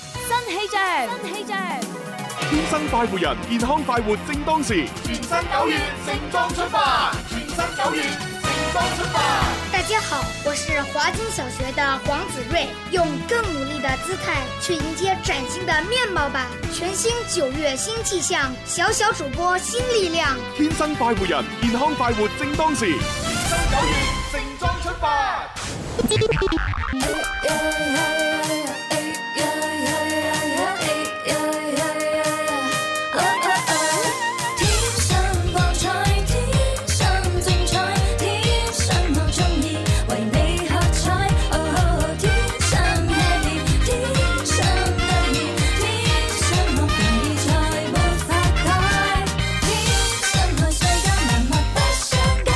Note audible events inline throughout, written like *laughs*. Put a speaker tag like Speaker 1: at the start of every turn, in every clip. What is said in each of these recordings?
Speaker 1: 氣象，新氣象，
Speaker 2: 天生快活人，健康快活正當時。
Speaker 3: 全新九月盛裝出發，全新九月盛裝出發。
Speaker 4: 大家好，我是华中小学的黄子睿，用更努力的姿态去迎接崭新的面貌吧！全新九月新气象，小小主播新力量。
Speaker 2: 天生快活人，健康快活正當時。
Speaker 3: 全新九月盛裝出發。
Speaker 5: 天生博彩，天生精彩，天生我中意，為你喝彩。天生 happy，天生得意，天生我願意再沒法改。天生愛世間萬物不相解。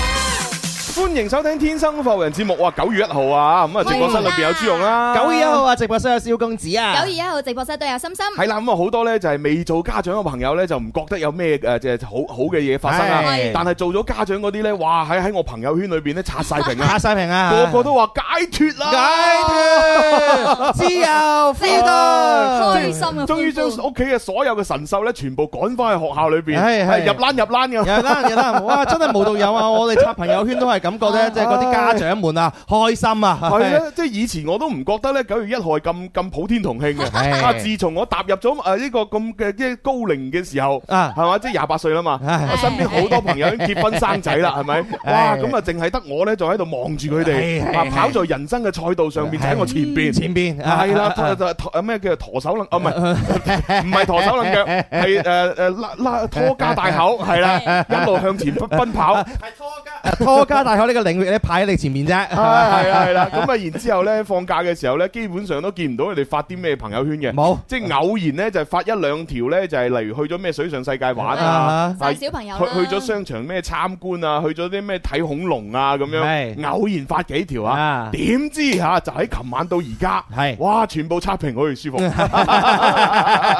Speaker 6: 歡迎收聽《天生浮人》節目，哇！九月一號啊，咁啊，直播室裏邊有朱容啦，
Speaker 7: 九月一號啊，直播室有蕭公子啊
Speaker 1: 九月，一號直播室都有心心，
Speaker 6: 係啦，咁啊好多咧就係未做家長嘅朋友咧就唔覺得有咩呃誒即係好好嘅嘢發生啊
Speaker 7: 係，
Speaker 6: 但係做咗家長嗰啲咧，哇喺喺我朋友圈裏邊咧刷晒屏啊
Speaker 7: 拍，晒屏 *laughs* 啊，
Speaker 6: 個個都話解脱啦，
Speaker 7: 解脱，自由 feel 到，
Speaker 1: 開心啊！
Speaker 6: 終於將
Speaker 1: 歡呼
Speaker 6: 屋企嘅所有嘅神獸咧全部趕翻去學校裏邊，
Speaker 7: 係係
Speaker 6: 係入欄入欄咁。
Speaker 7: 有啦有啦，
Speaker 6: *laughs*
Speaker 7: 哇！真係無獨有啊，我哋刷朋友圈都係感覺咧，即係嗰啲家長們啊，開心 *laughs* 啊，
Speaker 6: 係啊，即係以前我都唔覺得咧九月一號係咁咁普天同慶嘅。
Speaker 7: 係
Speaker 6: 啊，自從我踏入咗誒呢個咁嘅即係高齡嘅時
Speaker 7: *laughs*
Speaker 6: 候，
Speaker 7: 啊
Speaker 6: 係嘛，即係廿八歲啦嘛。
Speaker 7: 唉
Speaker 6: 我身邊好多朋友已經結婚生仔
Speaker 7: *laughs*
Speaker 6: 啦，係咪？哇，
Speaker 7: 唉
Speaker 6: 咁啊，淨係得我咧就喺度望住佢哋，
Speaker 7: 係
Speaker 6: 啊
Speaker 7: 係
Speaker 6: 跑在人生嘅賽道上面，就喺我前邊。
Speaker 7: 前邊啊
Speaker 6: 係啦，就就就咩叫做陀手楞？哦，唔係，唔
Speaker 7: *laughs*
Speaker 6: 係陀手楞腳，係誒誒拉拉拖家帶口，係
Speaker 7: *laughs*
Speaker 6: 啦，一路向前奔跑。
Speaker 7: 拖家大口呢個領域咧排喺你前面啫， *laughs*
Speaker 6: 啊，系啦系啦，咁啊，然之後咧，放假嘅時候咧，基本上都見唔到佢哋發啲咩朋友圈嘅，
Speaker 7: 冇
Speaker 6: 即係偶然咧就發一兩條咧，就係例如去咗咩水上世界玩啊，
Speaker 7: 啊
Speaker 1: 晒小朋友
Speaker 6: 去
Speaker 1: 啦
Speaker 6: 去咗商場咩參觀啊，去咗啲咩睇恐龍啊咁樣，
Speaker 7: 係
Speaker 6: 偶然發幾條啊
Speaker 7: 啊，
Speaker 6: 點知吓就喺琴晚到而家，
Speaker 7: 係
Speaker 6: 哇，全部刷屏，我哋
Speaker 7: *laughs*
Speaker 6: 舒服，哎係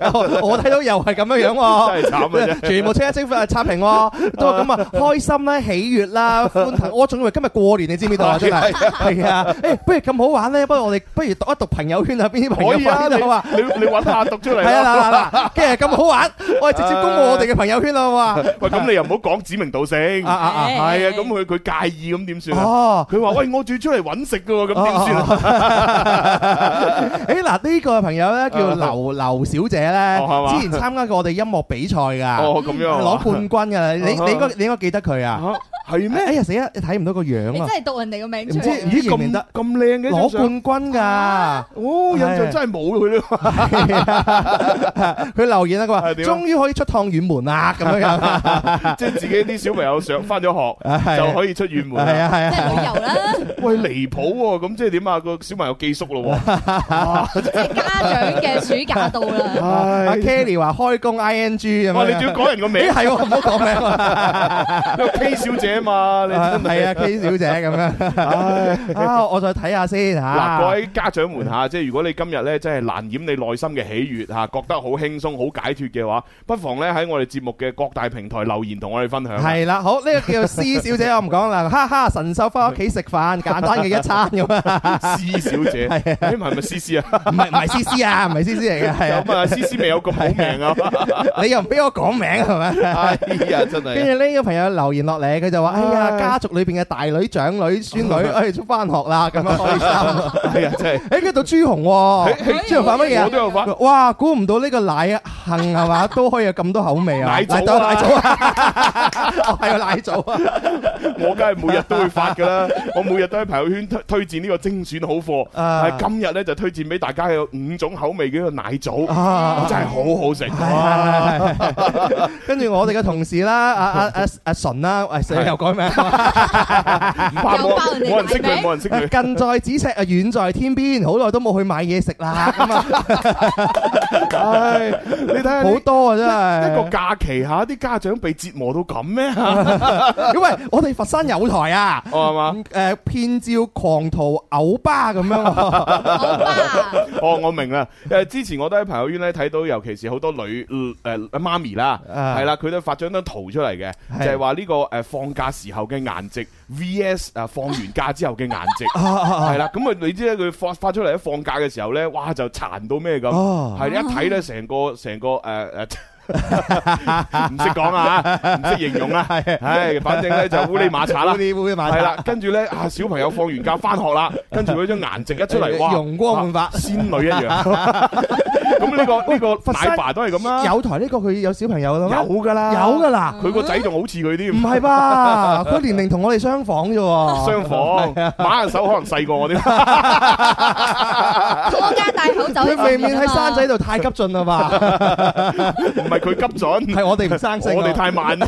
Speaker 6: 啊
Speaker 7: 我我睇到又係咁樣樣喎，
Speaker 6: 真係慘啊真係
Speaker 7: *laughs* 全部清一清刷屏
Speaker 6: *laughs*
Speaker 7: 喎，都係咁啊，開心啦、喜悅啦、歡騰，我仲以為今日過年，你知唔知
Speaker 6: *laughs*
Speaker 7: 道啊？真係係啊，誒，不如咁好玩咧，不如我哋不如讀一讀朋友圈啊，邊啲朋
Speaker 6: 可
Speaker 7: 友
Speaker 6: 以啊，
Speaker 7: 圈好啊？
Speaker 6: 你你你揾下讀出
Speaker 7: *laughs*
Speaker 6: 嚟
Speaker 7: 係
Speaker 6: 啦。 *laughs*
Speaker 7: 啊，嗱嗱嗱，跟住咁好玩，我哋直接公佈我哋嘅朋友圈啦，好
Speaker 6: *laughs*
Speaker 7: 嘛？
Speaker 6: 喂，咁你又唔好講指名道姓，係
Speaker 7: 啊啊
Speaker 1: 啊
Speaker 6: 啊，咁佢佢介意咁點算啊？
Speaker 7: 哦。
Speaker 6: 佢話：喂，我仲要出嚟揾食噶喎，咁點算啊？
Speaker 7: 誒嗱，呢個朋友
Speaker 6: *laughs*
Speaker 7: 咧叫劉劉小姐咧
Speaker 6: 哦係，嘛
Speaker 7: 之前參加過我哋音樂比賽
Speaker 6: *laughs*
Speaker 7: 㗎。
Speaker 6: 哦，咁樣 *laughs* 啊
Speaker 7: 攞冠軍㗎啦！你你應該你應該記得佢啊！
Speaker 6: 嚇係
Speaker 7: 哎
Speaker 6: 咩？
Speaker 7: 呀死啊！你睇唔到個
Speaker 1: 你
Speaker 7: 樣
Speaker 1: 真
Speaker 7: 啊！
Speaker 1: 係讀人哋個名出
Speaker 7: 唔知
Speaker 1: 嚟
Speaker 7: 唔
Speaker 1: 啊，
Speaker 7: 知認唔認
Speaker 6: 咁
Speaker 7: 得
Speaker 6: 咁靚嘅張相，
Speaker 7: 攞冠軍㗎！
Speaker 6: 哦，印象真係冇
Speaker 7: *laughs*
Speaker 6: 佢咯。
Speaker 7: 佢留言啦，佢話
Speaker 6: 係：點啊
Speaker 7: 終於可以出趟遠門啦！咁樣樣，
Speaker 6: 即係自己啲小朋友上翻咗學，*laughs*
Speaker 7: 係
Speaker 6: 就可以出遠門
Speaker 7: 係
Speaker 6: 啦。
Speaker 7: 啊係
Speaker 1: 即係
Speaker 6: *laughs*
Speaker 7: 啊，
Speaker 1: 旅遊啦，
Speaker 6: 喂，離譜喎！咁即係點啊？個小朋友寄宿咯
Speaker 7: *laughs*
Speaker 6: 喎。
Speaker 1: 即係家長嘅暑假到啦。
Speaker 7: 阿
Speaker 6: 唉，
Speaker 7: Kelly 話開工 ING 咁
Speaker 6: 哇！你
Speaker 7: 樣
Speaker 6: 仲要
Speaker 7: *laughs* 樣。
Speaker 6: 講人個名
Speaker 7: 咦係喎，唔好講名喎。
Speaker 6: 因為，K 小姐啊嘛， *laughs* 你
Speaker 7: *laughs*
Speaker 6: 真係
Speaker 7: 係啊，K 小姐咁樣。 *laughs* 啊，我再睇下先嚇。
Speaker 6: 嗱，各位家長們嚇，即係如果你今日咧真係難掩你內心嘅喜悅嚇，覺得好輕鬆、好解脱嘅話，不妨咧喺我哋節目嘅各大平台留言同我哋分享。
Speaker 7: 係啦，好呢
Speaker 6: *laughs*
Speaker 7: 個叫 C 小姐，我唔講啦。哈哈，神獸翻屋企食飯，簡單嘅一餐
Speaker 6: *laughs*
Speaker 7: 咁啊。
Speaker 6: C 小姐，
Speaker 7: *laughs* 係
Speaker 6: 誒唔係咪 C C 啊？
Speaker 7: 唔係唔係 C C 啊，唔係 C
Speaker 6: *laughs*
Speaker 7: C 嚟嘅，係
Speaker 6: 咁啊，C C 未有咁好命啊！
Speaker 7: 啊，你又唔俾我講名 *laughs* 係咪？
Speaker 6: 哎呀，真
Speaker 7: 跟
Speaker 6: 係
Speaker 7: 住呢個朋友留言落嚟，佢就話：哎
Speaker 6: 唉
Speaker 7: 呀，家族裏邊嘅大女、長
Speaker 6: *laughs*
Speaker 7: 女、孫女，哎，出翻學啦，咁樣開心。
Speaker 6: 啊，係啊，真係。
Speaker 7: 哎，跟住到朱紅喎
Speaker 6: 嘿嘿，
Speaker 7: 朱紅發乜嘢
Speaker 6: 我都有發
Speaker 7: 啊？哇，估唔到呢個奶杏
Speaker 6: *laughs*
Speaker 7: 係嘛，都可以有咁多口味啊！ *laughs*
Speaker 6: 奶棗啊
Speaker 7: 奶棗啊，哦係啊，奶棗啊，
Speaker 6: 我梗係每日都會發㗎啦，我每日都喺朋友圈推推薦呢個精選好貨。
Speaker 7: 啊
Speaker 6: 係今日咧就推薦俾大家有五種口味嘅一個奶棗，
Speaker 7: 啊
Speaker 6: *laughs* 真係好好食。
Speaker 7: 係係係係跟住我哋嘅同事啦，阿阿阿阿純啦，喂，死
Speaker 6: *laughs*
Speaker 7: 又改名。
Speaker 6: 唔怕
Speaker 1: 又爆人哋
Speaker 6: 冇冇人識
Speaker 1: 大
Speaker 6: 佢，
Speaker 1: 名
Speaker 6: 冇人識佢。
Speaker 7: 近在咫尺啊，遠在天邊，好耐都冇去買嘢食啦。咁啊，
Speaker 6: 唉，你睇下
Speaker 7: 好
Speaker 6: 呢
Speaker 7: 多啊
Speaker 6: 一
Speaker 7: 真
Speaker 6: 個
Speaker 7: 係。
Speaker 6: 假期下，啲家長被折磨到咁咩？嚇
Speaker 7: 因為我哋佛山有台啊，
Speaker 6: 哦係 *laughs* 嘛？
Speaker 7: 誒騙照狂徒嘔巴咁樣喎，
Speaker 1: 好吧，
Speaker 6: *laughs* 哦，我明啦。誒，之前我都喺朋友圈咧睇到，尤其是好多女誒媽咪啦，
Speaker 7: 啊
Speaker 6: 係啦，佢都發張張圖出嚟嘅，
Speaker 7: 係
Speaker 6: 就係話呢個誒放假時候嘅顏值 VS 誒放完假之後嘅顏 *laughs* 值。係啦，咁啊，你知咧，佢發發出嚟喺放假嘅時候咧，哇就殘到咩咁，
Speaker 7: 哦
Speaker 6: 係一睇咧成個成個誒 *laughs* 誒。唔識講啊，唔識形容啊，唉，反正咧就烏哩馬茶啦
Speaker 7: 烏，哩 *laughs* 烏哩馬
Speaker 6: 係啦
Speaker 7: 茶，，
Speaker 6: 跟住咧啊，小朋友放完假翻學
Speaker 7: *laughs*
Speaker 6: 啦，跟住佢張顏值一出嚟，哇，
Speaker 7: 容光煥發
Speaker 6: 啊仙女一
Speaker 7: *laughs*
Speaker 6: 樣。咁呢個呢個
Speaker 7: 佛山
Speaker 6: 奶爸都係咁啦，
Speaker 7: 有台呢個佢有小朋友啦咩，
Speaker 6: 有噶啦，
Speaker 7: 有
Speaker 6: *laughs*
Speaker 7: 㗎啦，
Speaker 6: 佢個仔仲好似佢添，
Speaker 7: 唔係吧？佢年齡同我哋相仿啫喎，
Speaker 6: 相
Speaker 7: *laughs*
Speaker 6: 仿，
Speaker 7: 啊
Speaker 6: 馬下手可能細過我啲。
Speaker 1: 拖家帶口走喺前面啊
Speaker 7: 佢
Speaker 1: 嘛
Speaker 7: 未免喺山仔度太急進
Speaker 6: *laughs*
Speaker 7: 啦吧？
Speaker 6: 唔係佢急
Speaker 7: 係
Speaker 6: 準，
Speaker 7: 我哋唔生性啊，
Speaker 6: 我哋太慢。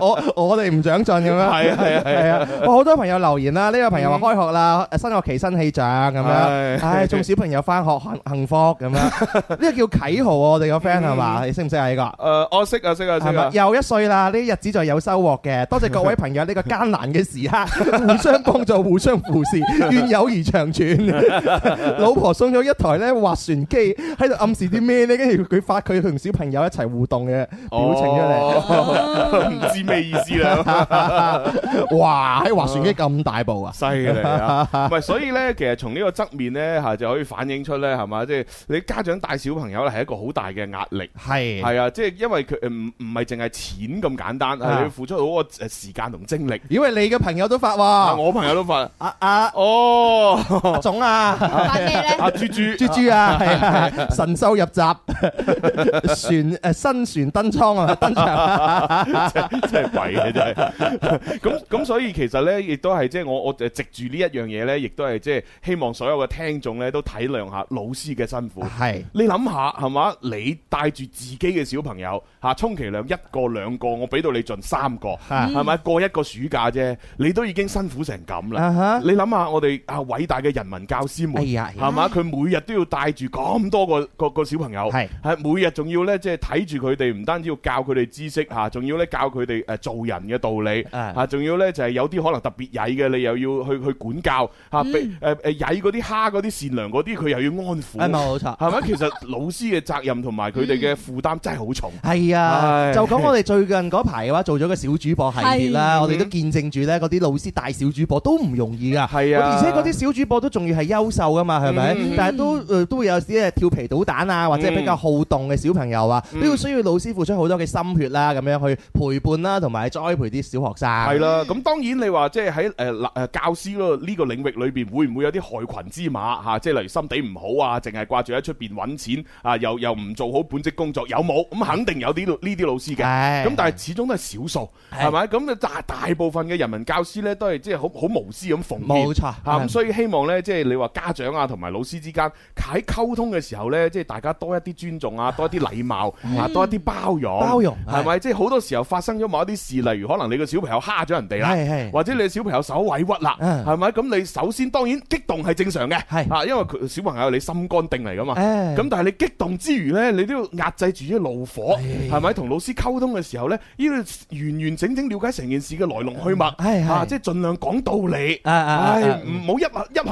Speaker 7: 我我哋唔長進咁樣。
Speaker 6: 係啊係啊係
Speaker 7: 係啊！哇，好多朋友留言啦，呢個朋友話開學啦，新學期新氣象咁
Speaker 6: 唉
Speaker 7: 樣，唉，祝小朋友翻學幸幸福
Speaker 6: *laughs*
Speaker 7: 咁樣。呢個叫啟豪啊，我哋個 friend 係嘛？你識唔識啊？呢個
Speaker 6: 誒，我識啊識啊識
Speaker 7: 係咪
Speaker 6: 啊。
Speaker 7: 又一歲啦？呢日子就有收穫嘅，多謝各位朋友呢個艱難嘅時刻， *laughs* 互相幫助，互相扶 *laughs* 持，願友誼長 *laughs* 存。老婆送咗一台咧划船機，喺度暗示啲咩呢？跟住佢發佢同小朋友一齊互動嘅表情出嚟。
Speaker 6: 哦 *laughs* 嚟，唔知咩意思
Speaker 7: *laughs*
Speaker 6: 啦。
Speaker 7: 哇！喺滑船機咁大部啊！
Speaker 6: 犀利
Speaker 7: *laughs*
Speaker 6: 啊！唔係，所以咧，其實從呢個側面咧嚇就可以反映出咧，係嘛？即係你家長帶小朋友咧係一個好大嘅壓力。
Speaker 7: 係
Speaker 6: 係啊，即係因為佢呃唔唔係淨係錢咁簡單，係
Speaker 7: 啊
Speaker 6: 你要付出好個誒時間同精力。
Speaker 7: 因為你嘅朋友都發
Speaker 6: 啊，
Speaker 7: 喎，
Speaker 6: 我朋友都發
Speaker 7: 阿阿
Speaker 6: 哦， *laughs*
Speaker 7: 阿總啊，
Speaker 1: 發咩咧？
Speaker 6: 阿豬豬
Speaker 7: *laughs* 豬豬啊，係啊，神獸入閘， *laughs* 船誒新船登艙啊，登 *laughs* 場，
Speaker 6: 啊真係弊嘅真係。 *laughs* 咁咁所以其實咧，亦都係即係我我誒藉住呢一樣嘢咧，亦都係即係希望所有嘅聽眾咧都體諒下老師嘅辛苦。
Speaker 7: 係
Speaker 6: 你諗下係嘛？你帶住自己嘅小朋友嚇，充其量一個兩個，我俾到你盡三個，
Speaker 7: 啊
Speaker 6: 係咪過一個暑假啫？你都已經辛苦成咁
Speaker 7: 啊
Speaker 6: 啦
Speaker 7: 哈！
Speaker 6: 你諗下我哋啊偉大嘅人民教師們
Speaker 7: 哎呀
Speaker 6: 係嘛？佢每日都要帶住咁多個個個小朋友，
Speaker 7: 係
Speaker 6: 係每日仲要呢，即係睇住佢哋，唔單止要教佢哋知識嚇，仲要呢教佢哋誒做人嘅道理
Speaker 7: 啊
Speaker 6: 嚇，仲要呢，就係有啲可能特別曳嘅，你又要去去管教嚇，
Speaker 7: 嗯
Speaker 6: 俾誒誒曳嗰啲蝦嗰啲善良嗰啲，佢又要安撫
Speaker 7: 啊。冇錯。
Speaker 6: 係咪？其實老師嘅責任同埋佢哋嘅負擔真係好重。
Speaker 7: *laughs* 係啊，
Speaker 6: 唉
Speaker 7: 就講我哋最近嗰排嘅話，做咗個小主播系列啦，
Speaker 6: 係
Speaker 7: 我哋都見證住咧，嗰啲老師帶小主播都唔容易噶，
Speaker 6: 係啊
Speaker 7: 而且嗰啲小主播都仲要係優秀噶嘛，係咪
Speaker 6: 嗯？
Speaker 7: 但係都誒都會有啲係調皮搗蛋啊，或者係比較好動嘅小朋友啊，
Speaker 6: 嗯
Speaker 7: 都要需要老師付出好多嘅心血啦，咁樣去陪伴啦，同埋栽培啲小學生。
Speaker 6: 係啦，咁當然你話即係喺誒誒教師咯呢個領域裏邊，會唔會有啲害群之馬嚇、即係例如心地唔好啊，淨係掛住喺出邊揾錢啊，又又唔做好本職工作，有冇？咁肯定有啲呢啲老師嘅。
Speaker 7: 係
Speaker 6: 咁但係始終都係少數，
Speaker 7: 係
Speaker 6: 係咪？咁大大部分嘅人民教師呢，都係即係好好無私咁奉獻。
Speaker 7: 冇錯
Speaker 6: 嚇咁
Speaker 7: 係
Speaker 6: 所以希望呢，即係你話家長啊同埋老師之間喺溝通嘅時候呢，即係大家多一啲尊重啊，多一啲禮貌啊，多一啲包容。
Speaker 7: 包容
Speaker 6: 係咪？即係好多時候發生咗某一啲事，例如可能你個小朋友蝦咗人哋
Speaker 7: 係係
Speaker 6: 啦，或者你小朋友受委屈啦，
Speaker 7: 嗯
Speaker 6: 係咪？咁你首先當然激動係正常嘅，
Speaker 7: 係
Speaker 6: 啊，因為佢小朋友你心肝定嚟噶嘛。
Speaker 7: 誒
Speaker 6: 咁但係你激動之餘呢，你都要壓制住啲怒火，係咪？同老師溝通嘅時候呢，呢度完完整整了解成件事嘅來龍去
Speaker 7: 係
Speaker 6: 脈，
Speaker 7: 係
Speaker 6: 啊，即係盡量講道理，
Speaker 7: 啊啊啊
Speaker 6: 唉
Speaker 7: 啊
Speaker 6: 唔好一一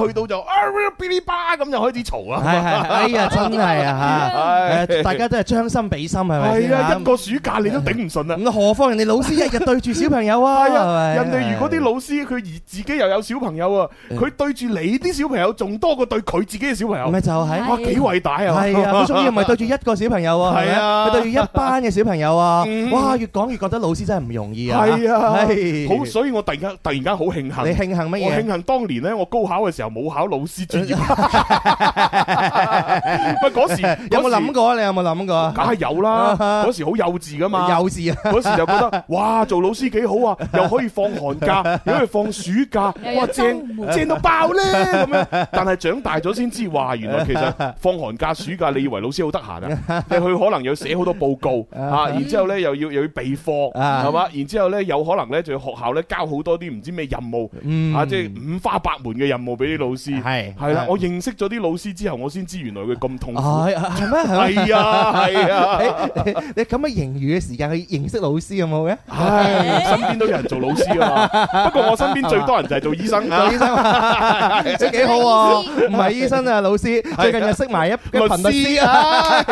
Speaker 6: 去到就啊嗶哩吧咁就開始嘈
Speaker 7: 係係
Speaker 6: 啊。
Speaker 7: 係哎呀，真 *laughs* 係啊
Speaker 6: 唉
Speaker 7: 嚇！誒大家都係將心比心，係咪
Speaker 6: 係
Speaker 7: 先
Speaker 6: 啊，
Speaker 7: 啊
Speaker 6: 一個暑假你都頂唔 *laughs* 順啊。
Speaker 7: 咁何況人哋老師一日對住小朋友啊，
Speaker 6: 係啊，
Speaker 7: 係
Speaker 6: 人
Speaker 7: 咪
Speaker 6: 哋如果啲老師佢而自己又有小朋友啊，佢對住你啲小朋友仲多過對佢自己嘅小朋友，
Speaker 7: 咪就係
Speaker 6: 哇幾偉大啊！
Speaker 7: 係
Speaker 6: *laughs*
Speaker 7: 啊，佢仲要唔係對住一個小朋友啊，係咪
Speaker 6: 係啊
Speaker 7: 佢對住一班嘅小朋友啊
Speaker 6: 嗯，
Speaker 7: 哇，越講越覺得老師真係唔容易啊，
Speaker 6: 係啊
Speaker 7: 係
Speaker 6: 好，所以我突然間突然間好慶幸，
Speaker 7: 你慶幸乜
Speaker 6: 我慶
Speaker 7: 嘢？
Speaker 6: 幸當年咧，我高考嘅時候冇考老師專
Speaker 7: *laughs*
Speaker 6: 業， *laughs* 喂嗰時
Speaker 7: 有冇諗？過啊？你有冇
Speaker 6: 嗰
Speaker 7: 諗過
Speaker 6: 時梗
Speaker 7: 啊？
Speaker 6: 係有啦，
Speaker 7: 啊
Speaker 6: 嗰時好幼稚噶嘛，
Speaker 7: *laughs* 幼稚啊！
Speaker 6: *laughs* 嗰時就覺得哇，做老師幾好啊，又可以放寒假，又可以放暑假，
Speaker 1: 又有
Speaker 6: 哇
Speaker 1: 周
Speaker 6: 正
Speaker 1: 末
Speaker 6: 正到爆咧咁樣。但係長大咗先知，哇原來其實
Speaker 7: 啊
Speaker 6: 放寒假、暑假，你以為老師好得閒啊？你去可能又要寫好多報告啊，然之後咧又要又要備課
Speaker 7: 啊
Speaker 6: 係嘛？然之後咧有可能咧就要學校咧交好多啲唔知咩任務
Speaker 7: 嗯
Speaker 6: 啊，即係五花八門嘅任務俾啲老師。
Speaker 7: 係
Speaker 6: 係啦
Speaker 7: 係，
Speaker 6: 我認識咗啲老師之後，我先知原來佢咁痛苦。
Speaker 7: 哎呀係咩？係咩
Speaker 6: 係啊，係啊。
Speaker 7: 你 *laughs* 你你咁嘅盈餘嘅時間去認識老師有
Speaker 6: *laughs*
Speaker 7: 冇嘅？
Speaker 6: 唉，身邊都有人做老師啊嘛，不過我身邊最多人就係做醫生啊 *laughs*
Speaker 7: 做醫生啊，都幾好喎！唔係醫生啊，老師最近又識埋一一
Speaker 6: 律
Speaker 7: 羣律
Speaker 6: 師
Speaker 7: 師啊，
Speaker 6: 啊，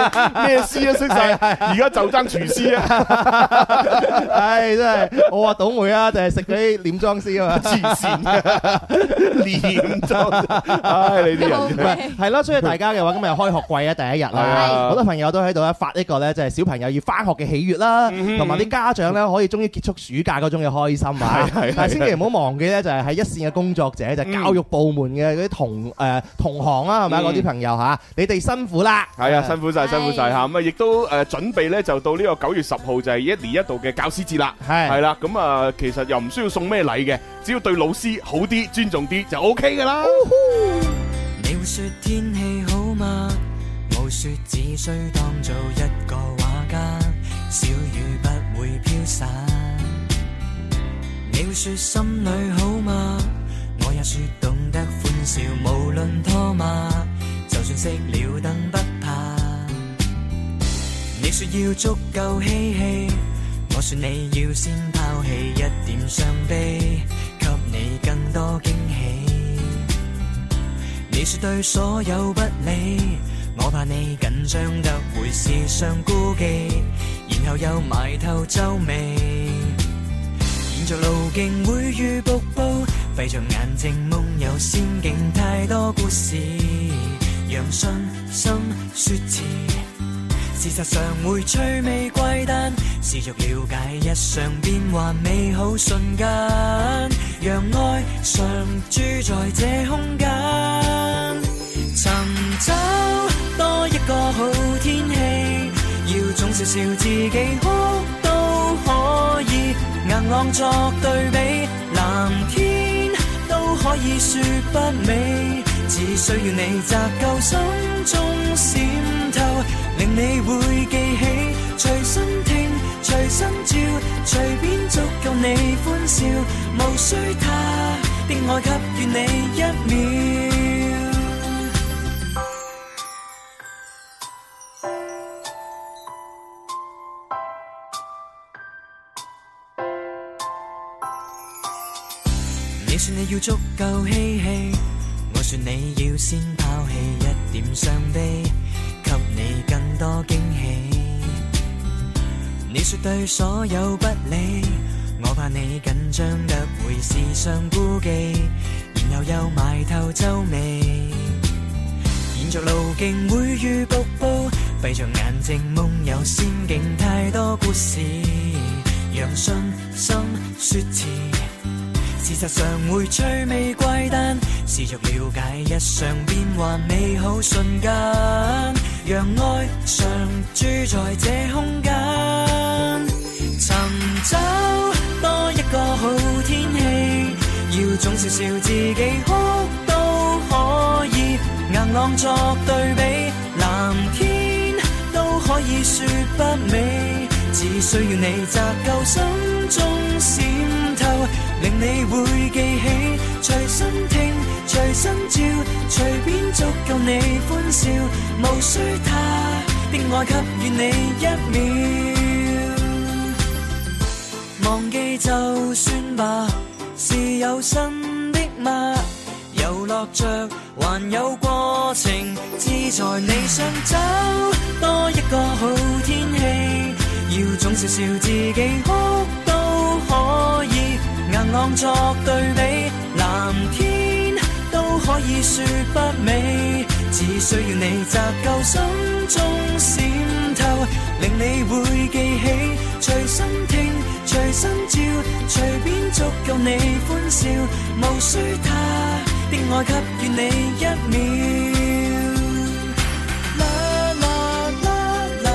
Speaker 6: 咩師都識晒，而家就爭廚師啊，
Speaker 7: 唉，真係我話倒霉啊，就係食嗰啲殮裝師啊嘛。
Speaker 6: 慈善 *laughs* 念就，唉，你啲人
Speaker 1: 有冇
Speaker 6: 真係。 *laughs*
Speaker 7: 係咯，所以大家嘅話，今日開學季啊，第一日
Speaker 6: 係啊
Speaker 7: 啦，好多朋友都喺度咧發呢個咧，就係小朋友要翻學嘅喜悅啦，同埋啲家長咧可以終於結束暑假嗰種嘅
Speaker 6: *laughs*
Speaker 7: 開心啊！但係千祈唔好忘記咧，就係喺一線嘅工作者，就係教育部門嘅嗰啲同誒同行啦，係咪啊
Speaker 6: 嗯
Speaker 7: 嗰啲朋友嚇，你哋辛苦啦！
Speaker 6: 係啊，辛苦晒，
Speaker 1: 係
Speaker 6: 辛苦晒吓，咁啊，亦都誒準備咧，就到呢個九月十號就係一年一度嘅教師節啦，
Speaker 7: 係
Speaker 6: 係啦，咁啊，其實又唔需要送咩禮嘅，只要對老師好啲、尊重啲就 OK 噶啦。
Speaker 8: 你會說天氣好嗎？冇雪只需當做一個畫家，小雨不會飄散。你會說心裏好嗎？我也說懂得歡笑，無論拖嗎？就算熄了燈不怕。你說要足夠嬉戲，我說你要先拋棄一點傷悲，給你更多驚喜。你說對所有不理，我怕你緊張得會時常顧忌，然後又埋頭皺眉。沿着路徑會遇瀑布，閉着眼睛夢遊仙境，太多故事，讓信心說詞。事實上會趣味怪誕，試着了解一上變幻美好瞬間，讓愛常駐在這空間。尋找多一個好天氣，要總笑笑自己哭都可以，硬朗作對比，藍天都可以說不美，只需要你摘夠心中閃透，令你會記起。隨身聽，隨身照，隨便足夠你歡笑，無需他的愛給予你一秒。你說你要足夠嬉戲，我說你要先拋棄一點傷悲，給你更多驚喜。你說對所有不理，我怕你緊張得會時常顧忌，然後又埋頭皺眉。沿着路徑會遇瀑布，閉着眼睛夢遊仙境，太多故事，讓信心說詞。事實上會趣味怪誕，試着了解日常變幻美好瞬間，讓愛常駐在這空間，尋找多一個好天氣，要總笑笑自己哭都可以，硬朗作對比，藍天都可以說不美，只需要你摘夠心中閃透，令你會記起，隨身聽，隨身照，隨便足夠你歡笑，無需他的愛給予你一秒。忘記就算吧，是有新的嗎？有樂着，還有過程，志在你想找多一個好天氣，要總笑笑自己哭都可以，硬朗作對比，藍天都可以說不美，只需要你摘夠心中閃透，令你會記起，隨身聽，隨身照，隨便足夠你歡笑，無需他的愛給予你一秒。啦啦啦啦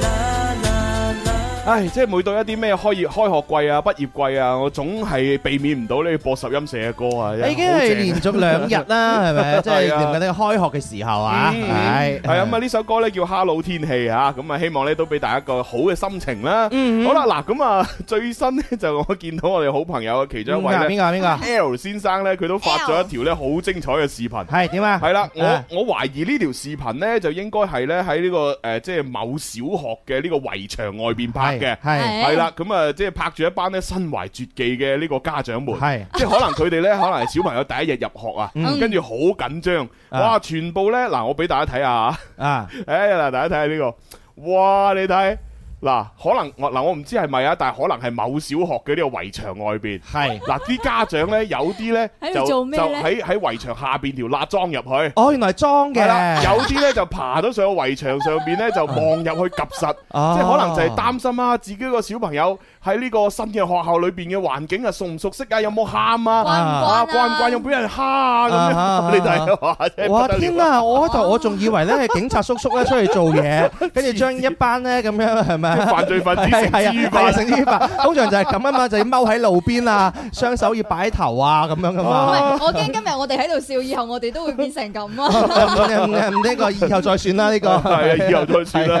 Speaker 8: 啦啦啦。
Speaker 6: 唉，即係每到一啲咩開業開學季啊、畢業季啊，我總係避免唔到呢播十音社嘅歌啊，真係
Speaker 7: 已經係連續兩日啦，
Speaker 6: *laughs*
Speaker 7: 係咪？即係
Speaker 6: 係啊
Speaker 7: 臨近你開學嘅時候
Speaker 6: 嗯
Speaker 7: 啊，係
Speaker 6: 系咁啊！呢首歌咧叫《Hello 天氣》吓，咁啊希望咧都俾大家一個好嘅心情啦。
Speaker 7: 嗯
Speaker 6: 好啦，嗱咁啊 *laughs* 最新咧就我見到我哋好朋友嘅其中一位
Speaker 7: 邊
Speaker 6: 咧
Speaker 7: 個啊邊個啊？
Speaker 6: L 先生咧，佢都發咗一條咧好精彩嘅視頻。
Speaker 7: 係點啊？
Speaker 6: 係啦，我
Speaker 7: 啊
Speaker 6: 我怀疑呢條視頻咧就應該係咧喺呢個诶即係某小學嘅呢個圍牆外邊拍嘅。
Speaker 7: 係
Speaker 1: 哎
Speaker 6: 係啦，咁啊，即係拍住一班咧身懷絕技嘅呢個家長們，
Speaker 7: 係
Speaker 6: 即係可能佢哋咧，可能係小朋友第一日入學啊，
Speaker 7: 嗯
Speaker 6: 跟住好緊張，
Speaker 7: 啊
Speaker 6: 哇！全部咧，嗱，我俾大家睇下啊， *laughs*
Speaker 7: 啊，
Speaker 6: 诶嗱，大家睇下呢個，哇！你睇嗱，可能我嗱，我唔知係咪啊，但係可能係某小學嘅呢個圍牆外
Speaker 7: *laughs*
Speaker 6: 邊。
Speaker 7: 係。
Speaker 6: 嗱，啲家長咧，有啲咧
Speaker 1: 喺度
Speaker 6: 就就
Speaker 1: 做咩呢
Speaker 6: 喺喺圍牆下邊條罅裝入去，
Speaker 7: 哦，原來裝嘅
Speaker 6: 係，啦，有啲咧就爬咗上個圍牆上邊咧就望入去及實。
Speaker 7: 哦
Speaker 6: 即係可能就係擔心啊，自己個小朋友喺呢個新嘅學校裏邊嘅環境啊，熟唔熟悉啊，有冇喊啊，啊
Speaker 1: 慣唔慣啊？
Speaker 6: 慣唔慣有冇俾人蝦啊
Speaker 7: 啊
Speaker 6: 咁樣？你睇哇，真係
Speaker 7: 哇
Speaker 6: 不得
Speaker 7: 天
Speaker 6: 了啊！
Speaker 7: 啊！我喺度我仲以為咧係警察叔叔咧出去做
Speaker 6: *laughs*
Speaker 7: 嘢，跟住將一班咧咁樣係咪？
Speaker 6: 犯罪分子
Speaker 7: 係係 *laughs*
Speaker 6: 繩
Speaker 7: 啊
Speaker 6: 之於
Speaker 7: 係啊，
Speaker 6: 法。
Speaker 7: 成天發，通常就係咁啊嘛，就要踎喺路
Speaker 6: *laughs*
Speaker 7: 邊啊，雙手要擺頭啊咁樣噶嘛。
Speaker 1: 唔係，我驚今日我哋喺度笑，以後我哋都會變成咁啊。
Speaker 7: *laughs* 唔呢個以後再算啦，呢個
Speaker 6: 係啊，以後再算
Speaker 7: *laughs*
Speaker 6: 啦。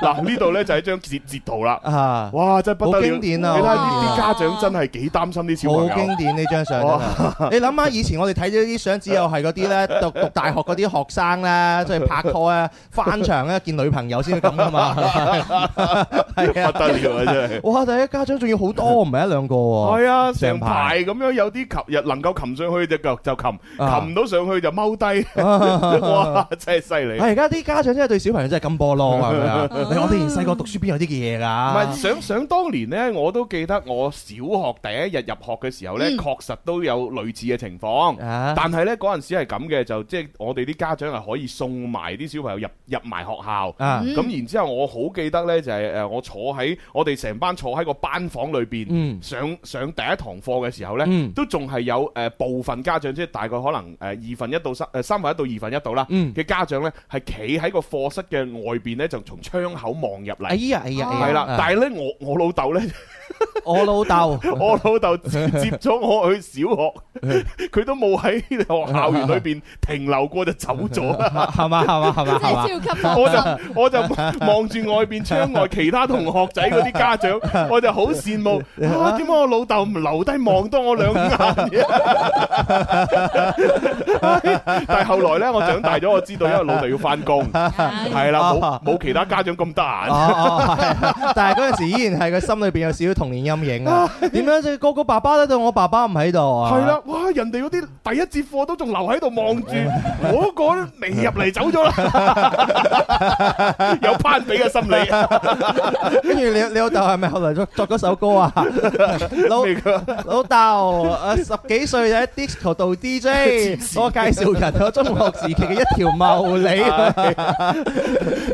Speaker 6: 嗱，呢度咧就係一張截截圖啦。
Speaker 7: 啊，
Speaker 6: 哇，真係不得了！
Speaker 7: 好經典啊
Speaker 6: 你睇
Speaker 1: 好
Speaker 6: 下
Speaker 1: 經
Speaker 6: 啲啲
Speaker 1: 典
Speaker 6: 家
Speaker 1: 啊
Speaker 6: 長真係幾擔心啲小
Speaker 7: 好
Speaker 6: 朋友
Speaker 7: 經。典呢張相真係。你諗下，以前我哋睇咗啲相，只有係嗰啲咧讀讀大學嗰啲學生咧，即係拍拖啊、翻牆咧、見女朋友先會咁噶嘛。係
Speaker 6: 不
Speaker 7: 啊，
Speaker 6: 得了啊！真係，
Speaker 7: 哇！第一家長仲要好多，唔係一兩個喎。
Speaker 6: 係啊，成
Speaker 7: 成哦排
Speaker 6: 排咁樣有啲擒，能夠擒上去只腳就擒，
Speaker 7: 啊
Speaker 6: 擒唔到上去就踎低。 *laughs* 哇
Speaker 7: 啊！，
Speaker 6: 真係犀利！
Speaker 7: 而家啲家長真係對小朋友真係咁波咯，係咪啊？你我哋以前細個讀書邊有啲嘅嘢
Speaker 6: 唔
Speaker 7: 㗎？
Speaker 6: 係想想當年呢，我都記得我小學第一日入學嘅時候呢，
Speaker 1: 嗯
Speaker 6: 確實都有類似嘅情況。
Speaker 7: 啊
Speaker 6: 但係呢嗰陣時係咁嘅，就即係我哋啲家長係可以送埋啲小朋友入入埋學校。
Speaker 7: 啊
Speaker 1: 嗯
Speaker 6: 咁然之後，我好記得呢，就係誒我坐喺我哋成班坐喺個班房裏邊
Speaker 7: 嗯
Speaker 6: 上上第一堂課嘅時候呢，
Speaker 7: 嗯
Speaker 6: 都仲係有誒部分家長，即係大概可能誒呃二分一到三誒三分一到二分一度啦
Speaker 7: 嗯
Speaker 6: 嘅家長呢，係企喺個課室嘅外邊呢，就從窗口望入嚟
Speaker 7: 哎。呀哎呀，哎呀
Speaker 6: 系啦
Speaker 7: 啊，
Speaker 6: 但系咧，我我老豆咧，
Speaker 7: 我老豆
Speaker 6: 我老豆接接咗我去小學， *laughs* 佢都冇喺學校園裏边停留過就走咗
Speaker 7: *laughs*
Speaker 6: 啦。
Speaker 7: *laughs* 係嘛係嘛係嘛係嘛，
Speaker 1: 真係超級
Speaker 6: 我就我就望住外邊窗外其他同學仔嗰啲家長，我就好羨慕啊！點解我老豆唔留低望多我兩眼 *laughs* 嘅？但係後來咧，我長大咗，我知道因為老豆要翻工，係啦，冇冇其他家長咁得
Speaker 7: 哦
Speaker 6: 閒。
Speaker 7: 哦，係但係嗰陣時依然係佢心裏邊有少少童年陰影
Speaker 6: *laughs*
Speaker 7: 啊！點解即係個個爸爸都對我爸爸唔喺度啊？
Speaker 6: 係啦，哇！人哋嗰啲第一節課都仲留喺度望
Speaker 7: *laughs*
Speaker 6: 住，我嗰個都未入嚟走咗啦，有攀比嘅心理，
Speaker 7: 跟住你你老豆係咪後來作作咗首歌
Speaker 6: *laughs*
Speaker 7: 啊？老
Speaker 6: 咩㗎
Speaker 7: 老豆誒十幾歲就喺 disco 度
Speaker 6: *laughs*
Speaker 7: DJ，我介紹人我中學時期嘅一條茂
Speaker 6: *laughs* 唔
Speaker 7: 利。
Speaker 6: 係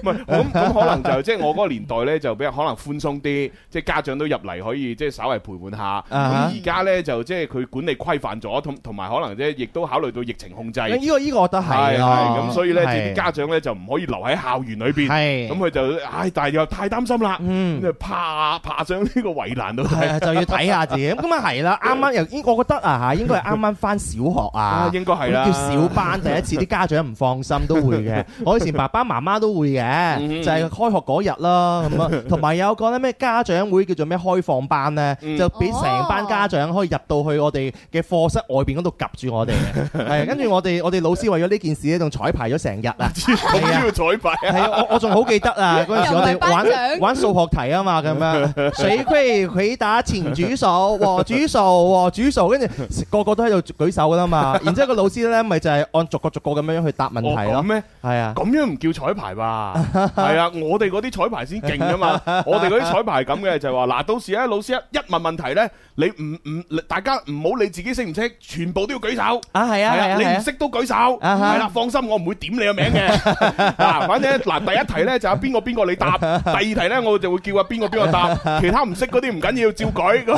Speaker 6: 咁咁可能就即係我嗰個年代咧就比較可能寬鬆啲，即係家長都入嚟可以即係稍微陪伴下。
Speaker 7: 哈
Speaker 6: 咁而家咧就即係佢管理規範咗，同同埋可能即係亦都考慮到疫情控制。
Speaker 7: 呢個呢個我覺得係
Speaker 6: 係
Speaker 7: 咯
Speaker 6: 係咁，所以咧，即係
Speaker 7: 係
Speaker 6: 啲家長咧就唔可以留喺校園裏邊，
Speaker 7: 係
Speaker 6: 咁佢就唉，但係又太擔心啦，
Speaker 7: 嗯
Speaker 6: 咁 *laughs* 就爬爬上呢個圍欄度
Speaker 7: 係
Speaker 6: 睇
Speaker 7: 啊，就要睇下自己。咁咁啊係啦，啱啱又應，我覺得啊嚇，應該係啱啱翻小學啊
Speaker 6: 啊，，應該係啦，
Speaker 7: 咁叫小班，第一次啲家長唔放心都會
Speaker 6: *laughs*
Speaker 7: 嘅。我以前爸爸媽媽都會
Speaker 6: 嗯
Speaker 7: 嘅，就係開學嗰日啦，
Speaker 6: *laughs*
Speaker 7: 咁啊，同埋有個咧咩家長會叫做咩開放班咧
Speaker 6: 嗯，
Speaker 7: 就俾成班家長可以入到去我哋嘅課室外邊嗰度及住我哋嘅。
Speaker 6: *laughs*
Speaker 7: 係跟住我哋我哋老師為咗呢件事咧，仲彩排咗成日啊。
Speaker 6: 咁都要彩排啊！
Speaker 7: 係啊，我我仲好記得
Speaker 1: *laughs*
Speaker 7: 啊！嗰陣時
Speaker 1: 又
Speaker 7: 我
Speaker 1: 唔
Speaker 7: 哋
Speaker 1: 係班
Speaker 7: 玩
Speaker 1: 長
Speaker 7: 玩數學題啊嘛，咁樣水龜佢打前主數和主數和主數，跟住個個都喺度舉手噶啦
Speaker 1: *laughs*
Speaker 7: 嘛。然之後個老師咧，咪就係按逐個逐個咁樣去答問
Speaker 6: 哦，
Speaker 7: 題
Speaker 6: 咁
Speaker 7: 咯。
Speaker 6: 咩？
Speaker 7: 係啊，
Speaker 6: 咁樣唔叫
Speaker 7: *laughs*
Speaker 6: 彩排吧？係啊，我哋嗰啲彩排先勁噶嘛！我哋嗰啲彩排咁嘅就係話，嗱，到時次咧，老師一一問問題咧，你唔唔大家唔好理自己識唔識，全部都要舉手。
Speaker 7: 啊，係啊，係啊，
Speaker 6: 你
Speaker 7: 係
Speaker 6: 唔
Speaker 7: 啊。
Speaker 6: 識都舉手，
Speaker 7: 啊哈
Speaker 6: 係啦，放心，我唔會點你個
Speaker 7: *laughs*
Speaker 6: 名嘅。嗱，反正嗱，第一題咧就係邊個邊個你
Speaker 7: *laughs*
Speaker 6: 答，第二題咧我就會叫啊邊個邊個答，其他唔識嗰啲唔緊要，照舉咁。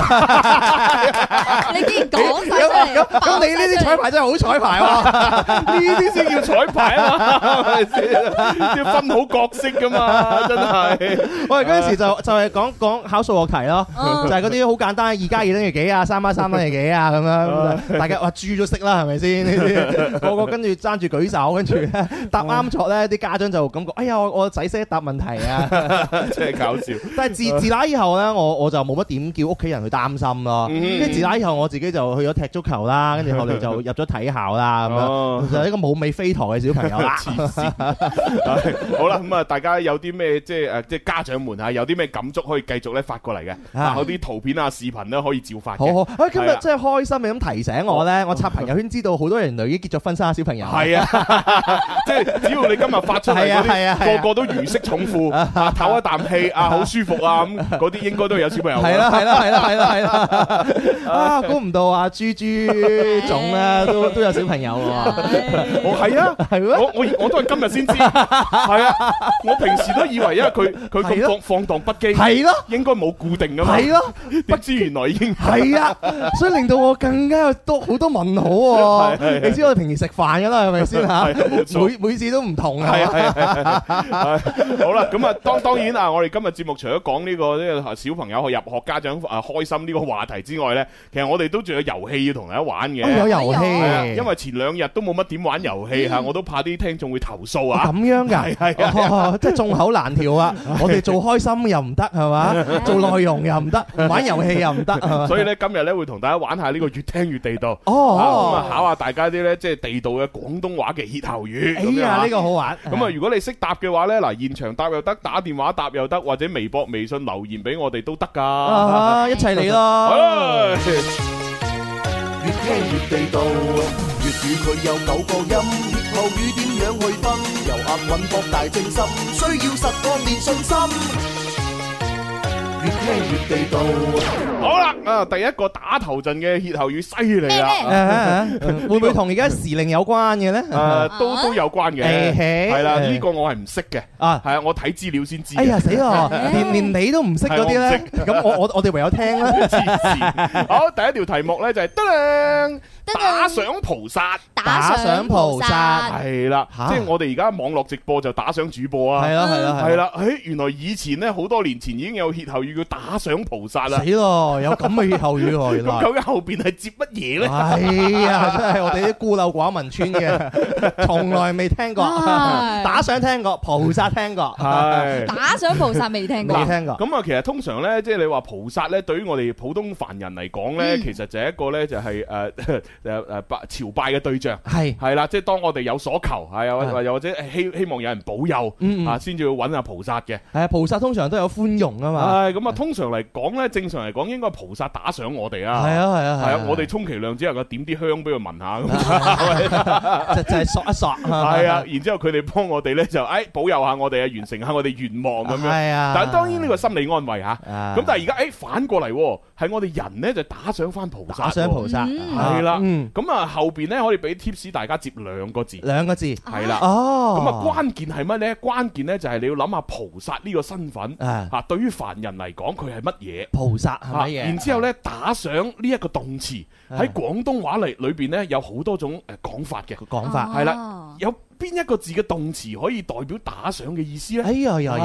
Speaker 1: 你竟然講晒
Speaker 7: *laughs*
Speaker 1: 出
Speaker 7: 咁
Speaker 1: 嚟，
Speaker 7: 咁你呢啲彩排真係好彩排喎，
Speaker 6: 呢啲先叫彩排啊嘛，係咪先要分好角色噶嘛，真係。
Speaker 7: 我哋嗰陣時
Speaker 6: 啊
Speaker 7: 就就係講講考數學題咯，
Speaker 1: 嗯
Speaker 7: 就係嗰啲好簡單，二加二等於幾啊，三加三等於幾啊咁樣，大家話豬都識啦，係咪
Speaker 6: *laughs*
Speaker 7: 先？呢啲個個跟住爭住舉手，跟住咧答啱咗咧，啲家長就感覺哎呀，我我仔識答問題啊！
Speaker 6: 真係搞笑。
Speaker 7: 但
Speaker 6: 啊
Speaker 7: 係自自那以後咧，我我就冇乜點叫屋企人去擔心咯。
Speaker 6: 嗯
Speaker 7: 跟住自那以後，我自己就去咗踢足球啦，跟住後嚟就入咗體校啦，咁
Speaker 6: 哦
Speaker 7: 樣就係一個冇尾飛陀嘅小朋友
Speaker 6: *laughs*
Speaker 7: 啦。
Speaker 6: 係好啦，咁啊，大家有啲咩即係誒，即係家長們啊，有啲咩感觸可以繼續咧發過嚟嘅，
Speaker 7: 啊
Speaker 6: 啊，有啲圖片啊、視頻咧可以照發
Speaker 7: 好
Speaker 6: 嘅。
Speaker 7: 好，啊今日
Speaker 6: 係啊
Speaker 7: 真係開心，你咁提醒我咧，我刷朋友圈知道好多人女已經結咗婚生咗小朋
Speaker 6: *laughs*
Speaker 7: 友。
Speaker 6: 係啊，即係只要你今日發出嚟
Speaker 7: 係啊
Speaker 6: 嗰
Speaker 7: 係啊係
Speaker 6: 啲，
Speaker 7: 啊
Speaker 6: 個個都如釋重負，
Speaker 7: *laughs*
Speaker 6: 啊唞一啖氣啊，好舒服啊，咁嗰啲應該都有小朋友。
Speaker 7: 係啦，係啦，係啦，係啦，
Speaker 6: *laughs*
Speaker 7: 係啦！啊，估唔到啊，豬豬總咧都都有小朋友喎，
Speaker 6: 我係啊。
Speaker 7: 係 *laughs* 咩？
Speaker 6: 我我我都係今日
Speaker 7: *laughs*
Speaker 6: 先知，係啊！我平時都以為因為佢佢
Speaker 7: 係咯
Speaker 6: 咁放放蕩不羈，
Speaker 7: 係咯，
Speaker 6: 應該冇固定噶嘛。 *laughs*
Speaker 7: 係咯，
Speaker 6: 點知原來已
Speaker 7: *laughs*
Speaker 6: 經
Speaker 7: 係啊！所以令到我更加有多好多問號
Speaker 6: *laughs* 係係
Speaker 7: 喎。
Speaker 6: 係
Speaker 7: 你知我哋平時食飯噶啦，係咪先
Speaker 6: 係冇
Speaker 7: 嚇？
Speaker 6: 錯
Speaker 7: 每每次都唔同啊
Speaker 6: 係。啊係啊係啊，好啦，咁啊當當然啊，我哋今日節目除咗講呢個呢個小朋友入學家長啊開心呢個話題之外呢，其實我哋都仲有遊戲要同大家玩嘅
Speaker 7: 哦，。有遊
Speaker 6: 係啊因
Speaker 7: 戲，
Speaker 6: 為前兩日都冇乜點玩遊戲吓，我都怕啲聽眾會投訴啊。
Speaker 7: 咁樣
Speaker 6: 係
Speaker 7: 㗎。
Speaker 6: 係啊，
Speaker 7: 哦，即係眾口難調啊！我哋做開心又唔得係嘛，做內容又唔得，玩遊戲又唔得係嘛。
Speaker 6: 所以呢，今日呢會同大家玩下呢個越聽越地道。啊咁啊
Speaker 7: 哦，
Speaker 6: 考下大家啲呢，即係地道嘅廣東話嘅歇後語。
Speaker 7: 哎
Speaker 6: 咁樣
Speaker 7: 呀，
Speaker 6: 啊
Speaker 7: 呢個好玩。
Speaker 6: 咁啊，如果你識答嘅話呢，嗱，現場答又得，打電話答又得，或者微博、微信留言俾我哋都得㗎。哎
Speaker 7: 啊，一齊嚟咯！
Speaker 6: 唉
Speaker 3: 越聽越地道，粵語佢有九個音，粵後語點樣去分？由押韻博大精深，需要實幹練信心。越聽越地道，
Speaker 6: 好啦，啊，第一個打頭陣嘅歇後語犀利啦，
Speaker 7: 啊會唔會同而家時令有關嘅咧？
Speaker 6: 誒，啊都
Speaker 1: 啊
Speaker 6: 都有關嘅，
Speaker 7: 誒哎嘿
Speaker 6: 係啦，
Speaker 7: 誒
Speaker 6: 呢個我係唔識嘅，
Speaker 7: 啊！
Speaker 6: 係啊，我睇資料先知嘅。
Speaker 7: 哎呀死咯！連連你都唔識嗰啲咧，咁我我我哋唯有聽啦。
Speaker 6: 黐線！好，第一條題目呢就係得啦，
Speaker 1: 噔啊
Speaker 6: 打賞菩薩
Speaker 1: 打賞菩
Speaker 7: 打
Speaker 1: 薩，
Speaker 6: 係啦，
Speaker 7: 嚇
Speaker 6: 即係我哋而家網絡直播就打賞主播啊
Speaker 7: 係。咯係咯
Speaker 6: 係，啦，誒，原來以前呢，好多年前已經有歇後語叫打賞菩薩啦。
Speaker 7: 死咯！有咁嘅後語喎，原
Speaker 6: 咁
Speaker 7: 來。
Speaker 6: 究竟後邊係接乜嘢呢？
Speaker 7: 哎呀，真係我哋啲孤陋寡聞村
Speaker 6: *laughs*
Speaker 7: 嘅，從來未聽過。
Speaker 1: 唉
Speaker 7: 打賞聽過，菩薩聽過，
Speaker 6: *laughs*
Speaker 7: 啊
Speaker 6: 係
Speaker 1: 打賞菩薩未聽過
Speaker 7: 未，聽過。
Speaker 6: 咁啊，其實通常咧，即係你話菩薩咧，對於我哋普通凡人嚟講
Speaker 7: 嗯
Speaker 6: 咧，其實就係一個咧，就呃係 *laughs* 誒誒誒拜呃朝拜嘅對象。
Speaker 7: 係
Speaker 6: 係啦，即係當我哋有所求，係又
Speaker 7: 啊
Speaker 6: 或又或者希希望有人保佑
Speaker 7: 嗯嗯
Speaker 6: 啊，先至要揾下菩薩嘅。
Speaker 7: 係啊，菩薩通常都有寬容啊嘛。
Speaker 6: 唉，咁啊，通常嚟講咧，正常嚟講應該係菩薩打賞我哋啊。
Speaker 7: 係啊係啊
Speaker 6: 係啊，我哋充其量只能夠點啲香俾佢聞下咁。*laughs*
Speaker 7: 就就係索一索。
Speaker 6: 係
Speaker 7: *laughs*
Speaker 6: 啊，然之後佢哋幫我哋咧就誒保佑下我哋啊，完成下我哋願望咁樣。
Speaker 7: 係啊。
Speaker 6: 但係當然呢個心理安慰嚇。
Speaker 7: 啊
Speaker 6: 咁但係而家誒反過嚟喎，係我哋人咧就打賞翻菩薩喎，
Speaker 7: 打賞菩薩
Speaker 1: 嗯
Speaker 6: 係啦
Speaker 7: 嗯，
Speaker 6: 咁啊後邊咧可以俾 tips 大家接兩個字，
Speaker 7: 兩個字
Speaker 6: 係啦。
Speaker 7: 哦。
Speaker 6: 咁啊關鍵係乜咧？關鍵咧就係你要諗下菩薩呢個身份
Speaker 7: 啊
Speaker 6: 嚇，對於凡人嚟講佢係乜嘢？
Speaker 7: 菩薩係
Speaker 6: 啊
Speaker 7: 乜嘢？啊
Speaker 6: 然之後咧，打賞呢一個動詞喺廣東話嚟裏邊咧有好多種誒講法嘅，
Speaker 7: 個講法。
Speaker 6: 係
Speaker 1: 啦，
Speaker 6: 有邊一個字嘅動詞可以代表打賞嘅意思咧
Speaker 7: 哎？呀呀呀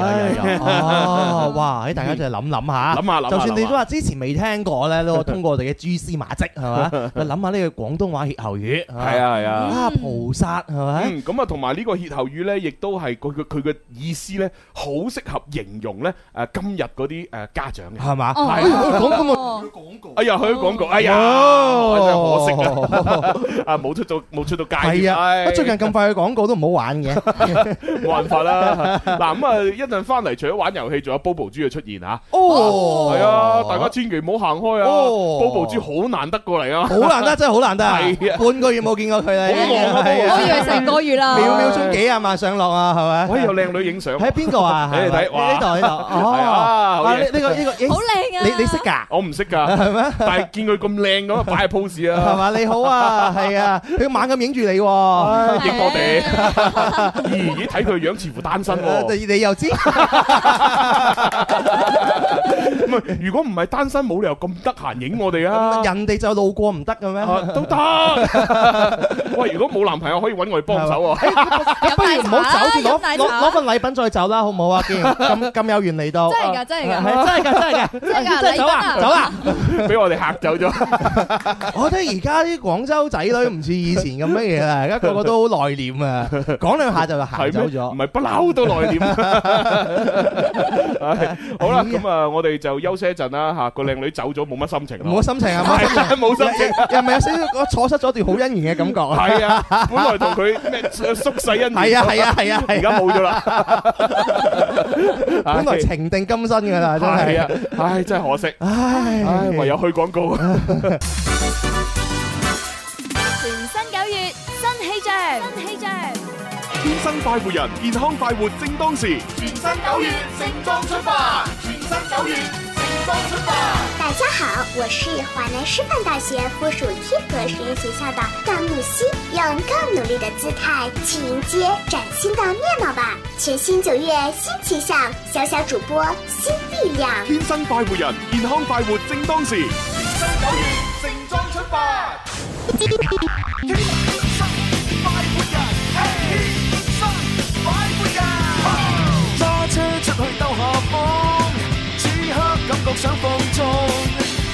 Speaker 6: *laughs*
Speaker 7: 呀呀！哦，哇！哎大家就諗諗下，
Speaker 6: 諗下諗下
Speaker 7: 就算
Speaker 6: 諗
Speaker 7: 你都
Speaker 6: 下
Speaker 7: 話之前未聽過
Speaker 6: *laughs*
Speaker 7: 咧，都通過我哋嘅蛛絲馬跡係嘛，就諗下呢個廣東話歇後語係嘛
Speaker 6: 係啊係啊。
Speaker 7: 啊菩薩係咪？
Speaker 6: 嗯，咁啊，同埋呢個歇後語呢，亦都係佢佢佢嘅意思呢，好適合形容呢誒今日嗰啲誒家長嘅。
Speaker 7: 係嘛？
Speaker 1: 哦
Speaker 7: 哎呀講咁我
Speaker 6: 哎呀，去廣
Speaker 7: 哦
Speaker 6: 告，哎呀，
Speaker 7: *laughs*
Speaker 6: *laughs* 真係可惜啊！啊，冇出到冇出到街。
Speaker 7: 係啊！
Speaker 6: 唉
Speaker 7: 我最近咁快去廣告都都唔好
Speaker 6: *laughs*
Speaker 7: 玩嘅。
Speaker 6: 冇辦法啦。 *laughs* 嗱咁啊，一陣翻嚟，除咗玩遊戲，仲有 Bobo 豬嘅出現啊！
Speaker 7: 哦
Speaker 6: 係啊，大家千祈唔好行開啊
Speaker 7: 哦
Speaker 6: ！Bobo 豬好難得過嚟啊！
Speaker 7: *laughs* 好難得，真係好難得啊。
Speaker 6: *laughs* 係啊
Speaker 7: 半個月冇見過佢啦，
Speaker 6: 好忙啊
Speaker 7: 係
Speaker 1: 我以為成個月啦，
Speaker 7: 秒秒鐘幾廿萬上落啊，係
Speaker 6: 喂，
Speaker 7: 咪？
Speaker 6: 有靚女影相喎，
Speaker 7: 喺邊個啊？
Speaker 6: 你哋睇
Speaker 7: 係
Speaker 6: 哇
Speaker 7: 咪呢度呢
Speaker 6: 係
Speaker 7: 度
Speaker 6: 啊
Speaker 7: 哦
Speaker 6: 好嘢，
Speaker 7: 啊呢呢個呢個咦
Speaker 1: 好靚啊！
Speaker 7: 你你識㗎？
Speaker 6: 我唔識㗎，
Speaker 7: *laughs* 係咩？
Speaker 6: 但係見佢咁靚咁啊，擺下 pose
Speaker 7: *laughs* 係
Speaker 6: 啊，
Speaker 7: 嘛？你好
Speaker 6: *laughs*
Speaker 7: 啊，係啊，佢猛咁影住你喎。
Speaker 6: 影我哋。咦咦，睇佢樣似乎單身
Speaker 7: *laughs*
Speaker 6: 喎。
Speaker 7: 你你
Speaker 6: *laughs*
Speaker 7: 又知？
Speaker 6: 唔係，如果唔係單身，冇理由咁得閒影我哋啊。
Speaker 7: 人哋就路過唔得嘅咩？
Speaker 6: 啊都得。喂，如果冇男朋友可以揾我哋幫手喎。
Speaker 1: 咁
Speaker 7: *laughs* 不如唔好走住，
Speaker 1: 飲
Speaker 7: 攞
Speaker 1: 奶
Speaker 7: 攞
Speaker 1: 茶
Speaker 7: 攞份禮品再走啦，好唔好啊？
Speaker 6: *laughs*
Speaker 7: 既然咁咁有緣嚟到，
Speaker 1: 真係㗎真係㗎
Speaker 7: *laughs* 係真係㗎，真係㗎，
Speaker 1: *laughs* 真係㗎
Speaker 7: *laughs* 真係走
Speaker 1: 禮品
Speaker 7: 啊，
Speaker 1: 啊
Speaker 7: 走啦！
Speaker 6: *laughs* 俾我哋嚇走咗。
Speaker 7: 我覺得而家啲廣州仔女唔似以前咁乜嘢啦，
Speaker 6: *laughs*
Speaker 7: 而家個個都好內斂啊，講兩下就行
Speaker 6: 係
Speaker 7: 走
Speaker 6: 咩唔
Speaker 7: 咗。
Speaker 6: 係不嬲都內斂。 *laughs* 唉好啦，咁啊，我哋就休息一陣啦嚇。個靚女走咗，冇乜心情啦。
Speaker 7: 冇心情啊，冇心情
Speaker 6: 係冇心情。
Speaker 7: *laughs* 又又咪有少少我錯失咗段好姻緣嘅
Speaker 6: *laughs*
Speaker 7: 感覺啊！
Speaker 6: 係啊，本來同佢咩縮細一年，
Speaker 7: 係啊，係啊，係啊，
Speaker 6: 而
Speaker 7: 係啊，
Speaker 6: 家冇咗啦。
Speaker 7: *laughs* 本來情定今生㗎啦，真
Speaker 6: 係
Speaker 7: 係。
Speaker 6: 啊，唉，真係可惜。唉，
Speaker 7: 唉，
Speaker 6: 唯有去廣告。
Speaker 5: 全新九月新氣象，新氣象，
Speaker 2: 天生快活人，健康快活正當時。全新九月盛裝出發，全新九月盛裝出發。
Speaker 4: 大家好，我是华南师范大学附属贴合实验学校的段木希，用更努力的姿态去迎接崭新的面貌吧！全新九月新气象，小小主播新力量。
Speaker 2: 天生快活人，健康快活正當時。全新九月盛裝出發。天生快活人，天生快活人。揸車出去兜下風，此刻感覺想放縱，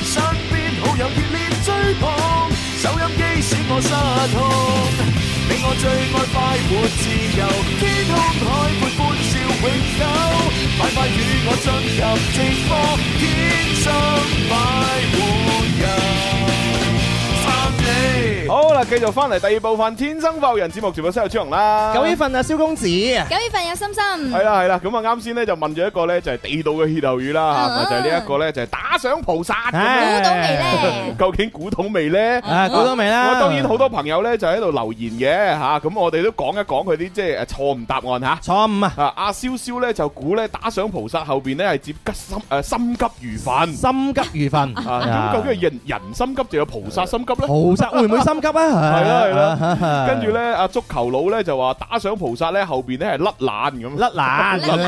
Speaker 2: 身邊好友熱烈追捧，收音機使我失控。你我最愛快活自由，天空海闊歡笑永久，快快與我進入直播，天生快活人，生你。
Speaker 6: 好啦，繼續翻嚟第二部分《天生快活人》節目，全部室有朱紅啦。
Speaker 7: 九月份啊，蕭公子啊，
Speaker 1: 九月份有心
Speaker 6: *laughs*
Speaker 1: 心
Speaker 6: 系，啦系啦，咁啊啱先咧就問咗一個咧就係地道嘅歇後語
Speaker 7: 嗯
Speaker 6: 啦，
Speaker 1: 啊
Speaker 6: 嚇咪就係呢一個咧就係打賞菩薩咁樣。
Speaker 1: 估到未咧？
Speaker 6: 究竟估到未呢？
Speaker 7: 啊，估到未啦？
Speaker 6: 我當然好多朋友呢就喺度留言嘅吓，咁、我哋都講一講佢啲即係誒錯誤答案吓。
Speaker 7: 錯誤啊！
Speaker 6: 啊！阿蕭蕭咧就估咧打賞菩薩後邊咧係接急心誒、心急如焚
Speaker 7: 心急如焚
Speaker 6: 啊！咁究竟係人人心急定係菩薩心急咧？
Speaker 7: 菩薩會唔會心急啊？係
Speaker 6: 係啦 *laughs*
Speaker 7: 啦
Speaker 6: 跟住咧，阿足球佬咧就話打賞菩薩咧後邊咧係甩爛咁。
Speaker 7: 甩爛
Speaker 1: 甩爛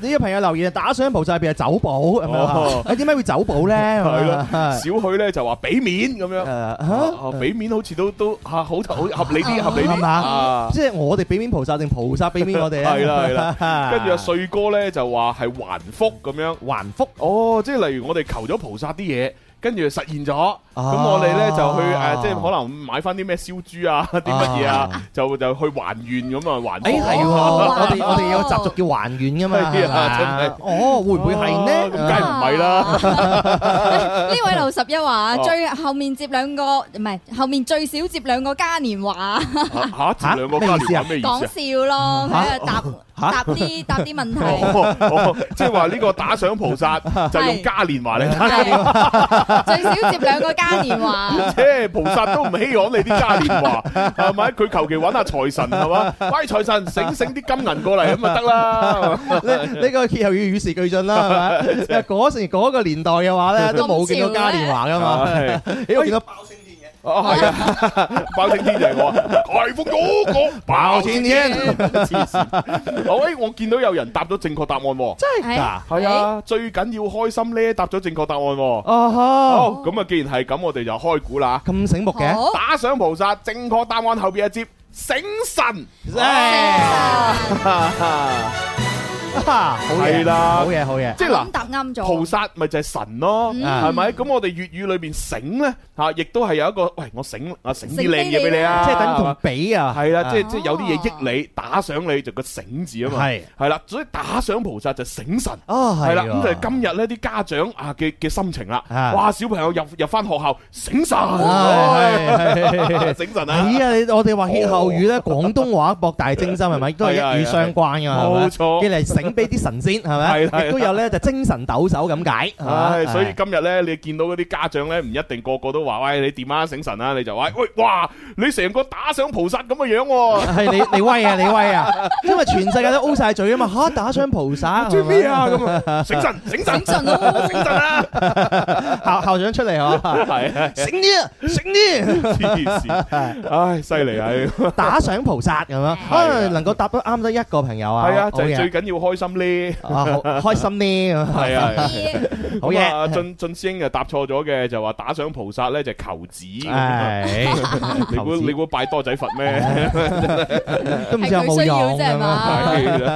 Speaker 7: 呢個朋友留言打賞菩薩入邊係走寶咁樣
Speaker 6: 哦
Speaker 7: 啊？誒點解會走寶咧？
Speaker 6: 係
Speaker 7: 係
Speaker 6: 咯，小許咧就話俾面咁樣，
Speaker 7: 誒
Speaker 6: 啊俾面好似都都嚇好好合理啲，合理
Speaker 7: 嚇
Speaker 6: 啲
Speaker 7: 係嘛
Speaker 6: 啊！？
Speaker 7: 即係我哋俾面菩薩定菩薩俾面我哋啊？
Speaker 6: 係啦係 *laughs*
Speaker 7: *laughs* 啦
Speaker 6: 跟住阿帥哥咧就話係還福咁樣，還福哦，即係例如我哋求咗菩薩啲嘢。跟住實現咗，咁我哋咧就去啊誒，即係可能買翻啲咩燒豬啊，啲乜嘢啊，就就去還願咁啊，
Speaker 7: *laughs*
Speaker 6: 還
Speaker 7: 誒係喎，
Speaker 1: 哦
Speaker 7: 我哋我哋有習俗叫還願噶嘛？
Speaker 6: *laughs* 係
Speaker 7: 係
Speaker 6: 啊真
Speaker 7: 嘛
Speaker 6: 係
Speaker 7: 哦，會唔會係
Speaker 6: 咁梗
Speaker 7: 呢？
Speaker 6: 係唔係啦，
Speaker 1: 呢位劉十一話
Speaker 6: 哦
Speaker 1: 最後面接兩個，唔係後面最少接兩個嘉年華，
Speaker 6: 啊嚇接兩個嘉年華咩意
Speaker 1: 講
Speaker 6: 思啊？
Speaker 1: 笑咯，喺度答
Speaker 7: 嚇
Speaker 1: 答啲答啲問題，
Speaker 6: 哦哦，即係話呢個打賞菩 *laughs* 薩就用嘉年
Speaker 1: *laughs*
Speaker 6: 華嚟打，
Speaker 1: 係
Speaker 6: 啊
Speaker 1: 最少接兩個嘉年華。
Speaker 6: *laughs* 即係菩薩都唔稀罕你啲嘉年華， *laughs* 係咪？佢求其揾下財神係 *laughs* 嘛？喂財神，醒醒啲金銀過嚟咁就得啦。 *laughs* 係嘛
Speaker 7: *laughs* 呢呢個歇後語與時俱
Speaker 6: *laughs*
Speaker 7: 進啦，係咪？嗰時嗰個年代嘅話咧，都冇見到嘉年華噶嘛。
Speaker 6: 啊係
Speaker 7: 咦，我見到
Speaker 6: 哦，係啊， *laughs* 包青天就係我啊，台風嗰個包青天， *laughs* 黐線！好，誒，我見到有人答咗正確答案喎，
Speaker 7: 真係㗎
Speaker 1: 係。
Speaker 6: 係啊，最緊要開心咧，答咗正確答案喎。
Speaker 7: 哦
Speaker 6: *laughs* 好，
Speaker 7: 呵，
Speaker 6: 咁啊，既然係咁，我哋就開估啦。
Speaker 7: 咁醒目嘅。
Speaker 1: 哎
Speaker 7: *laughs*
Speaker 1: 好，
Speaker 6: 打賞菩薩，正確答案後邊一接醒神。
Speaker 7: 唉
Speaker 1: 啊
Speaker 7: 哈好嘢
Speaker 6: 係啦
Speaker 7: 好嘢，好嘢。
Speaker 6: 即係嗱。
Speaker 1: 答啱咗。
Speaker 6: 菩薩咪就係神咯，
Speaker 1: 嗯
Speaker 6: 係咪？咁我哋粵語裏邊醒咧嚇，亦都係有一個，喂，我醒啊，醒啲
Speaker 1: 醒
Speaker 6: 靚
Speaker 1: 啲
Speaker 6: 嘢俾你啊，
Speaker 7: 即係等
Speaker 6: 係嘛
Speaker 7: 同比啊，
Speaker 6: 係啦，即係
Speaker 1: 啊
Speaker 6: 即係有啲嘢益你，打賞你就個醒字啊嘛，
Speaker 7: 係
Speaker 6: 係啦，所以打賞菩薩就醒神。
Speaker 7: 哦，
Speaker 6: 係啦，
Speaker 7: 喎
Speaker 6: 咁就係今日呢啲家長啊嘅嘅心情啦
Speaker 7: 啊。
Speaker 6: 哇，小朋友入入翻學校醒神，*laughs* 醒神啊！
Speaker 7: 係係係啊！你我哋話歇後語咧，廣東話博大精深
Speaker 6: *laughs*
Speaker 7: 係咪？都係一
Speaker 6: 係啊係
Speaker 7: 語
Speaker 6: 啊
Speaker 7: 相關㗎嘛，係咪
Speaker 6: 冇錯
Speaker 7: 嘅嚟醒俾啲神仙
Speaker 6: 係
Speaker 7: 係咪？*laughs*
Speaker 6: 啦係啦
Speaker 7: 亦都有咧就精神抖擞咁解係
Speaker 6: 唉，
Speaker 7: 咪？
Speaker 6: 所以今日咧，你見到嗰啲家長咧，唔一定個個都話：喂，你點啊，醒神啊！你就話：喂，哇，你成個打賞菩薩咁嘅樣喎，
Speaker 7: 係你你威啊你威啊！因為全世界都 O 晒嘴啊嘛，嚇打傷菩
Speaker 6: *laughs*
Speaker 7: 薩
Speaker 6: 知
Speaker 7: 係
Speaker 6: 唔
Speaker 7: 咪
Speaker 6: 知啊？咁啊，醒神，醒神，
Speaker 1: 醒神咯
Speaker 6: 醒神啊！
Speaker 7: *laughs* 校校長出嚟
Speaker 6: *laughs*
Speaker 7: 嗬，
Speaker 6: 係啊，
Speaker 7: 醒啲啊
Speaker 6: *laughs*
Speaker 7: 醒啲，
Speaker 6: 黐線，唉，犀利啊！
Speaker 7: 打賞菩薩咁樣啊，能夠答得啱得一個朋友啊，
Speaker 6: 係啊，就
Speaker 7: 好嘢
Speaker 6: 係最緊要開心
Speaker 7: *laughs*
Speaker 6: 咧。*laughs*
Speaker 7: 啊好開心呢咁
Speaker 6: 係啊，係 *laughs* 啊
Speaker 1: 啲
Speaker 7: 好
Speaker 6: 咁啊，
Speaker 7: 嘢。
Speaker 6: 俊俊師兄就答錯咗嘅，就話打賞菩薩咧就係求子。
Speaker 7: 唉，
Speaker 6: *laughs* 你估你估拜多仔佛咩？
Speaker 7: 都唔知有冇用咁啊！
Speaker 6: 係啦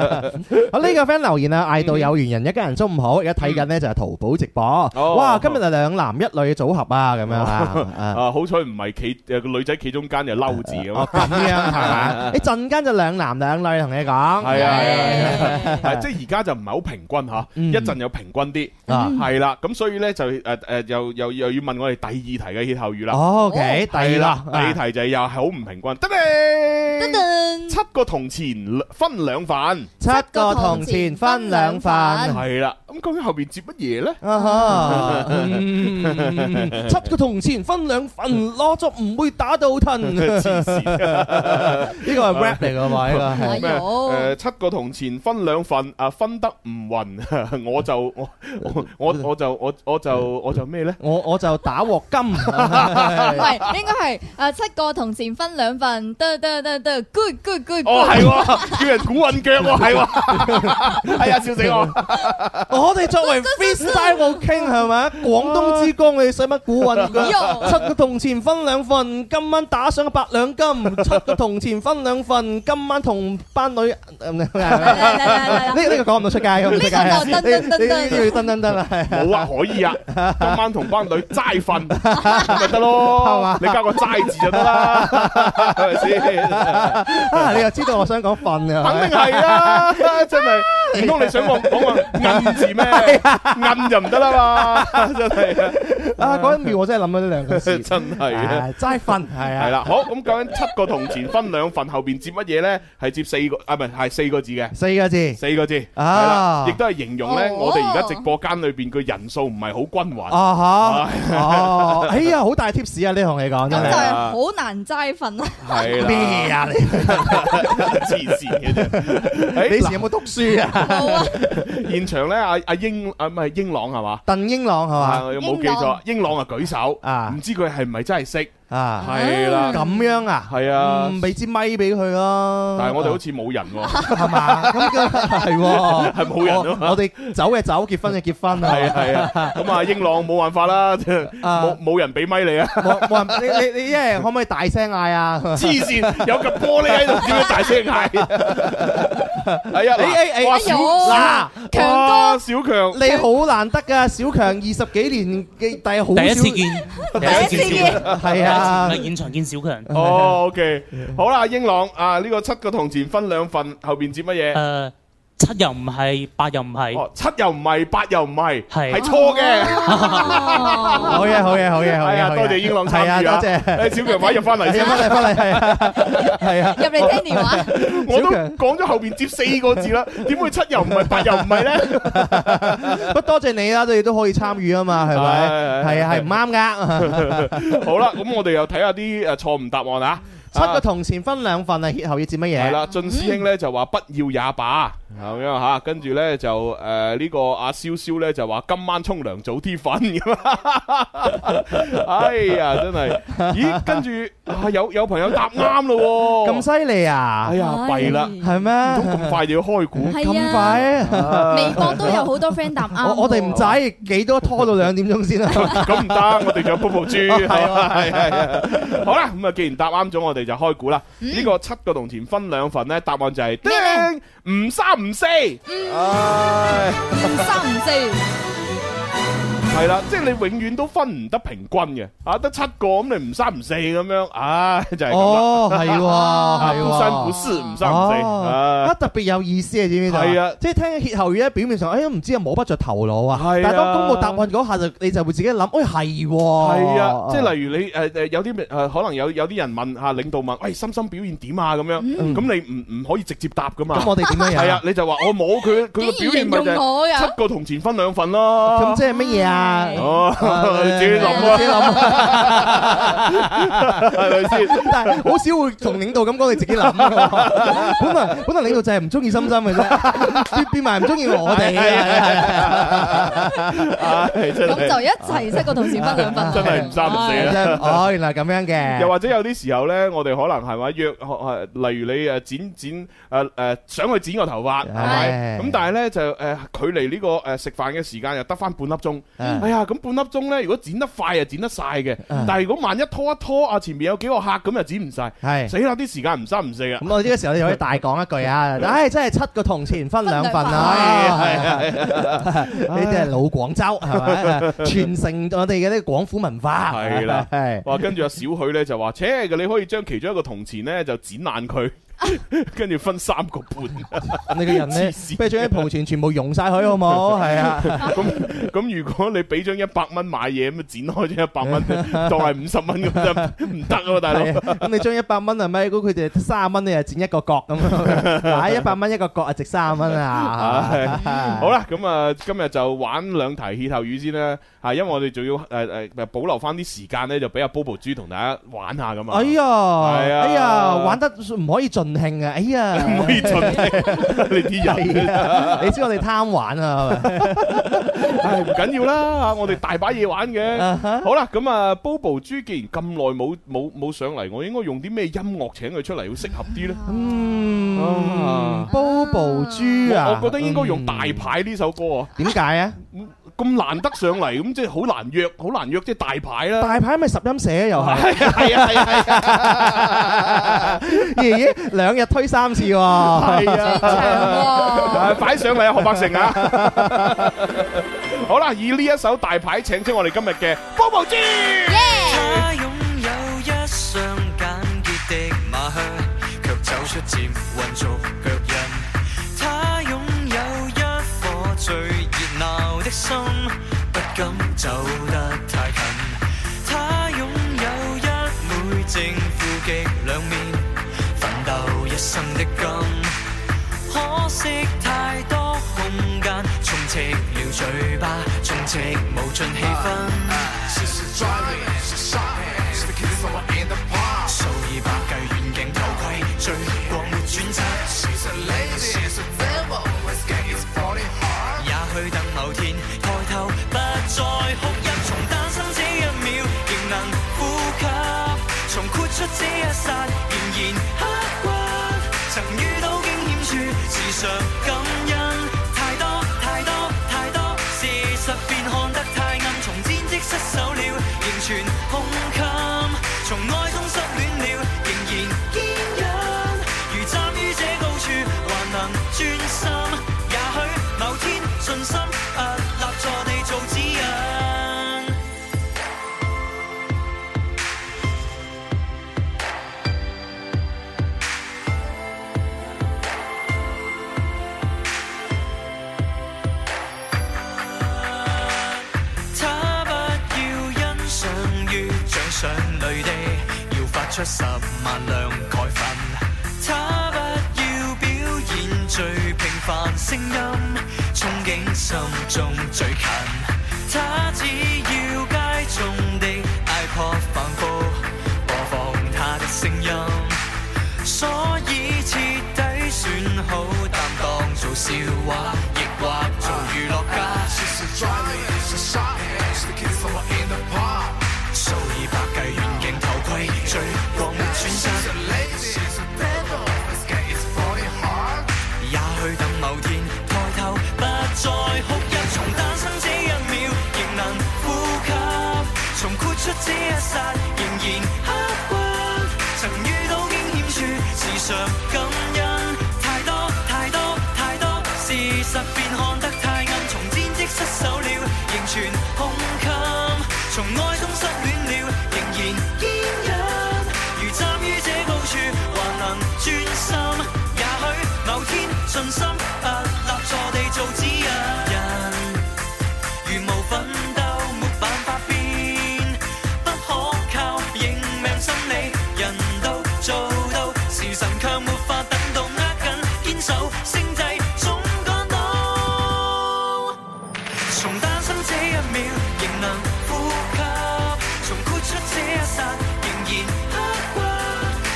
Speaker 7: 啊呢個 friend 留言啊，嗌到有緣人，一家人中午好，而家睇緊呢就係淘寶直播。
Speaker 6: 哦
Speaker 7: 哇，今日係兩男一女嘅組合啊，咁樣啊啊。
Speaker 6: *laughs* 啊，好彩唔係企誒個女仔企中間就嬲字咁
Speaker 7: 哦
Speaker 6: 啊，
Speaker 7: 咁樣
Speaker 6: *laughs*
Speaker 7: 係嘛？你陣間就兩男兩女同你講，
Speaker 6: 係啊係
Speaker 1: 係
Speaker 6: 係即係而家就唔係好平均嚇，
Speaker 7: 嗯
Speaker 6: 一陣又平均啲，
Speaker 7: 啊
Speaker 6: 係啦，咁所以咧就誒誒又又又要問我哋第二題嘅歇後語啦，
Speaker 7: 哦，OK，第二
Speaker 6: 係
Speaker 7: 啦，
Speaker 6: 第二題就係又係好唔平均，得咧，
Speaker 1: 噔
Speaker 6: 七個銅錢分兩份，
Speaker 7: 七個銅錢分兩
Speaker 1: 嗯
Speaker 7: 份，啊
Speaker 6: 係啦，咁究竟後面接乜
Speaker 1: *laughs*
Speaker 6: 嘢咧？
Speaker 7: 哈，
Speaker 6: *laughs*
Speaker 7: 嗯七個銅錢分兩份，攞咗唔會打到褪。
Speaker 6: 黐
Speaker 7: 呢
Speaker 6: 線。
Speaker 7: 個係 rap 嚟㗎嘛？呢個係
Speaker 1: 哎
Speaker 6: 咩？ *laughs*
Speaker 1: 呦
Speaker 6: 誒，七個銅錢分兩份，啊，分得唔勻， *laughs* 我就我我我我就我我就我就咩咧？
Speaker 7: 我我就打鑊
Speaker 6: *laughs*
Speaker 7: 金。 *laughs*
Speaker 1: 唔係，應該係誒啊七個銅錢分兩份，得得得得，good good good。
Speaker 6: 哦，係喎，叫人估韻腳
Speaker 1: *laughs*
Speaker 6: 喎，係喎， *laughs* 哎呀，笑死我！
Speaker 7: 我哋作為 freestyle 好傾係咪？廣東之光，你使乜估運
Speaker 6: *laughs*
Speaker 7: 㗎？
Speaker 1: 喲
Speaker 7: 七個銅錢分兩份，今晚打上八兩金。七個銅錢分兩份，今晚同班女。嗯呢
Speaker 1: 嚟嚟嚟嚟嚟，
Speaker 7: 呢個講唔到出街咁，呢
Speaker 1: 呢個就噔噔噔噔
Speaker 7: 要噔噔噔啦，係
Speaker 6: 冇啊，
Speaker 1: *laughs*
Speaker 6: 可以啊，今晚同班女齋瞓咁咪得咯，你加個齋字就得啦，係咪先？
Speaker 7: 啊！你又知道我想講瞓啊？
Speaker 6: *laughs* 肯定係
Speaker 7: *laughs*
Speaker 6: 啦，真係，唔通你想我講個銀字咩？銀就唔得啦
Speaker 7: *laughs*
Speaker 6: 嘛，真係啊，
Speaker 7: 啊！嗰一秒我真係諗咗呢兩個字，
Speaker 6: 真係啊！
Speaker 7: 啊齋瞓係
Speaker 6: 系
Speaker 7: 啊，
Speaker 6: 啦，好咁究竟七個銅錢分兩份，後边接乜嘢咧？係接四個啊，唔係係四個字嘅，
Speaker 7: 四個字
Speaker 6: 四個字係啦
Speaker 7: 啊，
Speaker 6: 亦都係形容咧，
Speaker 1: 哦
Speaker 6: 我哋而家直播間裏边嘅人數唔係好均勻。
Speaker 7: 啊嚇哦！哎呀，好大 tips 啊！呢同你講真
Speaker 1: 咁就
Speaker 7: 係
Speaker 1: 係好難齋瞓
Speaker 6: *laughs*
Speaker 1: 啦。
Speaker 6: 係啦，
Speaker 7: 咩啊？你
Speaker 6: *laughs* 黐線
Speaker 7: *laughs*
Speaker 6: 嘅啫。
Speaker 7: 你以
Speaker 6: 誒
Speaker 7: 前有冇讀書啊？
Speaker 1: 好啊，
Speaker 6: 嗱，現場咧，阿阿英啊，唔係英朗係嘛？
Speaker 7: 鄧英朗係
Speaker 6: 啊，
Speaker 7: 嘛？
Speaker 6: 我冇記錯，英朗啊舉手，
Speaker 7: 啊
Speaker 6: 唔知佢係唔係真係識？
Speaker 7: 啊，
Speaker 6: 係啦，
Speaker 7: 咁樣啊？
Speaker 6: 係啊
Speaker 7: 嗯，俾支咪俾佢咯。
Speaker 6: 但係我哋好似冇人喎。
Speaker 7: 係嘛？
Speaker 6: *laughs*
Speaker 7: 咁梗係喎，
Speaker 6: 係冇人啊嘛
Speaker 7: 我我哋走嘅走，結婚嘅結婚
Speaker 6: 係
Speaker 7: 啊！
Speaker 6: 啊係啊，咁啊英朗冇辦法啦，冇冇人俾咪你啊！
Speaker 7: 冇冇人，你你你一係可唔可以大聲嗌
Speaker 6: *laughs*
Speaker 7: 啊？
Speaker 6: 黐線，有嚿玻璃喺度，點樣大聲嗌？係啊，
Speaker 7: 哎哎
Speaker 6: 嗱
Speaker 7: 哎
Speaker 6: 哇
Speaker 1: 哎
Speaker 6: 小
Speaker 1: 呦，
Speaker 7: 嗱
Speaker 1: 強
Speaker 6: 哇
Speaker 1: 哥
Speaker 6: 小強，
Speaker 7: 你好難得噶，小強二十幾年嘅，但係好
Speaker 8: 第一
Speaker 7: 少
Speaker 8: 次見，第一
Speaker 6: *laughs*
Speaker 8: 次見，
Speaker 7: 係啊
Speaker 8: 第一次唔係現場見小強。 *laughs*
Speaker 6: 哦，OK，好啦，英朗啊，呢個七個銅錢分兩份，後邊接乜嘢？
Speaker 8: 誒，七又唔係，八又唔係，
Speaker 6: 哦，七又唔係，八又唔係，
Speaker 8: 係
Speaker 6: 係錯 *laughs* 嘅。
Speaker 1: 哦
Speaker 7: 好嘢，好嘢，好嘢，好
Speaker 6: 係
Speaker 7: 嘢！
Speaker 6: 啊，
Speaker 7: 好嘢
Speaker 6: 多謝英朗參
Speaker 7: 係啊，
Speaker 6: 與
Speaker 7: 多
Speaker 6: 啊！
Speaker 7: 謝。
Speaker 6: 誒，小強快入翻嚟
Speaker 7: 係
Speaker 6: 先
Speaker 7: 啊，，翻嚟，翻嚟，係啊，
Speaker 6: *laughs*
Speaker 7: 係啊
Speaker 1: 入。嚟聽電話，
Speaker 6: 我都
Speaker 7: 小強
Speaker 6: 講咗後邊接四個字啦，點會七又唔係，八又唔係咧？
Speaker 7: 不多謝你啦，你都可以參與啊嘛，係咪？
Speaker 6: 係
Speaker 7: 係啊，係唔啱噶。
Speaker 6: 好啦，咁我哋又睇下啲誒錯誤答案啊。
Speaker 7: 七個嗯銅錢分兩份啊，歇後要接乜
Speaker 6: 系
Speaker 7: 嘢？
Speaker 6: 啦，俊師兄咧就話不要也罷咁樣吓，跟住咧就诶呢個阿蕭蕭咧就話今晚沖涼早啲瞓咁啊， *laughs* 哎呀真係，咦跟住啊有有朋友答啱咯喎，
Speaker 7: 咁犀利啊
Speaker 6: 哎！呀弊啦，唔
Speaker 7: 係咩？
Speaker 6: 通咁快就要開估，
Speaker 1: 係
Speaker 7: 咁
Speaker 1: 啊，
Speaker 7: 快？
Speaker 1: 微博都有好多 friend 答啱喎。
Speaker 7: 我我哋唔使幾多拖到兩點 *laughs* 鐘先啦。
Speaker 6: 咁唔得，我哋仲有 b o 豬，
Speaker 7: 哦係喎啊嗯
Speaker 6: 係係係好啦，咁啊既然答啱咗，我哋就開估啦。呢個七個銅錢分兩份呢，答案就係
Speaker 1: 咩
Speaker 7: 啊
Speaker 1: 呢
Speaker 6: 叮，唔三唔四，
Speaker 7: 嗯
Speaker 3: 唉，
Speaker 1: 三唔四，
Speaker 6: 係啦，即係你永遠都分唔得平均嘅，啊得七個咁你唔三唔四咁樣，唉就係咁啦。
Speaker 7: 哦，係
Speaker 6: 啊
Speaker 7: 喎，係
Speaker 6: 不
Speaker 7: 喎。
Speaker 6: 三不四，唔三唔四，
Speaker 7: 哦
Speaker 6: 唉
Speaker 7: 啊特別有意思啊！知唔知道
Speaker 6: 係啊
Speaker 7: 即係聽歇後語咧，表面上哎呀唔知啊摸不着頭腦啊，
Speaker 6: 係啊
Speaker 7: 但係當公布答案嗰下就你就會自己諗，哎係喎，
Speaker 6: 係啊，即係例如你誒誒有啲誒可能有有啲人問嚇領導問，喂心心表現點啊咁樣，咁你唔唔可以直接答噶嘛
Speaker 7: 嗯咁，我哋點樣
Speaker 6: 係
Speaker 7: 樣
Speaker 6: 啊，？你就話我冇佢佢個
Speaker 1: 竟
Speaker 6: 表
Speaker 1: 然
Speaker 6: 現
Speaker 1: 形
Speaker 6: 咪就
Speaker 1: 容
Speaker 6: 係
Speaker 1: 我哎
Speaker 6: 七
Speaker 1: 噶，
Speaker 6: 個銅錢分兩份咯，
Speaker 7: 咁即係乜嘢啊？
Speaker 6: 哦， *laughs* 你自己諗
Speaker 7: *laughs* 自己諗啊。
Speaker 6: 啦，係咪先？
Speaker 7: 但係好少會同領導咁講，你自己 *laughs* 諗喎。本來本來領導就係唔中意心心嘅 *laughs* 啫，變變埋唔中意我哋。係啊係啊係啊
Speaker 6: 唉，真
Speaker 1: 咁
Speaker 6: 係
Speaker 1: 就一齊七個銅錢分兩份，
Speaker 6: 真係唔三唔四啊！
Speaker 7: 真係哦，原來咁樣嘅。
Speaker 6: 又或者有啲時候呢，我哋可能係咪約，呃例如你誒剪剪誒誒想去剪個頭髮，係咪？
Speaker 7: 係
Speaker 6: 咁但係呢，就誒、呃距離呢個誒食飯嘅時間又得翻半粒鐘。
Speaker 7: 嗯
Speaker 6: 哎呀，咁半粒鐘呢，如果剪得快又剪得晒嘅，但係如果萬一拖一拖啊，前面有幾個客咁又剪唔晒，
Speaker 7: 係
Speaker 6: 死啦！啲時間唔三唔四啊！
Speaker 7: 咁我呢個時候你就可以大講一 *laughs* 句啊！唉，真係七個銅錢分兩份
Speaker 6: 係
Speaker 7: 啊！ *laughs* 呢啲係老廣州係 *laughs* 咪？傳承我哋嘅呢個廣府文化
Speaker 6: 係啦
Speaker 7: 係
Speaker 6: 哇！跟住阿小許呢就話：，切，你可以將其中一個銅錢呢就剪爛佢， *laughs* 跟住分三個半。
Speaker 7: 你個人咧
Speaker 6: 黐，線
Speaker 7: 不如將啲銅錢全部用晒佢好冇？係啊，
Speaker 6: 咁咁，如果你俾張一百蚊買嘢咁，剪開張一百
Speaker 7: *laughs*
Speaker 6: 蚊，當係五十蚊咁就唔得啊，大佬。
Speaker 7: 係啊咁你將一百蚊係咪？如果佢哋三十蚊，你就剪一個角
Speaker 6: *laughs*
Speaker 7: 咁樣，買一百蚊一個角啊，值三十蚊啊！
Speaker 6: 好啦，咁啊，今日就玩兩題歇後語先啦，嚇，因為我哋仲要誒誒保留翻啲時間咧，就俾阿 Bobo 豬同大家玩下咁啊。
Speaker 7: 哎呀，
Speaker 6: 啊
Speaker 7: 哎呀，玩得唔可以盡興啊！哎呀，
Speaker 6: 唔可以盡
Speaker 7: *laughs*
Speaker 6: 你啲
Speaker 7: 係
Speaker 6: 人，
Speaker 7: 啊，你知我哋貪玩啊，
Speaker 6: *laughs*
Speaker 7: 係咪
Speaker 6: 唉唔緊要啦，我哋大把嘢玩
Speaker 7: 啊
Speaker 6: 嘅。
Speaker 7: 哈
Speaker 6: 好啦，咁啊，Bobo 豬既然咁耐冇冇冇上嚟，我應該用啲咩音樂請佢出嚟會適合啲呢？
Speaker 7: 嗯
Speaker 6: 啊
Speaker 7: ，Bobo 豬啊，
Speaker 6: 我我覺得應該用大牌呢首歌啊。
Speaker 7: 嗯。
Speaker 6: *laughs*
Speaker 7: 點解啊？
Speaker 6: 咁難得上嚟，咁即係好難約，好難約，即係大牌啦。
Speaker 7: 大牌咪十音
Speaker 6: *laughs*
Speaker 7: 寫又係，
Speaker 6: 係啊係啊係啊，
Speaker 7: 咦咦，兩日推三
Speaker 6: *laughs*
Speaker 7: 次喎。
Speaker 6: 係啊，
Speaker 1: 長
Speaker 6: 啊擺上嚟啊，何 *laughs* 百成啊！好啦，以呢一首大牌請出我哋今日嘅 Bobo 豬。
Speaker 8: 他擁有一雙簡潔的馬靴，卻走出漸混做腳印。他擁有一顆最熱鬧的心，不敢走得太近。他擁有一枚正負極兩面，奮鬥一生的金。可惜太多空間，充斥了嘴巴，充斥無盡氣氛。數以百計遠鏡頭盔，最廣沒轉折。也許等某天抬頭，不再哭泣，從誕生這一秒，仍能呼吸，從豁出這一剎，仍然刻骨。曾遇到驚險處，時常感恩，太多太多太多，事實便看得太暗，從戰績失手了，仍存胸襟，從愛中失戀了，仍然堅忍。如站於這高處，還能專心。也許某天信心屹立坐地做指引。他不要欣賞於獎賞裏的，要發出十萬兩鈣粉。他不要表現最平凡聲音，憧憬心中最近。他只要街中的 iPod 反覆播放他的聲音。所以徹底選好擔當，做笑話，抑或做娛樂家。數以百計遠鏡頭盔，最廣沒轉身。也許等某天抬頭，不再哭泣，從誕生這一秒，仍能呼吸，從豁出這一剎，仍然刻骨。曾遇到常感恩，太多太多太多，事實便看得太暗，從戰績失手了，仍存胸襟，從愛中失戀了，仍然堅忍，如站於這高處，還能專心，也許某天信心屹立坐地做指引。如無奮鬥，沒辦法變。不可靠，認命心理，人都做到，時辰卻沒法等到，握緊堅守，星際總趕到。從誕生這一秒，仍能呼吸；從豁出這一剎，仍然刻骨。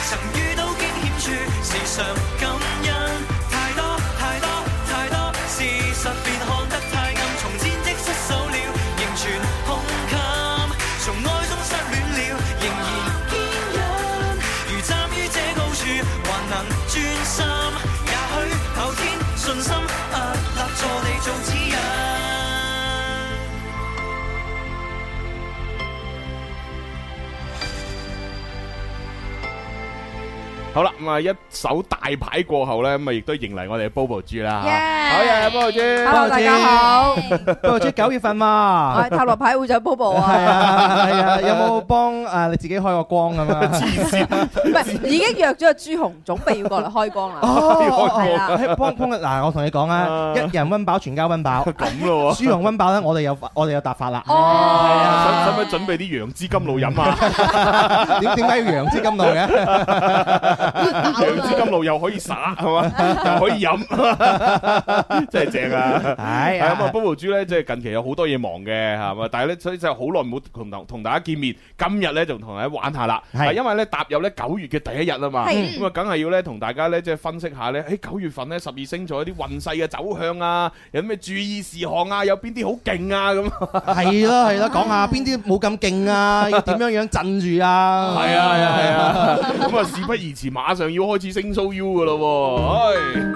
Speaker 8: 曾遇到驚險處，時常感恩。太多太多太多，事實便看得太暗。從戰績失手了，仍存胸襟；從愛中失戀了，仍然堅忍。如站於這高處，還能專心。也許某天，信心屹立坐地做指引。
Speaker 6: 好啦，咁啊一首大牌過後咧，咁啊亦都迎嚟我哋嘅 Bobo 豬啦。
Speaker 9: Yeah
Speaker 6: 好嘢，Bobo 豬。
Speaker 7: 多謝
Speaker 9: Hello，大家好，
Speaker 7: 不過即九月份嘛，
Speaker 9: 我係塔羅牌會長 Bobo
Speaker 7: 係
Speaker 1: à.
Speaker 9: 啊，
Speaker 7: 啊係啊，有冇幫啊你自己開個光咁啊？
Speaker 9: 唔係已經約咗阿朱紅，準備要過嚟開光啦。係
Speaker 7: 哦，
Speaker 9: 啦，
Speaker 7: 幫幫嗱，我同你講啊，一人温飽，全家温飽。
Speaker 6: 咁
Speaker 7: *laughs*
Speaker 6: 咯喎。
Speaker 7: 朱紅温飽咧，我哋有我哋有答法啦。啊
Speaker 6: 使
Speaker 9: 哦
Speaker 6: 使唔使準備啲楊枝甘露飲啊？
Speaker 7: 點點解要楊枝甘露嘅？
Speaker 6: 楊枝甘露又可以灑係嘛，又可以飲，真係正啊！
Speaker 7: 唉
Speaker 6: 係咁啊，Bobo 豬咧，即係近期有好多嘢忙嘅，係嘛？但係咧，所以就好耐冇同同同大家見面，今日咧就同大家玩下啦。
Speaker 7: 係
Speaker 6: 係因為咧踏入咧九月嘅第一日啊嘛，
Speaker 9: 係
Speaker 6: 咁啊，梗係要咧同大家咧即係分析下咧，喺九月份咧十二星座一啲運勢嘅走向啊，有咩注意事項啊，有邊啲好勁啊咁。
Speaker 7: 係咯係咯，講下邊啲冇咁勁啊，要點樣樣鎮住啊？
Speaker 6: 係啊係啊係啊，咁啊事不宜遲，馬上要開始升 show U 噶咯喎，唉。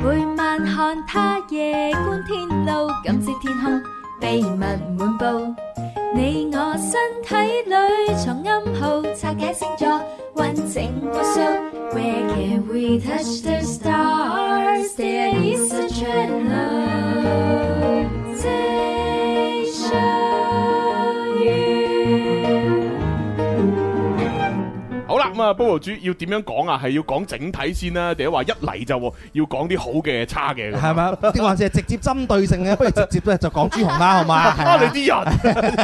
Speaker 5: 每晚看他夜觀天路，感知天空秘密滿布。你我身體裏藏暗號，拆解星座完整個 show。Where can we touch the stars? There is a translation.
Speaker 6: 好啦，咁啊，Bobo 主要點樣講啊？係要講整體先啦，定係話一嚟就要講啲好嘅、差嘅？
Speaker 7: 係咪啊？定還是係直接針對性嘅？不如直接咧就講朱紅啦，好嘛？係
Speaker 6: 啊！
Speaker 7: 啊
Speaker 6: 你啲人，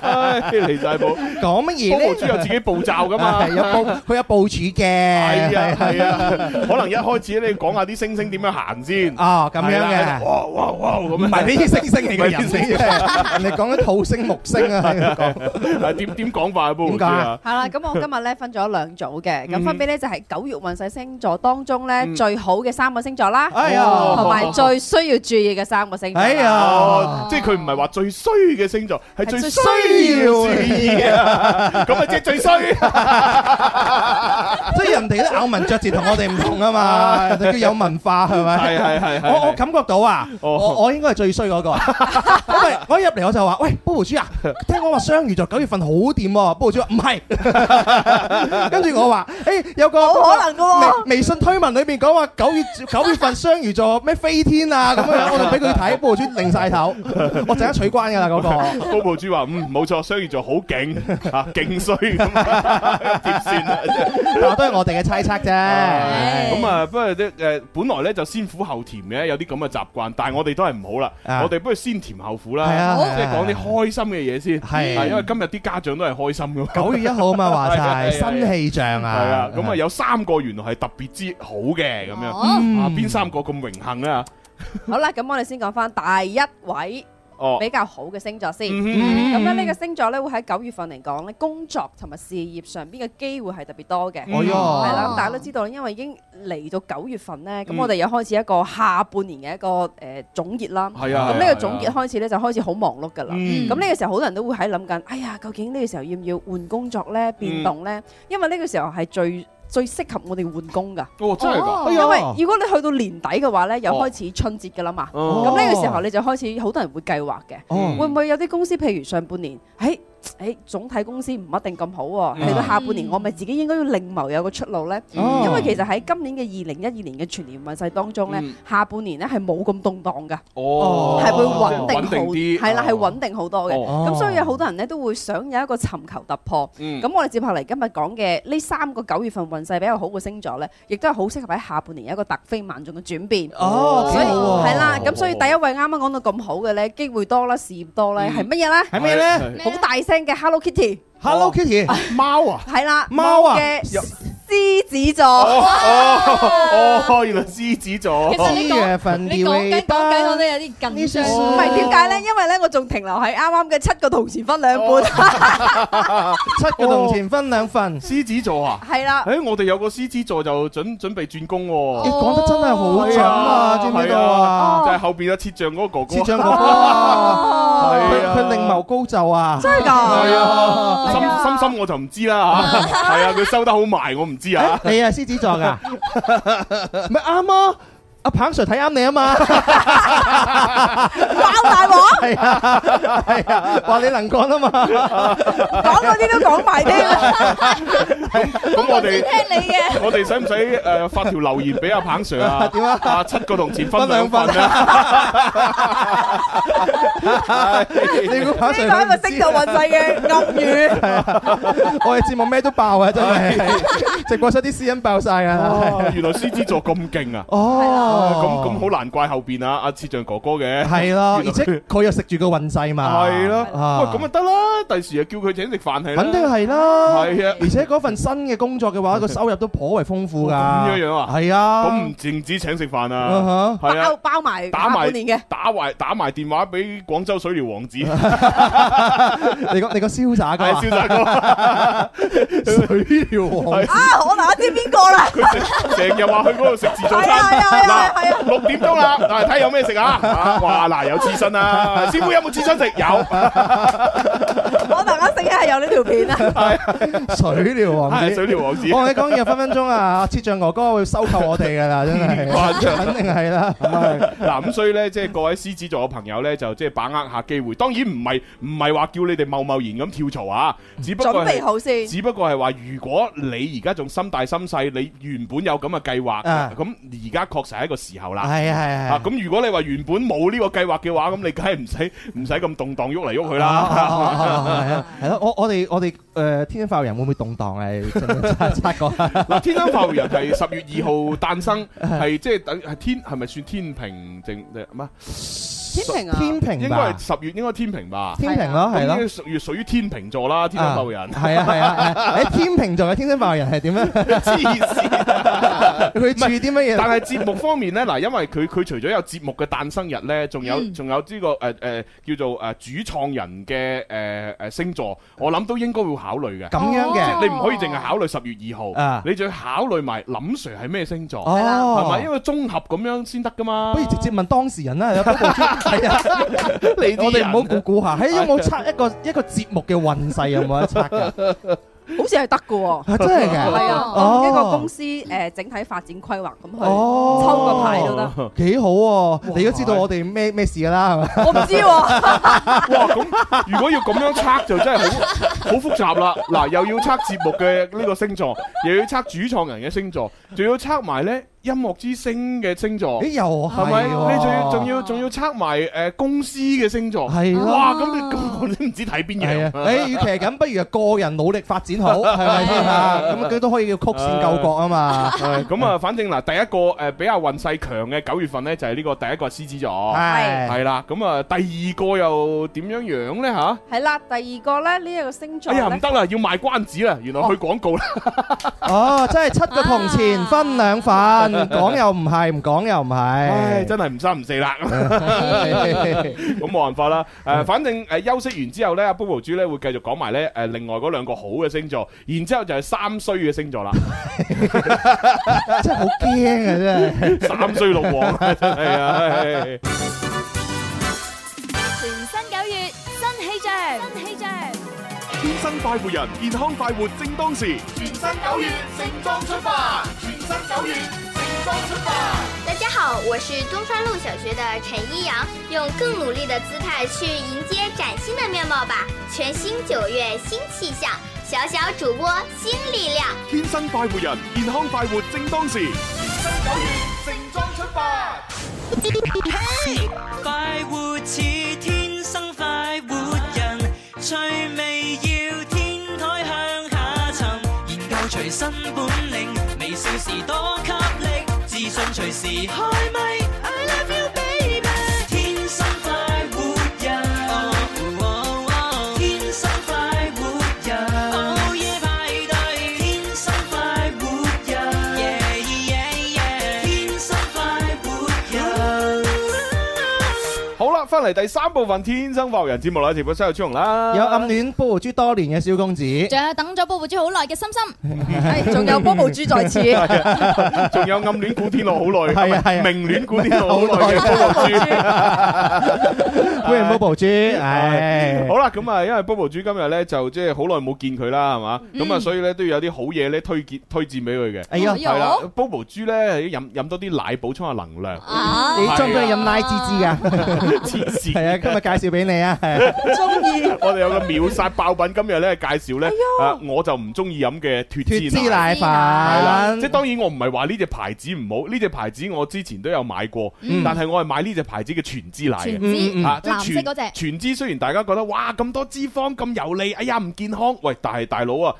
Speaker 6: 唉離晒譜。
Speaker 7: 講乜嘢
Speaker 6: Bobo
Speaker 7: 咧
Speaker 6: 主？有自己步驟噶嘛？
Speaker 7: 係有部佢有部署嘅，
Speaker 6: 係啊係啊，可能一開始你講下啲星星點樣行先。
Speaker 7: 哦咁樣
Speaker 6: 係啦
Speaker 7: 嘅。
Speaker 6: 哇哇哇咁
Speaker 7: 唔係呢啲星星嚟
Speaker 6: 唔係
Speaker 7: 嘅人
Speaker 6: 呢啲星
Speaker 7: 嚟嘅，人哋講緊土星、木星
Speaker 6: *laughs*
Speaker 7: 啊，喺度講。
Speaker 6: 樣。啊
Speaker 7: *laughs*
Speaker 6: 點點講法啊？Bobo
Speaker 7: 點
Speaker 6: 主
Speaker 7: 講啊
Speaker 6: 啊？
Speaker 9: 係
Speaker 6: *laughs*
Speaker 9: 啦，咁我今日咧分咗兩組嘅，
Speaker 6: 嗯
Speaker 9: 咁分別咧就係九月運勢星座當中咧
Speaker 6: 嗯
Speaker 9: 最好嘅三個星座啦，
Speaker 7: 哎呀
Speaker 9: 同埋最需要注意嘅三個星座啦。
Speaker 7: 哎呀
Speaker 6: 哦，即係佢唔係話最衰嘅星座，係最
Speaker 9: 係最
Speaker 6: 需要
Speaker 7: 需要
Speaker 6: 注意啊！ *laughs* 咁啊，即係最衰。 *laughs*
Speaker 7: 即係人哋啲咬文嚼字同我哋唔
Speaker 6: *laughs*
Speaker 7: 同啊嘛，人哋叫有文化係咪？
Speaker 6: 係係係係
Speaker 7: 我我感覺到啊，
Speaker 6: 哦
Speaker 7: 我我應該係最
Speaker 6: *laughs*
Speaker 7: 衰嗰個，因為我一入嚟我就話：喂，Bobo 豬啊，聽講話雙魚座九月份好掂喎，Bobo 豬話唔
Speaker 6: *laughs*
Speaker 7: 係，跟住我話：誒有個
Speaker 9: 冇可能㗎喎
Speaker 7: 微微信推文裏邊講話九月九月份雙魚座咩飛天
Speaker 9: *laughs*
Speaker 7: 啊咁樣，我就俾佢睇，Bobo 豬擰晒頭，我陣間取關㗎啦嗰個。
Speaker 6: Bobo 豬話：嗯，冇錯，雙魚座好勁
Speaker 9: *laughs*
Speaker 6: 啊，勁衰咁 *laughs* 啊點算啊？真係
Speaker 7: 嗱，都係我哋嘅猜測啫。
Speaker 1: 唉
Speaker 9: *laughs* 哦
Speaker 6: 咁啊，不過咧誒，本來咧就先苦後甜嘅，有啲咁嘅習慣，但係我哋都係唔好啦。
Speaker 7: 啊
Speaker 6: 我哋不如先甜後苦啦，
Speaker 7: 係啊好
Speaker 6: 即係講啲開心嘅嘢先。
Speaker 7: 係
Speaker 6: 啊因為今日啲家長都係開心噶。
Speaker 7: 九月一號啊
Speaker 6: *laughs*
Speaker 7: 嘛，話晒
Speaker 6: 係啊係啊
Speaker 7: 新氣象
Speaker 6: 係
Speaker 7: 啊。
Speaker 6: 啊，咁啊有三個原來係特別之好嘅咁樣。
Speaker 1: 哦
Speaker 6: 啊，
Speaker 7: 嗯
Speaker 6: 邊三個咁榮幸啊？
Speaker 9: 好啦，咁我哋先講翻第一位
Speaker 6: 哦，
Speaker 9: 比較好嘅星座先。
Speaker 6: 嗯哼
Speaker 9: 咁咧呢個星座咧會喺九月份嚟講咧，工作同埋事業上邊嘅機會係特別多嘅。
Speaker 7: 哎呀
Speaker 9: 嗯係啦，咁大家都知道咧，因為已經嚟到九月份咧，咁我哋又開始一個下半年嘅一個誒總結啦。
Speaker 6: 係啊。
Speaker 7: 哦
Speaker 9: 咁呢
Speaker 6: 係啊
Speaker 9: 個總結，開始咧就開始好忙碌㗎啦。
Speaker 6: 嗯
Speaker 9: 咁呢個時候好多人都會喺諗緊，哎呀，究竟呢個時候要唔要換工作咧、變動咧？因為呢個時候係最最適合我哋換工㗎。
Speaker 6: 哦，真係㗎。
Speaker 7: 哎呀
Speaker 9: 因為如果你去到年底嘅話咧，又
Speaker 6: 哦
Speaker 9: 開始春節㗎啦嘛。
Speaker 6: 哦
Speaker 9: 咁呢個時候你就開始好多人會計劃嘅，
Speaker 7: 哦
Speaker 9: 會唔會有啲公司譬如上半年，誒誒總體公司唔一定咁好喎，
Speaker 6: 嗯
Speaker 9: 嚟到下半年我咪自己應該要另謀有個出路呢。
Speaker 7: 哦
Speaker 9: 因為其實喺今年嘅二零一二年嘅全年運勢當中呢
Speaker 6: 嗯，
Speaker 9: 下半年呢係冇咁動盪㗎，
Speaker 6: 哦，
Speaker 9: 係
Speaker 6: 即
Speaker 9: 會
Speaker 6: 係
Speaker 9: 穩定好，
Speaker 6: 啲，
Speaker 9: 係啦係
Speaker 6: 哦
Speaker 9: 穩定好多嘅。
Speaker 6: 哦
Speaker 9: 咁所以有好多人呢都會想有一個尋求突破。
Speaker 6: 嗯
Speaker 9: 咁我哋接下嚟今日講嘅呢三個九月份運勢比較好嘅星座呢，亦都係好適合喺下半年有一個突飛猛進嘅轉變。
Speaker 7: 哦，
Speaker 9: 所以
Speaker 7: 幾好喎
Speaker 9: 係啦，咁所以第一位啱啱講到咁好嘅呢，機會多啦，事業多啦，
Speaker 6: 哦嗯
Speaker 9: 係乜嘢呢？
Speaker 7: 係咩
Speaker 6: 啊
Speaker 7: 咧
Speaker 1: 咩
Speaker 9: 好大聲嘅 Hello Kitty，
Speaker 7: ？Hello Kitty，貓
Speaker 9: 哦
Speaker 7: 啊，
Speaker 9: 係啦，
Speaker 7: 貓啊
Speaker 9: 嘅
Speaker 6: 有
Speaker 9: 獅子座，
Speaker 6: 哦哦，原來獅子座
Speaker 1: 其實你
Speaker 7: 四月份
Speaker 1: 講你講緊講緊，我都有啲
Speaker 7: 呢
Speaker 1: 緊張。
Speaker 7: 算是
Speaker 9: 唔係點解呢？因為呢，我仲停留喺啱啱嘅七個銅錢分兩
Speaker 6: 哦
Speaker 9: 半，
Speaker 7: 七個銅錢分兩份，
Speaker 6: 獅子座啊！
Speaker 9: 係啦。
Speaker 6: 誒，我哋有個獅子座就準準備轉工
Speaker 9: 哦
Speaker 6: 喎。
Speaker 7: 你講得真係好準啊，知唔知道啊？
Speaker 6: 就係後邊嘅切像嗰個哥哥。
Speaker 7: 切將哥哥啊，
Speaker 1: Ờ,
Speaker 9: 哦
Speaker 7: 佢
Speaker 6: 係啊
Speaker 7: 佢另謀高就啊，
Speaker 9: 真係
Speaker 6: 係
Speaker 9: 㗎，
Speaker 6: 啊，
Speaker 9: 係啊
Speaker 6: 深深深我就唔知啦嚇。係啊，佢收得好埋，我唔知啊。
Speaker 7: 你係獅子座㗎，咪啱啊！阿彭 Sir 睇啱你啊
Speaker 9: *laughs*
Speaker 7: 嘛，
Speaker 9: 爆大王，
Speaker 7: 係啊，係啊，話你能幹啊嘛，
Speaker 9: 講嗰啲都講
Speaker 6: *laughs*
Speaker 9: 埋添。
Speaker 6: 咁我哋。
Speaker 1: 聽你嘅。
Speaker 6: 我哋使唔使誒發條留言俾阿彭 Sir 啊？
Speaker 7: *laughs* 點啊
Speaker 6: 啊，七個銅錢分兩份
Speaker 7: 分
Speaker 6: 啊！ *laughs*
Speaker 7: 你估彭
Speaker 9: 呢
Speaker 7: Sir
Speaker 9: 個係
Speaker 7: 佢唔
Speaker 9: 咪
Speaker 7: 知
Speaker 9: 星座運勢嘅暗語？
Speaker 7: 我哋節目咩都爆啊，真係直播室啲私隱爆晒啊！
Speaker 6: 哦原來獅子座咁勁啊！
Speaker 7: 哦，
Speaker 6: 咁咁好難怪後邊啊阿切像哥哥嘅。
Speaker 7: 係咯，而
Speaker 6: 原來
Speaker 7: 且佢又食住個運勢嘛，
Speaker 6: *laughs* 係咯，
Speaker 7: 啊
Speaker 6: 喂，咁啊得啦，第時啊叫佢請食飯係啦，
Speaker 7: 肯定係啦，
Speaker 6: 係啊
Speaker 7: 而且嗰份新嘅工作嘅話，個收入都頗為豐富㗎，
Speaker 6: 咁樣樣啊
Speaker 7: 係啊，
Speaker 6: 咁唔淨止請食飯
Speaker 7: 嗯
Speaker 6: 啊，
Speaker 7: 哼
Speaker 6: 係
Speaker 9: 包
Speaker 6: 啊，
Speaker 9: 包埋
Speaker 6: 打
Speaker 9: 下
Speaker 6: 埋
Speaker 9: 半年嘅。
Speaker 6: 打埋打埋電話俾廣州水療王
Speaker 7: *laughs*
Speaker 6: 子，
Speaker 7: 你個你個瀟 *laughs* 灑
Speaker 6: 係
Speaker 7: 㗎
Speaker 6: 蕭，大哥，
Speaker 7: 水療王
Speaker 6: 係
Speaker 9: 啊，我嗱知邊個啦？
Speaker 6: *laughs* 佢成成日話去嗰度食自助
Speaker 9: 係啊係
Speaker 6: 餐，
Speaker 9: 啊係啊係啊
Speaker 6: 嗱六點鐘啦，嗱睇有咩食啊，啊哇嗱有刺身啊，
Speaker 7: *laughs*
Speaker 6: 師傅有冇刺身食？有，
Speaker 9: 我突然間醒起係有呢條片啊！
Speaker 7: 水療王
Speaker 6: 係
Speaker 7: 子
Speaker 6: 水。療王子，
Speaker 7: 我同你講嘢分分鐘啊，切像哥哥會收購我哋
Speaker 6: *laughs*
Speaker 7: 㗎啦，真係，
Speaker 6: 誇張
Speaker 7: 肯定係啦。
Speaker 6: 嗱咁所以咧，即係各位獅子座嘅朋友咧，就即係把握下機會，當然唔係唔係話叫你哋貿貿然咁跳槽啊，只 *laughs* 不過
Speaker 9: 準
Speaker 6: 係
Speaker 9: 備。好先，
Speaker 6: 只不過係話，如果你而家仲心大心細，你原本有咁嘅計劃，
Speaker 7: 啊
Speaker 6: 咁而家確實係一個時候啦。
Speaker 7: 係啊係啊
Speaker 6: 啊，。咁如果你話原本冇呢個計劃嘅話，咁你梗係唔使唔使咁動盪喐嚟喐去
Speaker 7: 啊啊
Speaker 6: 啦。
Speaker 7: 啊啊係啊，係咯，我我哋我哋誒天津發育人會唔會動盪
Speaker 9: *laughs*
Speaker 7: 誒？察察覺
Speaker 6: 嗱，天生發育人
Speaker 7: *laughs*
Speaker 6: 係十月二號誕生，係即係等係天係咪算天平正咩？
Speaker 9: 天平啊，
Speaker 7: 天
Speaker 6: 應
Speaker 7: 平
Speaker 6: 該
Speaker 7: 吧
Speaker 6: 係，十月應該天平吧？
Speaker 7: 天平啊咯，係
Speaker 6: 咁呢
Speaker 7: 咯。
Speaker 6: 屬於屬於天平座啦，天生發育人。 *laughs*
Speaker 7: 係啊係啊，係誒天平座嘅天生發育人係點咧？
Speaker 6: 黐線。
Speaker 7: 佢住啲乜
Speaker 6: 但係
Speaker 7: 嘢？
Speaker 6: 節目方面呢，嗱，因為佢佢除咗有節目嘅誕生日呢，仲有
Speaker 7: 嗯
Speaker 6: 仲有呢個誒誒叫做誒主創人嘅誒誒星座，我諗都應該會考慮嘅。
Speaker 7: 咁樣
Speaker 6: 即係
Speaker 7: 嘅
Speaker 6: 你唔可以淨係考慮十月二號
Speaker 7: 啊，
Speaker 6: 你仲要考慮埋林 Sir 係咩星座，係咪？因
Speaker 7: 哦，
Speaker 6: 為綜合咁樣先得噶嘛。
Speaker 7: 不如直接問當事人啦，有得
Speaker 6: *laughs*
Speaker 7: 報出係啊！
Speaker 6: 你
Speaker 7: 我哋唔好
Speaker 6: 估
Speaker 7: 估估下，係有冇測一個一個節目嘅運勢有冇得測㗎？
Speaker 6: *laughs*
Speaker 9: 好似係得嘅
Speaker 6: 哦
Speaker 9: 喎。
Speaker 7: 啊真係嘅，
Speaker 9: 係啊，
Speaker 7: 哦
Speaker 9: 按一個公司誒整體發展規劃咁去
Speaker 7: 哦
Speaker 9: 抽個牌都得。
Speaker 7: 幾好喎！你都知道我哋咩咩事㗎啦，係咪？
Speaker 9: 我唔知喎，
Speaker 6: 哇！咁如果要咁樣測就真係好好 *laughs* 複雜啦。嗱，又要測節目嘅呢個星座，又要測主創人嘅星座，仲要測埋呢音樂之星嘅星座
Speaker 7: 誒。又
Speaker 6: 係
Speaker 7: 係
Speaker 6: 咪？你仲要
Speaker 7: 喎
Speaker 6: 仲要仲要測埋誒公司嘅星座，
Speaker 7: 係咯
Speaker 6: 哇！咁你咁我都唔知睇邊 *laughs*
Speaker 7: 係
Speaker 6: 樣
Speaker 7: 啊，。誒，與其係咁，不如係個人努力發展好，係咪先
Speaker 6: *laughs*
Speaker 7: 啊？咁佢都可以叫曲線救國啊嘛。
Speaker 6: 係咁啊，反正嗱，第一個誒比較運勢強嘅九月份咧，就係呢個第一個獅子座，
Speaker 7: 係
Speaker 6: 係啦。咁啊，第二個又點樣樣咧吓？
Speaker 9: 係啦。第二個咧，呢一個星座
Speaker 6: 哎呀，
Speaker 9: 咧
Speaker 6: 唔，得啦，要賣關子啦，原來去廣告啦。
Speaker 7: 哦，真係七個銅錢分兩份，講又唔係，唔講又唔
Speaker 6: 啊唉，
Speaker 7: 係。
Speaker 6: 真係唔三唔四
Speaker 7: *laughs*
Speaker 6: 啦。
Speaker 7: 係
Speaker 6: 咁冇辦法啦。誒，反正誒休息完之後咧，阿 Bobo 豬咧會繼續講埋咧誒另外嗰兩個好嘅星座，然之後就係三衰嘅星座啦，
Speaker 7: *laughs* 真係好驚啊！真係。
Speaker 6: 三衰六旺啊真係啊。唉
Speaker 1: 全新九月新氣象，新氣象。
Speaker 2: 天生快活人，健康快活正當時。全新九月盛裝出發，全新九月盛
Speaker 10: 大家好，我是中山路小学的陈一阳，用更努力的姿态去迎接崭新的面貌吧！全新九月新气象，小小主播新力量。
Speaker 2: 天生快活人，健康快活正當時。新九月盛裝出發。
Speaker 8: 快活似天生快活人，趣味要天台向下沉，研究隨身本領，微笑時多給力，自信隨時開咪。I love you baby，天生快活人，哦哦哦天生快活人，午夜派對，天生快活人，yeah yeah yeah，天生快活人。
Speaker 6: 好啦，翻嚟第三部分《天生浮人》節目啦，直播室有朱紅啦，
Speaker 7: 有暗戀波胡豬多年嘅小公子，
Speaker 1: *laughs* 仲有等咗波波豬好耐嘅心心，
Speaker 6: *laughs*
Speaker 7: 哎
Speaker 9: 係仲有波波豬
Speaker 1: *laughs*
Speaker 9: 在此，
Speaker 6: 哎仲有暗戀古天樂好耐，
Speaker 7: 係啊係啊
Speaker 6: 明戀古天樂好耐
Speaker 7: *laughs*
Speaker 6: 嘅
Speaker 9: 波
Speaker 6: Bobo
Speaker 9: 波豬
Speaker 6: 豬。
Speaker 7: 歡迎 Bobo 豬， *laughs* 唉，
Speaker 6: 啊好啦，咁啊，因為 Bobo 豬今日咧就即係好耐冇見佢啦，係嘛，咁啊，所以咧都要有啲好嘢咧推薦推薦俾佢嘅。
Speaker 7: 嗯哎呀
Speaker 1: 哎，呀
Speaker 6: 係啦，Bobo 豬咧飲飲多啲奶補充下能
Speaker 7: *laughs*
Speaker 6: 量，
Speaker 1: 啊
Speaker 7: 你中唔中意飲奶滋滋
Speaker 6: 啊
Speaker 7: 噶？
Speaker 6: 黐
Speaker 7: 係
Speaker 6: 線。
Speaker 7: 啊，今日介紹俾你啊，係啊
Speaker 9: 中意
Speaker 6: 我哋有個秒殺爆品，今日咧介紹咧，啊我就唔中意飲嘅脱
Speaker 7: 脱
Speaker 6: 脂
Speaker 7: 脂
Speaker 6: 奶。
Speaker 7: 奶
Speaker 6: 係啦，
Speaker 7: 粉
Speaker 6: 即係。當然我唔係話呢隻牌子唔好，呢隻牌子我之前都有買過，但係我係買呢隻牌子嘅全脂奶嘅
Speaker 1: 全。脂
Speaker 7: 嗯
Speaker 6: 啊！即係
Speaker 1: 藍色
Speaker 6: 全
Speaker 1: 嗰隻
Speaker 6: 全脂雖然大家覺得哇咁多脂肪咁油膩，哎呀唔健康，喂，但係大佬啊，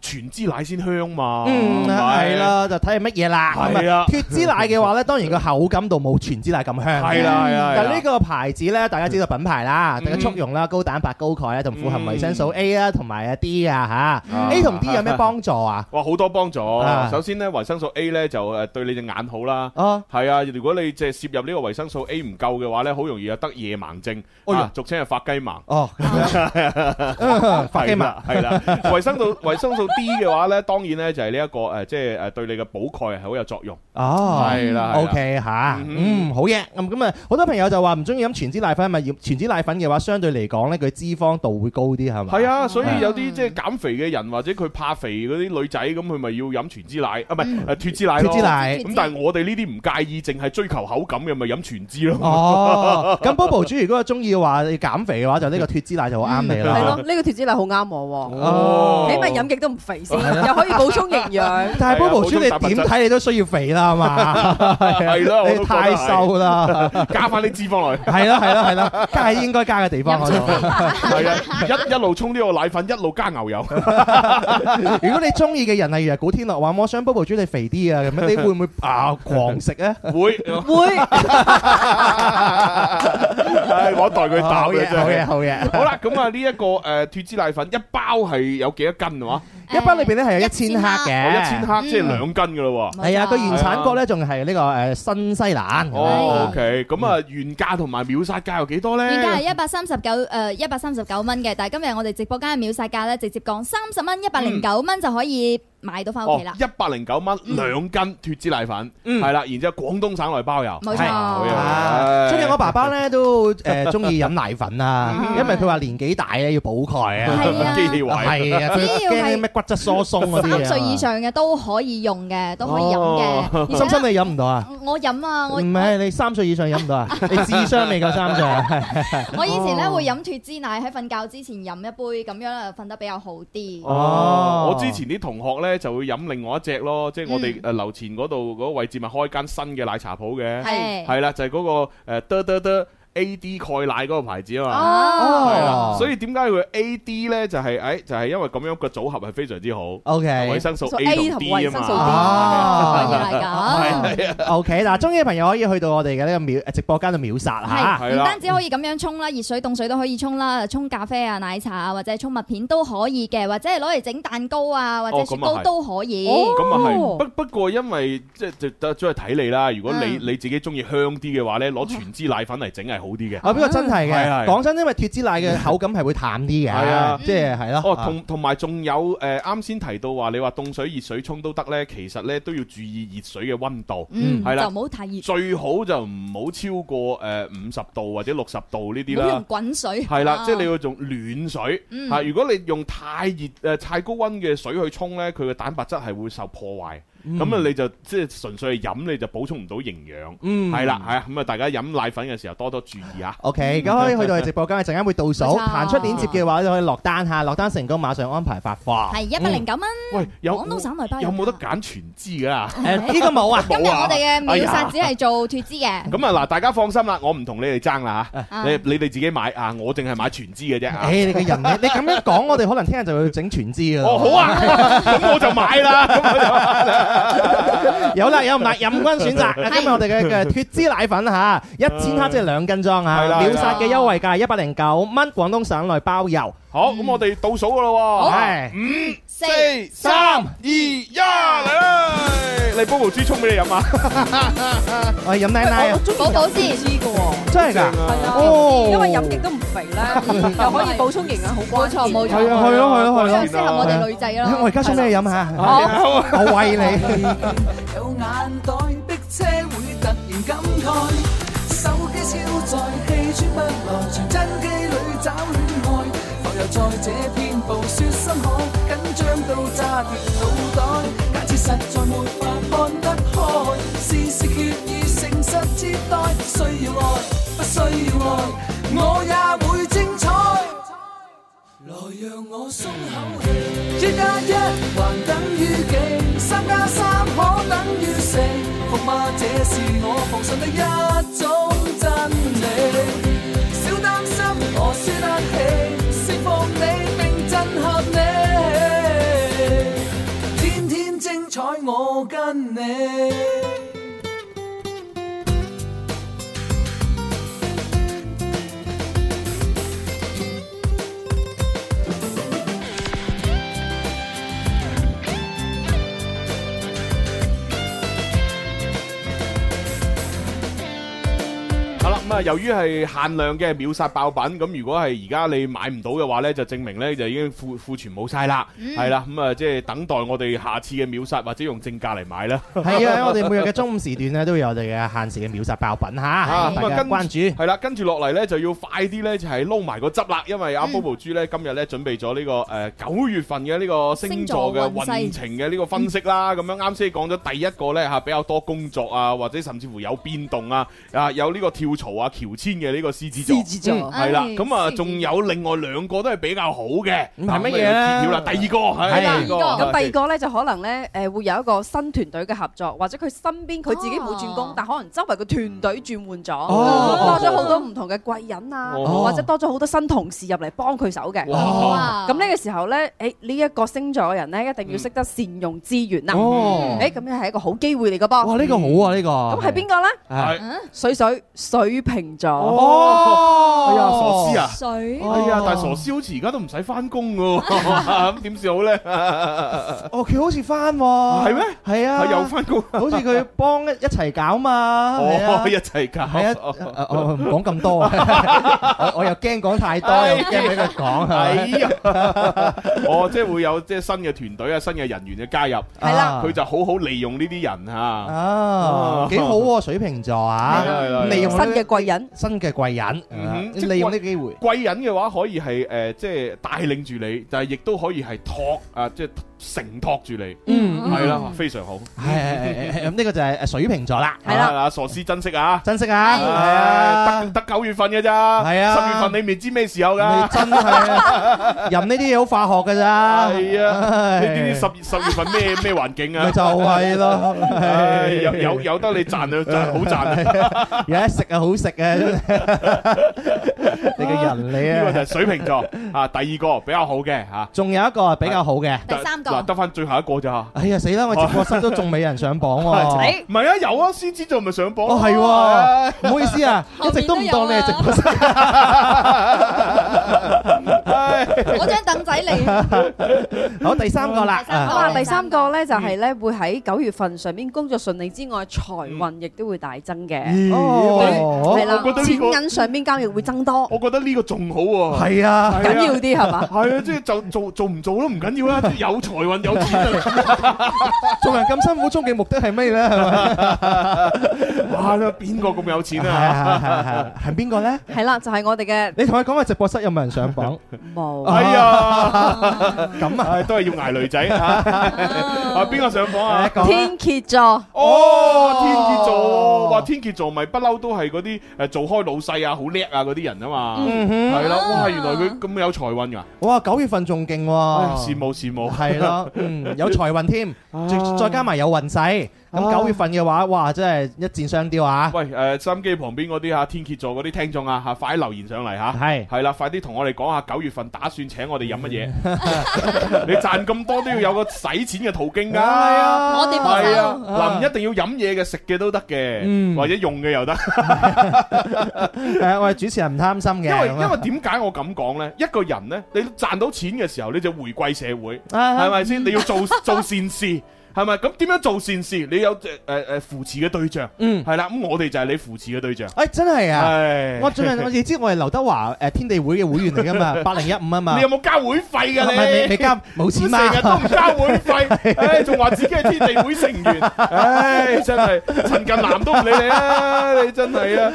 Speaker 6: 全脂奶先香嘛，
Speaker 7: 嗯，
Speaker 6: 咪
Speaker 7: 係，啦，就睇係乜嘢啦。
Speaker 6: 哦係啊
Speaker 7: 脱脂奶嘅話咧，當然個口感度冇全脂奶咁香。
Speaker 6: 係啦係啦，嗯
Speaker 7: 但呢
Speaker 6: 個
Speaker 7: 個牌子咧，大家知道品牌啦，大家速溶啦、高蛋白、高鈣啦，同富含維生
Speaker 6: 嗯
Speaker 7: 素 A 啊，同埋啊 D 啊嚇。A 同 D 有咩幫
Speaker 6: *laughs*
Speaker 7: 助啊？
Speaker 6: 哇好多幫助
Speaker 7: 啊。
Speaker 6: 首先呢，維生素 A 呢就誒對你隻眼好啦。
Speaker 7: 哦，
Speaker 6: 係啊，如果你即係攝入呢個維生素 A 唔夠嘅話呢，好容易啊得夜盲症，
Speaker 7: 哎呀
Speaker 6: 啊俗稱係發雞盲。 *laughs*
Speaker 7: 哦，嗯發肌嘛，
Speaker 6: 係啦，
Speaker 7: *laughs*
Speaker 6: 係啦維生素維生素 D 嘅話咧，當然咧就係呢一個誒，即係呃誒對你嘅補鈣係好有作用。
Speaker 7: 哦，
Speaker 6: 係啦係啦
Speaker 7: o k 吓，
Speaker 6: 嗯
Speaker 7: 嗯，好嘢。咁咁啊，好多朋友就話唔中意飲全脂奶粉，係咪要全脂奶粉嘅話，相對嚟講咧，佢脂肪度會高啲，係咪？
Speaker 6: 係啊，所以有啲即係減肥嘅人或者佢怕肥嗰啲女仔，咁佢咪要飲全脂奶啊？唔係誒脱脂奶咯。
Speaker 7: 脱脂奶
Speaker 6: 咁但係我哋呢啲唔介意，淨係追求口感嘅，咪飲全脂咯。
Speaker 7: 哦，
Speaker 6: *laughs*
Speaker 7: 咁 Bobo 豬如果中意話你減肥嘅話，就呢個脱脂奶就好啱你
Speaker 6: 嗯啊
Speaker 9: 係
Speaker 7: 啦
Speaker 9: 咯，。呢個脱脂奶好啱我喎，
Speaker 7: 哦
Speaker 9: 起碼飲極都唔肥先，又可以補充營養。
Speaker 7: 但
Speaker 6: 係
Speaker 7: 係
Speaker 6: 啊
Speaker 7: Bobo 豬
Speaker 6: 補充蛋白
Speaker 7: 你點睇你都需要肥啦，係嘛？
Speaker 6: *laughs* 係啦，我
Speaker 7: *laughs* 你
Speaker 6: 都
Speaker 7: 太瘦
Speaker 6: *laughs*
Speaker 7: 啦，
Speaker 6: 加翻啲脂肪
Speaker 9: *laughs*
Speaker 6: 落去，
Speaker 7: 係啦係啦係啦，加喺應該加嘅
Speaker 6: *laughs*
Speaker 7: 地方嗰度。
Speaker 6: 係啊，一一路沖呢個奶粉，一路加
Speaker 7: *laughs*
Speaker 6: 牛油。 *laughs*
Speaker 7: 如果你中意嘅人例如係古天樂話，我想 Bobo 豬你肥啲啊，咁
Speaker 6: *laughs*
Speaker 7: 樣你會唔會啊狂食咧？
Speaker 6: 會，
Speaker 9: 會
Speaker 6: 唉我代 *laughs* 佢答
Speaker 7: 好
Speaker 6: 啦
Speaker 7: 嘢
Speaker 6: 真係。*laughs*
Speaker 7: 好嘢好嘢！
Speaker 6: 好啦，咁啊呢一個誒脱脂奶粉一包係有幾多斤啊？
Speaker 7: 一包裏邊咧係有一千克
Speaker 6: 哦，
Speaker 7: 嘅，
Speaker 6: 一千克即係兩斤噶咯喎。
Speaker 7: 係啊，
Speaker 1: 冇錯
Speaker 7: 佢原產國咧仲係呢個誒新西蘭。
Speaker 6: 哦，OK，咁啊原價同埋秒殺價有幾多咧？
Speaker 1: 原價係一百三十九誒一百三十九蚊嘅，但係今日我哋直播間嘅秒殺價咧，直接降三十蚊，一百零
Speaker 6: 嗯
Speaker 1: 九蚊就可以買到翻屋
Speaker 6: 哦
Speaker 1: 企啦，。
Speaker 6: 一百零九蚊
Speaker 9: 嗯
Speaker 6: 兩斤脱脂奶粉，係啦，然之後廣東省內包郵。
Speaker 1: 冇
Speaker 7: 係
Speaker 6: 哦好嘢
Speaker 1: 錯，
Speaker 7: 啊！最近我爸爸咧
Speaker 6: *laughs*
Speaker 7: 都誒中意飲奶粉啊，因為佢話年紀大咧要補鈣
Speaker 6: *laughs*
Speaker 9: 嗯
Speaker 1: 嗯
Speaker 7: 啊。
Speaker 1: 係啊
Speaker 6: 機器位。
Speaker 7: *laughs* 係啊，佢
Speaker 1: 只要
Speaker 7: 驚
Speaker 1: 係
Speaker 7: 啲咩骨質疏鬆嗰啲
Speaker 1: 三
Speaker 7: 啊。
Speaker 1: 歲
Speaker 7: *laughs*
Speaker 1: 以上嘅都可以用嘅，都可以飲
Speaker 6: 哦嗯
Speaker 1: 嘅。而且
Speaker 7: 深
Speaker 1: 呢
Speaker 7: 深你飲唔到啊？
Speaker 1: 我飲啊，我
Speaker 7: 唔係你三歲以上飲唔
Speaker 1: *laughs*
Speaker 7: 到啊？你智商未夠三歲啊？係
Speaker 1: 我以前咧
Speaker 6: 哦
Speaker 1: 會飲脱脂奶喺瞓覺之前飲一杯，咁樣啊瞓得比較好啲。
Speaker 6: 哦，我之前啲同學咧就會飲另外一隻咯，即係我
Speaker 9: 嗯
Speaker 6: 哋誒樓前嗰度嗰個位置咪開間新嘅奶茶鋪嘅，
Speaker 1: 係
Speaker 6: 係啦，就係嗰個誒得得得 AD 鈣奶嗰個牌子啊嘛。
Speaker 1: 哦，
Speaker 6: 係啦
Speaker 7: 哦，
Speaker 6: 所以點解佢 A D 咧就係、誒就係、因為咁樣個組合係非常之好，維
Speaker 7: OK。
Speaker 6: 生素
Speaker 9: 所以
Speaker 6: A
Speaker 9: A
Speaker 6: 同
Speaker 9: 同
Speaker 6: D 啊
Speaker 9: 維生素
Speaker 6: 嘛。
Speaker 9: D
Speaker 1: 原
Speaker 7: 哦
Speaker 1: 來咁。
Speaker 7: ，OK 嗱，中意嘅朋友可以去到我哋嘅呢個秒呃直播間度秒殺啊嚇。
Speaker 1: 係，唔單止可以咁樣沖啦，熱水、凍水都可以沖啦，沖咖啡啊、奶茶啊，或者係沖麥片都可以嘅，或者係攞嚟整蛋糕啊，或者雪
Speaker 6: 哦咁啊
Speaker 1: 糕
Speaker 6: 係
Speaker 1: 都可以。
Speaker 9: 哦
Speaker 6: 咁啊係，
Speaker 9: 哦
Speaker 6: 不不過因為即係就都都係睇你啦。如果你你自己中意香啲嘅話咧，攞全脂奶粉嚟整係好啲嘅。
Speaker 7: 啊，不過真係
Speaker 6: 係係
Speaker 7: 嘅，講真，因為脱脂奶嘅口感係會淡啲嘅，
Speaker 6: 係啊
Speaker 7: 即係係咯。
Speaker 6: 哦，同同埋仲有誒，啱先提到話你話凍水、熱水沖都得咧，其實咧都要注意熱水嘅温度，
Speaker 1: 嗯，
Speaker 6: 係啦
Speaker 1: 就唔好太熱，
Speaker 6: 最好就唔好超過誒五十度或者六十度呢啲
Speaker 1: 唔好
Speaker 6: 啦
Speaker 1: 用。滾水。
Speaker 6: 係啦，
Speaker 1: 啊嗯
Speaker 6: 即係你要用暖水啊呃嚇。如果你用太熱誒太高温嘅水去沖呢，佢嘅蛋白質係會受破壞。
Speaker 7: 嗯
Speaker 6: 咁啊你就即係純粹係飲，你就補充唔到營養。
Speaker 7: 嗯
Speaker 6: 係啦，係啊，咁啊，大家飲奶粉嘅時候多多注意啊。
Speaker 7: OK，咁可以去到直播間，陣間會倒數，
Speaker 1: 冇錯
Speaker 7: 彈出鏈接嘅話就可以落單嚇，落單成功馬上安排發貨。
Speaker 1: 係一百零九蚊，
Speaker 6: 喂，有
Speaker 1: 廣東省內包
Speaker 6: 有冇得揀全脂噶？
Speaker 7: 誒呢個冇啊，
Speaker 1: 今日我哋嘅
Speaker 6: 哎
Speaker 1: 秒
Speaker 6: 呀
Speaker 1: 殺只係做脱脂嘅，
Speaker 6: 咁啊嗱，大家放心啦，我唔同你哋爭啦吓，
Speaker 1: 啊
Speaker 6: 你你哋自己買啊，我淨係買全脂嘅啫啊。
Speaker 7: 誒你嘅人，你你咁樣講，我哋可能聽日就要整全脂㗎啦。
Speaker 6: 哦，好啊，咁我就買啦。咁我就
Speaker 7: 有啦，有唔啦，任君選擇。今日我哋嘅嘅脱脂奶粉嚇，一千克即係兩斤裝嚇，
Speaker 6: 係啦
Speaker 7: 秒殺嘅優惠價一百零九蚊，廣東省內包郵。
Speaker 6: 好，咁我哋倒數噶咯喎。
Speaker 7: 係
Speaker 6: 五、
Speaker 1: 四
Speaker 6: 三、二、一，嚟啦！嚟 Bobo 豬沖俾你飲啊！
Speaker 7: 我哋飲奶奶啊，
Speaker 1: 寶寶先，
Speaker 7: 真係㗎。哦。
Speaker 1: 冇錯冇錯，
Speaker 7: 係啊，係咯，係咯，係咯
Speaker 1: 適。合我哋女仔啦。
Speaker 7: 我而家想俾你飲下，
Speaker 1: 好
Speaker 7: 我喂你。
Speaker 5: 有眼袋，逼車會突然感慨。手機超載，氣喘不來，傳真機裏找戀愛。浮游在這片暴雪深海，緊張到炸斷腦袋。假設實在沒法看得開，事事決意誠實接待，需要愛，不需要愛，我也會精彩。來讓我鬆口氣。一加一還等於幾？三加三可等於四？服嗎？這是我奉信的一種真理。小擔心，我輸得起，釋放你並震撼你，天天精彩我跟你。
Speaker 6: 好啦，咁啊，由於係限量嘅秒殺爆品，咁如果係而家你買唔到嘅話呢，就證明呢就已經庫庫存冇晒啦，係啦，咁啊，即係等待我哋下次嘅秒殺或者用正價嚟買 *laughs* 啦。
Speaker 7: 係啊，我哋每日嘅中午時段咧都會有我哋嘅限時嘅秒殺爆品嚇，大
Speaker 6: 咁啊
Speaker 7: 家
Speaker 6: 跟
Speaker 7: 關注。
Speaker 6: 係啦，跟住落嚟呢，就要快啲呢，就係撈埋個汁啦，因為阿 Bobo 豬呢，今日呢準備咗呢個誒九月份嘅呢個星座嘅
Speaker 1: 星座運勢
Speaker 6: 運程嘅呢個分析啦，咁樣啱先講咗第一個呢，嚇比較多工作啊，或者甚至乎有變動啊，啊有呢個跳槽啊、喬遷嘅呢個獅子座。
Speaker 9: Ừ.
Speaker 7: 嗯，
Speaker 6: 系啦，
Speaker 1: 唉
Speaker 6: 咁啊，
Speaker 1: 先
Speaker 6: 仲有另外兩個都係比較好嘅，
Speaker 7: 咁係乜嘢咧
Speaker 6: 咁咪要揭曉啦，第二個係
Speaker 7: 係啦
Speaker 1: 第二個
Speaker 9: 咁第二個咧就可能咧誒會有一個新團隊嘅合作，或者佢身邊佢自己冇轉工
Speaker 1: 哦，
Speaker 9: 但可能周圍個團隊轉換咗，
Speaker 7: 哦
Speaker 9: 多咗好多唔同嘅貴人啊，
Speaker 6: 哦
Speaker 9: 或者多咗好多新同事入嚟幫佢手嘅。
Speaker 6: 哇，
Speaker 1: 哇
Speaker 9: 咁呢個時候咧，誒呢一個星座嘅人咧，一定要識得善用資源啦。
Speaker 7: 哦
Speaker 9: 誒咁樣係一個好機會嚟嘅噃。
Speaker 7: 哇，呢個好啊，呢個。
Speaker 9: 咁
Speaker 7: 咁
Speaker 9: 係邊？個咧？
Speaker 7: 係。
Speaker 9: 水水水瓶座。
Speaker 7: 哦
Speaker 6: 哎呀，傻
Speaker 7: 傻
Speaker 6: 師
Speaker 1: 水
Speaker 6: 啊，哎呀，但係傻師好似而家都唔使翻工喎，咁點算好咧？
Speaker 7: 啊！哦，佢好似翻喎。
Speaker 6: 係咩？
Speaker 7: 係啊。
Speaker 6: 係又翻工，
Speaker 7: 好似佢幫一一齊搞
Speaker 6: *laughs*
Speaker 7: 嘛。係啊
Speaker 6: 哦，一齊搞，
Speaker 7: 係啊，呃我唔講咁多 *laughs* 啊，我我又驚講太多，又驚俾佢講
Speaker 6: 哎
Speaker 7: 係咪。
Speaker 6: 呀，哦，即係會有即係新嘅團隊啊，新嘅人員嘅加入，
Speaker 9: 係
Speaker 7: Ờ.
Speaker 9: 啦
Speaker 6: 佢就好好利用呢啲人嚇。
Speaker 7: 啊，幾好喎，水瓶座啊
Speaker 6: 係啦係啦係，啦
Speaker 7: 利用
Speaker 9: 新
Speaker 7: 呢
Speaker 9: 嘅貴人，
Speaker 7: 新嘅貴人，
Speaker 6: 嗯哼
Speaker 7: 利用呢個機會。
Speaker 6: 貴人嘅話，可以係誒、呃即係帶領住你，但係亦都可以係托啊，即係承托住你，
Speaker 7: 嗯
Speaker 6: 係啦，非常好，
Speaker 7: 係係係係咁呢個就係誒水瓶座啦，
Speaker 9: 係啦
Speaker 6: 啊，傻師珍惜啊，
Speaker 7: 珍惜啊，係
Speaker 6: 啊
Speaker 7: 啊，
Speaker 6: 得得九月份嘅咋，
Speaker 7: 係啊
Speaker 6: 十月份你未知咩時候
Speaker 7: 你
Speaker 6: 㗎，
Speaker 7: 真係飲呢啲嘢好化學㗎咋，
Speaker 6: 係啊，
Speaker 7: 唉
Speaker 6: 你呢啲十十月份 *laughs* 咩咩環境
Speaker 7: 咪
Speaker 6: 啊
Speaker 7: 就？係咯，
Speaker 6: 唉有有有得你 *laughs* 賺啊，賺好賺，呢
Speaker 7: 有得食啊，好食啊，
Speaker 6: *laughs*
Speaker 7: 真係你嘅
Speaker 6: 個
Speaker 7: 人你
Speaker 6: 就
Speaker 7: 啊，
Speaker 6: 係水瓶座啊。第二個比較好嘅嚇，
Speaker 7: 仲有一個係比較好嘅。
Speaker 1: 第三個
Speaker 6: 嗱得翻最後一個咋。
Speaker 7: 哎呀死啦！我直播室都仲未有人上
Speaker 6: *laughs*
Speaker 7: 榜喎。
Speaker 6: 唔係啊，有啊，獅子座咪上榜
Speaker 7: 哦
Speaker 6: *laughs*
Speaker 7: 係喎，唔好意 *laughs* 思啊，一直都唔當你係直播室。
Speaker 1: 我張凳仔
Speaker 6: *laughs*
Speaker 1: 嚟，
Speaker 7: 好，第三個啦
Speaker 1: 第，三
Speaker 9: 咁
Speaker 1: 個
Speaker 7: 啊
Speaker 9: 啊，第三個咧就係咧會喺九月份上邊工作順利之外，財運亦都會大增嘅。
Speaker 7: 哦
Speaker 9: 係啦
Speaker 6: 我覺得，
Speaker 9: 錢
Speaker 6: 呢個
Speaker 9: 銀上邊交易會增多，
Speaker 6: 我覺得呢個仲好喎。
Speaker 7: 係啊，
Speaker 9: 緊要啲係嘛？
Speaker 6: 係啊，即係就做做唔做都唔緊要啦，有財財運有天 *laughs* 啊！
Speaker 7: 做人咁辛苦，終極目的係咩咧？
Speaker 6: *laughs*
Speaker 7: 係咪？
Speaker 6: 哇，邊個咁有錢
Speaker 7: 係
Speaker 6: 啊？
Speaker 7: 係係係係邊個咧？
Speaker 9: 係啦，就係我哋嘅
Speaker 7: 你同佢講下直播室有冇人上榜？
Speaker 9: 冇。
Speaker 6: 哎呀， *laughs*
Speaker 7: 咁啊，
Speaker 6: 唉都係要捱女仔啊！ *laughs* 啊，邊個上房 *laughs* 啊？
Speaker 9: 天蝎座
Speaker 6: 哦，天蝎座，哇，天蝎座咪不嬲都係嗰啲诶做開老細啊，好叻啊嗰啲人啊嘛，係啦，哇，原來佢咁有財運噶，
Speaker 7: 嗯哇，九月份仲勁
Speaker 6: 唉
Speaker 7: 喎，
Speaker 6: 羨慕啊羨慕，*laughs*
Speaker 7: 係咯，嗯，有財運添，再再加埋有運勢。
Speaker 6: 啊
Speaker 7: 咁九月份嘅話，哇，真係一箭雙雕啊！
Speaker 6: 喂，诶，收音機旁邊嗰啲吓天蝎座嗰啲聽眾啊吓，快留言上嚟吓。
Speaker 7: 係
Speaker 6: 系啦，快啲同我哋講下九月份打算請我哋飲乜 *laughs* 嘢？你賺咁多都要有個使錢嘅途徑㗎。
Speaker 7: 係啊
Speaker 1: 我哋幫
Speaker 6: 係
Speaker 1: 手
Speaker 6: 啊，嗱唔一定要飲嘢嘅，食嘅都得嘅，
Speaker 7: 嗯
Speaker 6: 或者用嘅又得。
Speaker 7: 誒，啊我哋主持人唔貪心嘅，
Speaker 6: 因為
Speaker 7: 咁
Speaker 6: 因
Speaker 7: 啊
Speaker 6: 為點解我咁講呢？一個人呢，你賺到錢嘅時候，你就回歸社會，
Speaker 7: 啊
Speaker 6: 係咪先？你要做 *laughs* 做善事。係咪咁點樣做善事？你有誒誒誒扶持嘅對象，
Speaker 7: 嗯
Speaker 6: 係啦，咁我哋就係你扶持嘅對象，
Speaker 7: 誒真係啊！
Speaker 6: 係。
Speaker 7: 我最
Speaker 6: *laughs*
Speaker 7: 近我哋知我係劉德華誒天地會嘅會員嚟噶嘛，八零一五啊嘛，
Speaker 6: 你有冇交會費㗎
Speaker 7: 唔
Speaker 6: 你？
Speaker 7: 係未未交冇錢
Speaker 6: 成日都唔
Speaker 7: 嘛？
Speaker 6: 交會
Speaker 7: *laughs*
Speaker 6: 費，唉，仲話自己係天地會成員，唉，真係陳近南都唔理你啊！你真係啊，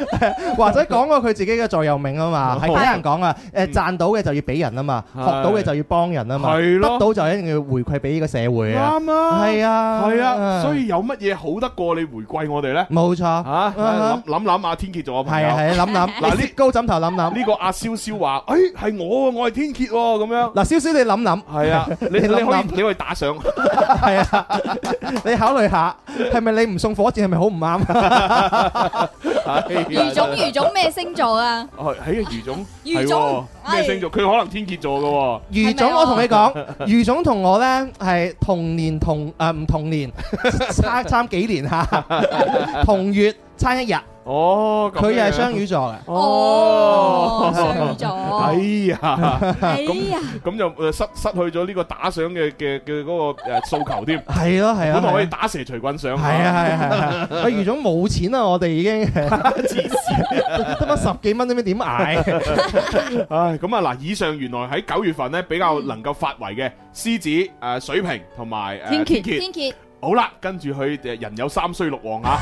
Speaker 7: 或者講過佢自己嘅座右銘啊嘛，係有人講啊，誒賺到嘅就要俾人啊嘛，學
Speaker 6: 哦嗯係
Speaker 7: 到嘅就要幫人啊嘛，
Speaker 6: 係
Speaker 7: 得
Speaker 6: 咯
Speaker 7: 到就一定要回饋俾呢個社會啊，
Speaker 6: 啱啊，
Speaker 7: 係啊，
Speaker 6: 係啊，所以有乜嘢好得過你回饋我哋呢？
Speaker 7: 冇錯，
Speaker 6: 啊，
Speaker 7: 啊
Speaker 6: 諗諗諗啊，天蝎座嘅朋
Speaker 7: 係
Speaker 6: 友，
Speaker 7: 啊
Speaker 6: 呢
Speaker 7: 係啊諗諗，
Speaker 6: 嗱呢
Speaker 7: 嗱呢高枕頭諗諗，
Speaker 6: 個阿蕭蕭話：，誒係我喎，我係天蝎喎，咁樣。
Speaker 7: *laughs* 嗱少少你諗諗，
Speaker 6: 係啊，你你
Speaker 7: 你
Speaker 6: 可
Speaker 7: 諗
Speaker 6: 以
Speaker 7: 諗
Speaker 6: 你可以打 *laughs* 上，
Speaker 7: 係啊，
Speaker 6: *laughs*
Speaker 7: 你考慮下係咪你唔送火箭係咪好唔啱？啊
Speaker 1: 余
Speaker 6: 余
Speaker 1: 總，余總咩星座啊？
Speaker 6: 哦，係啊，余總，
Speaker 1: 余
Speaker 6: 係
Speaker 1: 總
Speaker 6: 喎咩星座？佢可能天蝎座嘅喎。
Speaker 7: 余總，
Speaker 1: 係咪啊
Speaker 7: 我同你講，余總同我呢係同年同誒唔同年， *laughs* 差差幾年嚇，同月差一日，
Speaker 6: 哦，咁
Speaker 7: 佢又
Speaker 6: 樣
Speaker 7: 係雙魚座嘅。
Speaker 1: 哦，雙魚座。
Speaker 6: *laughs* 哎呀！
Speaker 1: 哎呀，
Speaker 6: 咁就誒失失去咗呢個打賞嘅嘅嘅嗰個誒訴求添，
Speaker 7: 係咯係
Speaker 6: 本
Speaker 7: 啊，
Speaker 6: 來可以打蛇隨棍上，
Speaker 7: 係啊係啊係啊係啊！喂，余總冇錢啦，我哋已經
Speaker 6: 黐線！
Speaker 7: 得翻十幾蚊，都唔知點捱？
Speaker 6: 唉，咁啊嗱，以上原來喺九月份咧比較能夠發圍嘅獅子、誒水瓶同埋
Speaker 1: 哎
Speaker 6: 誒
Speaker 9: 天蠍
Speaker 1: 天蝎
Speaker 6: 好啦，跟住佢誒人有三衰六旺
Speaker 9: *laughs*
Speaker 6: 啊，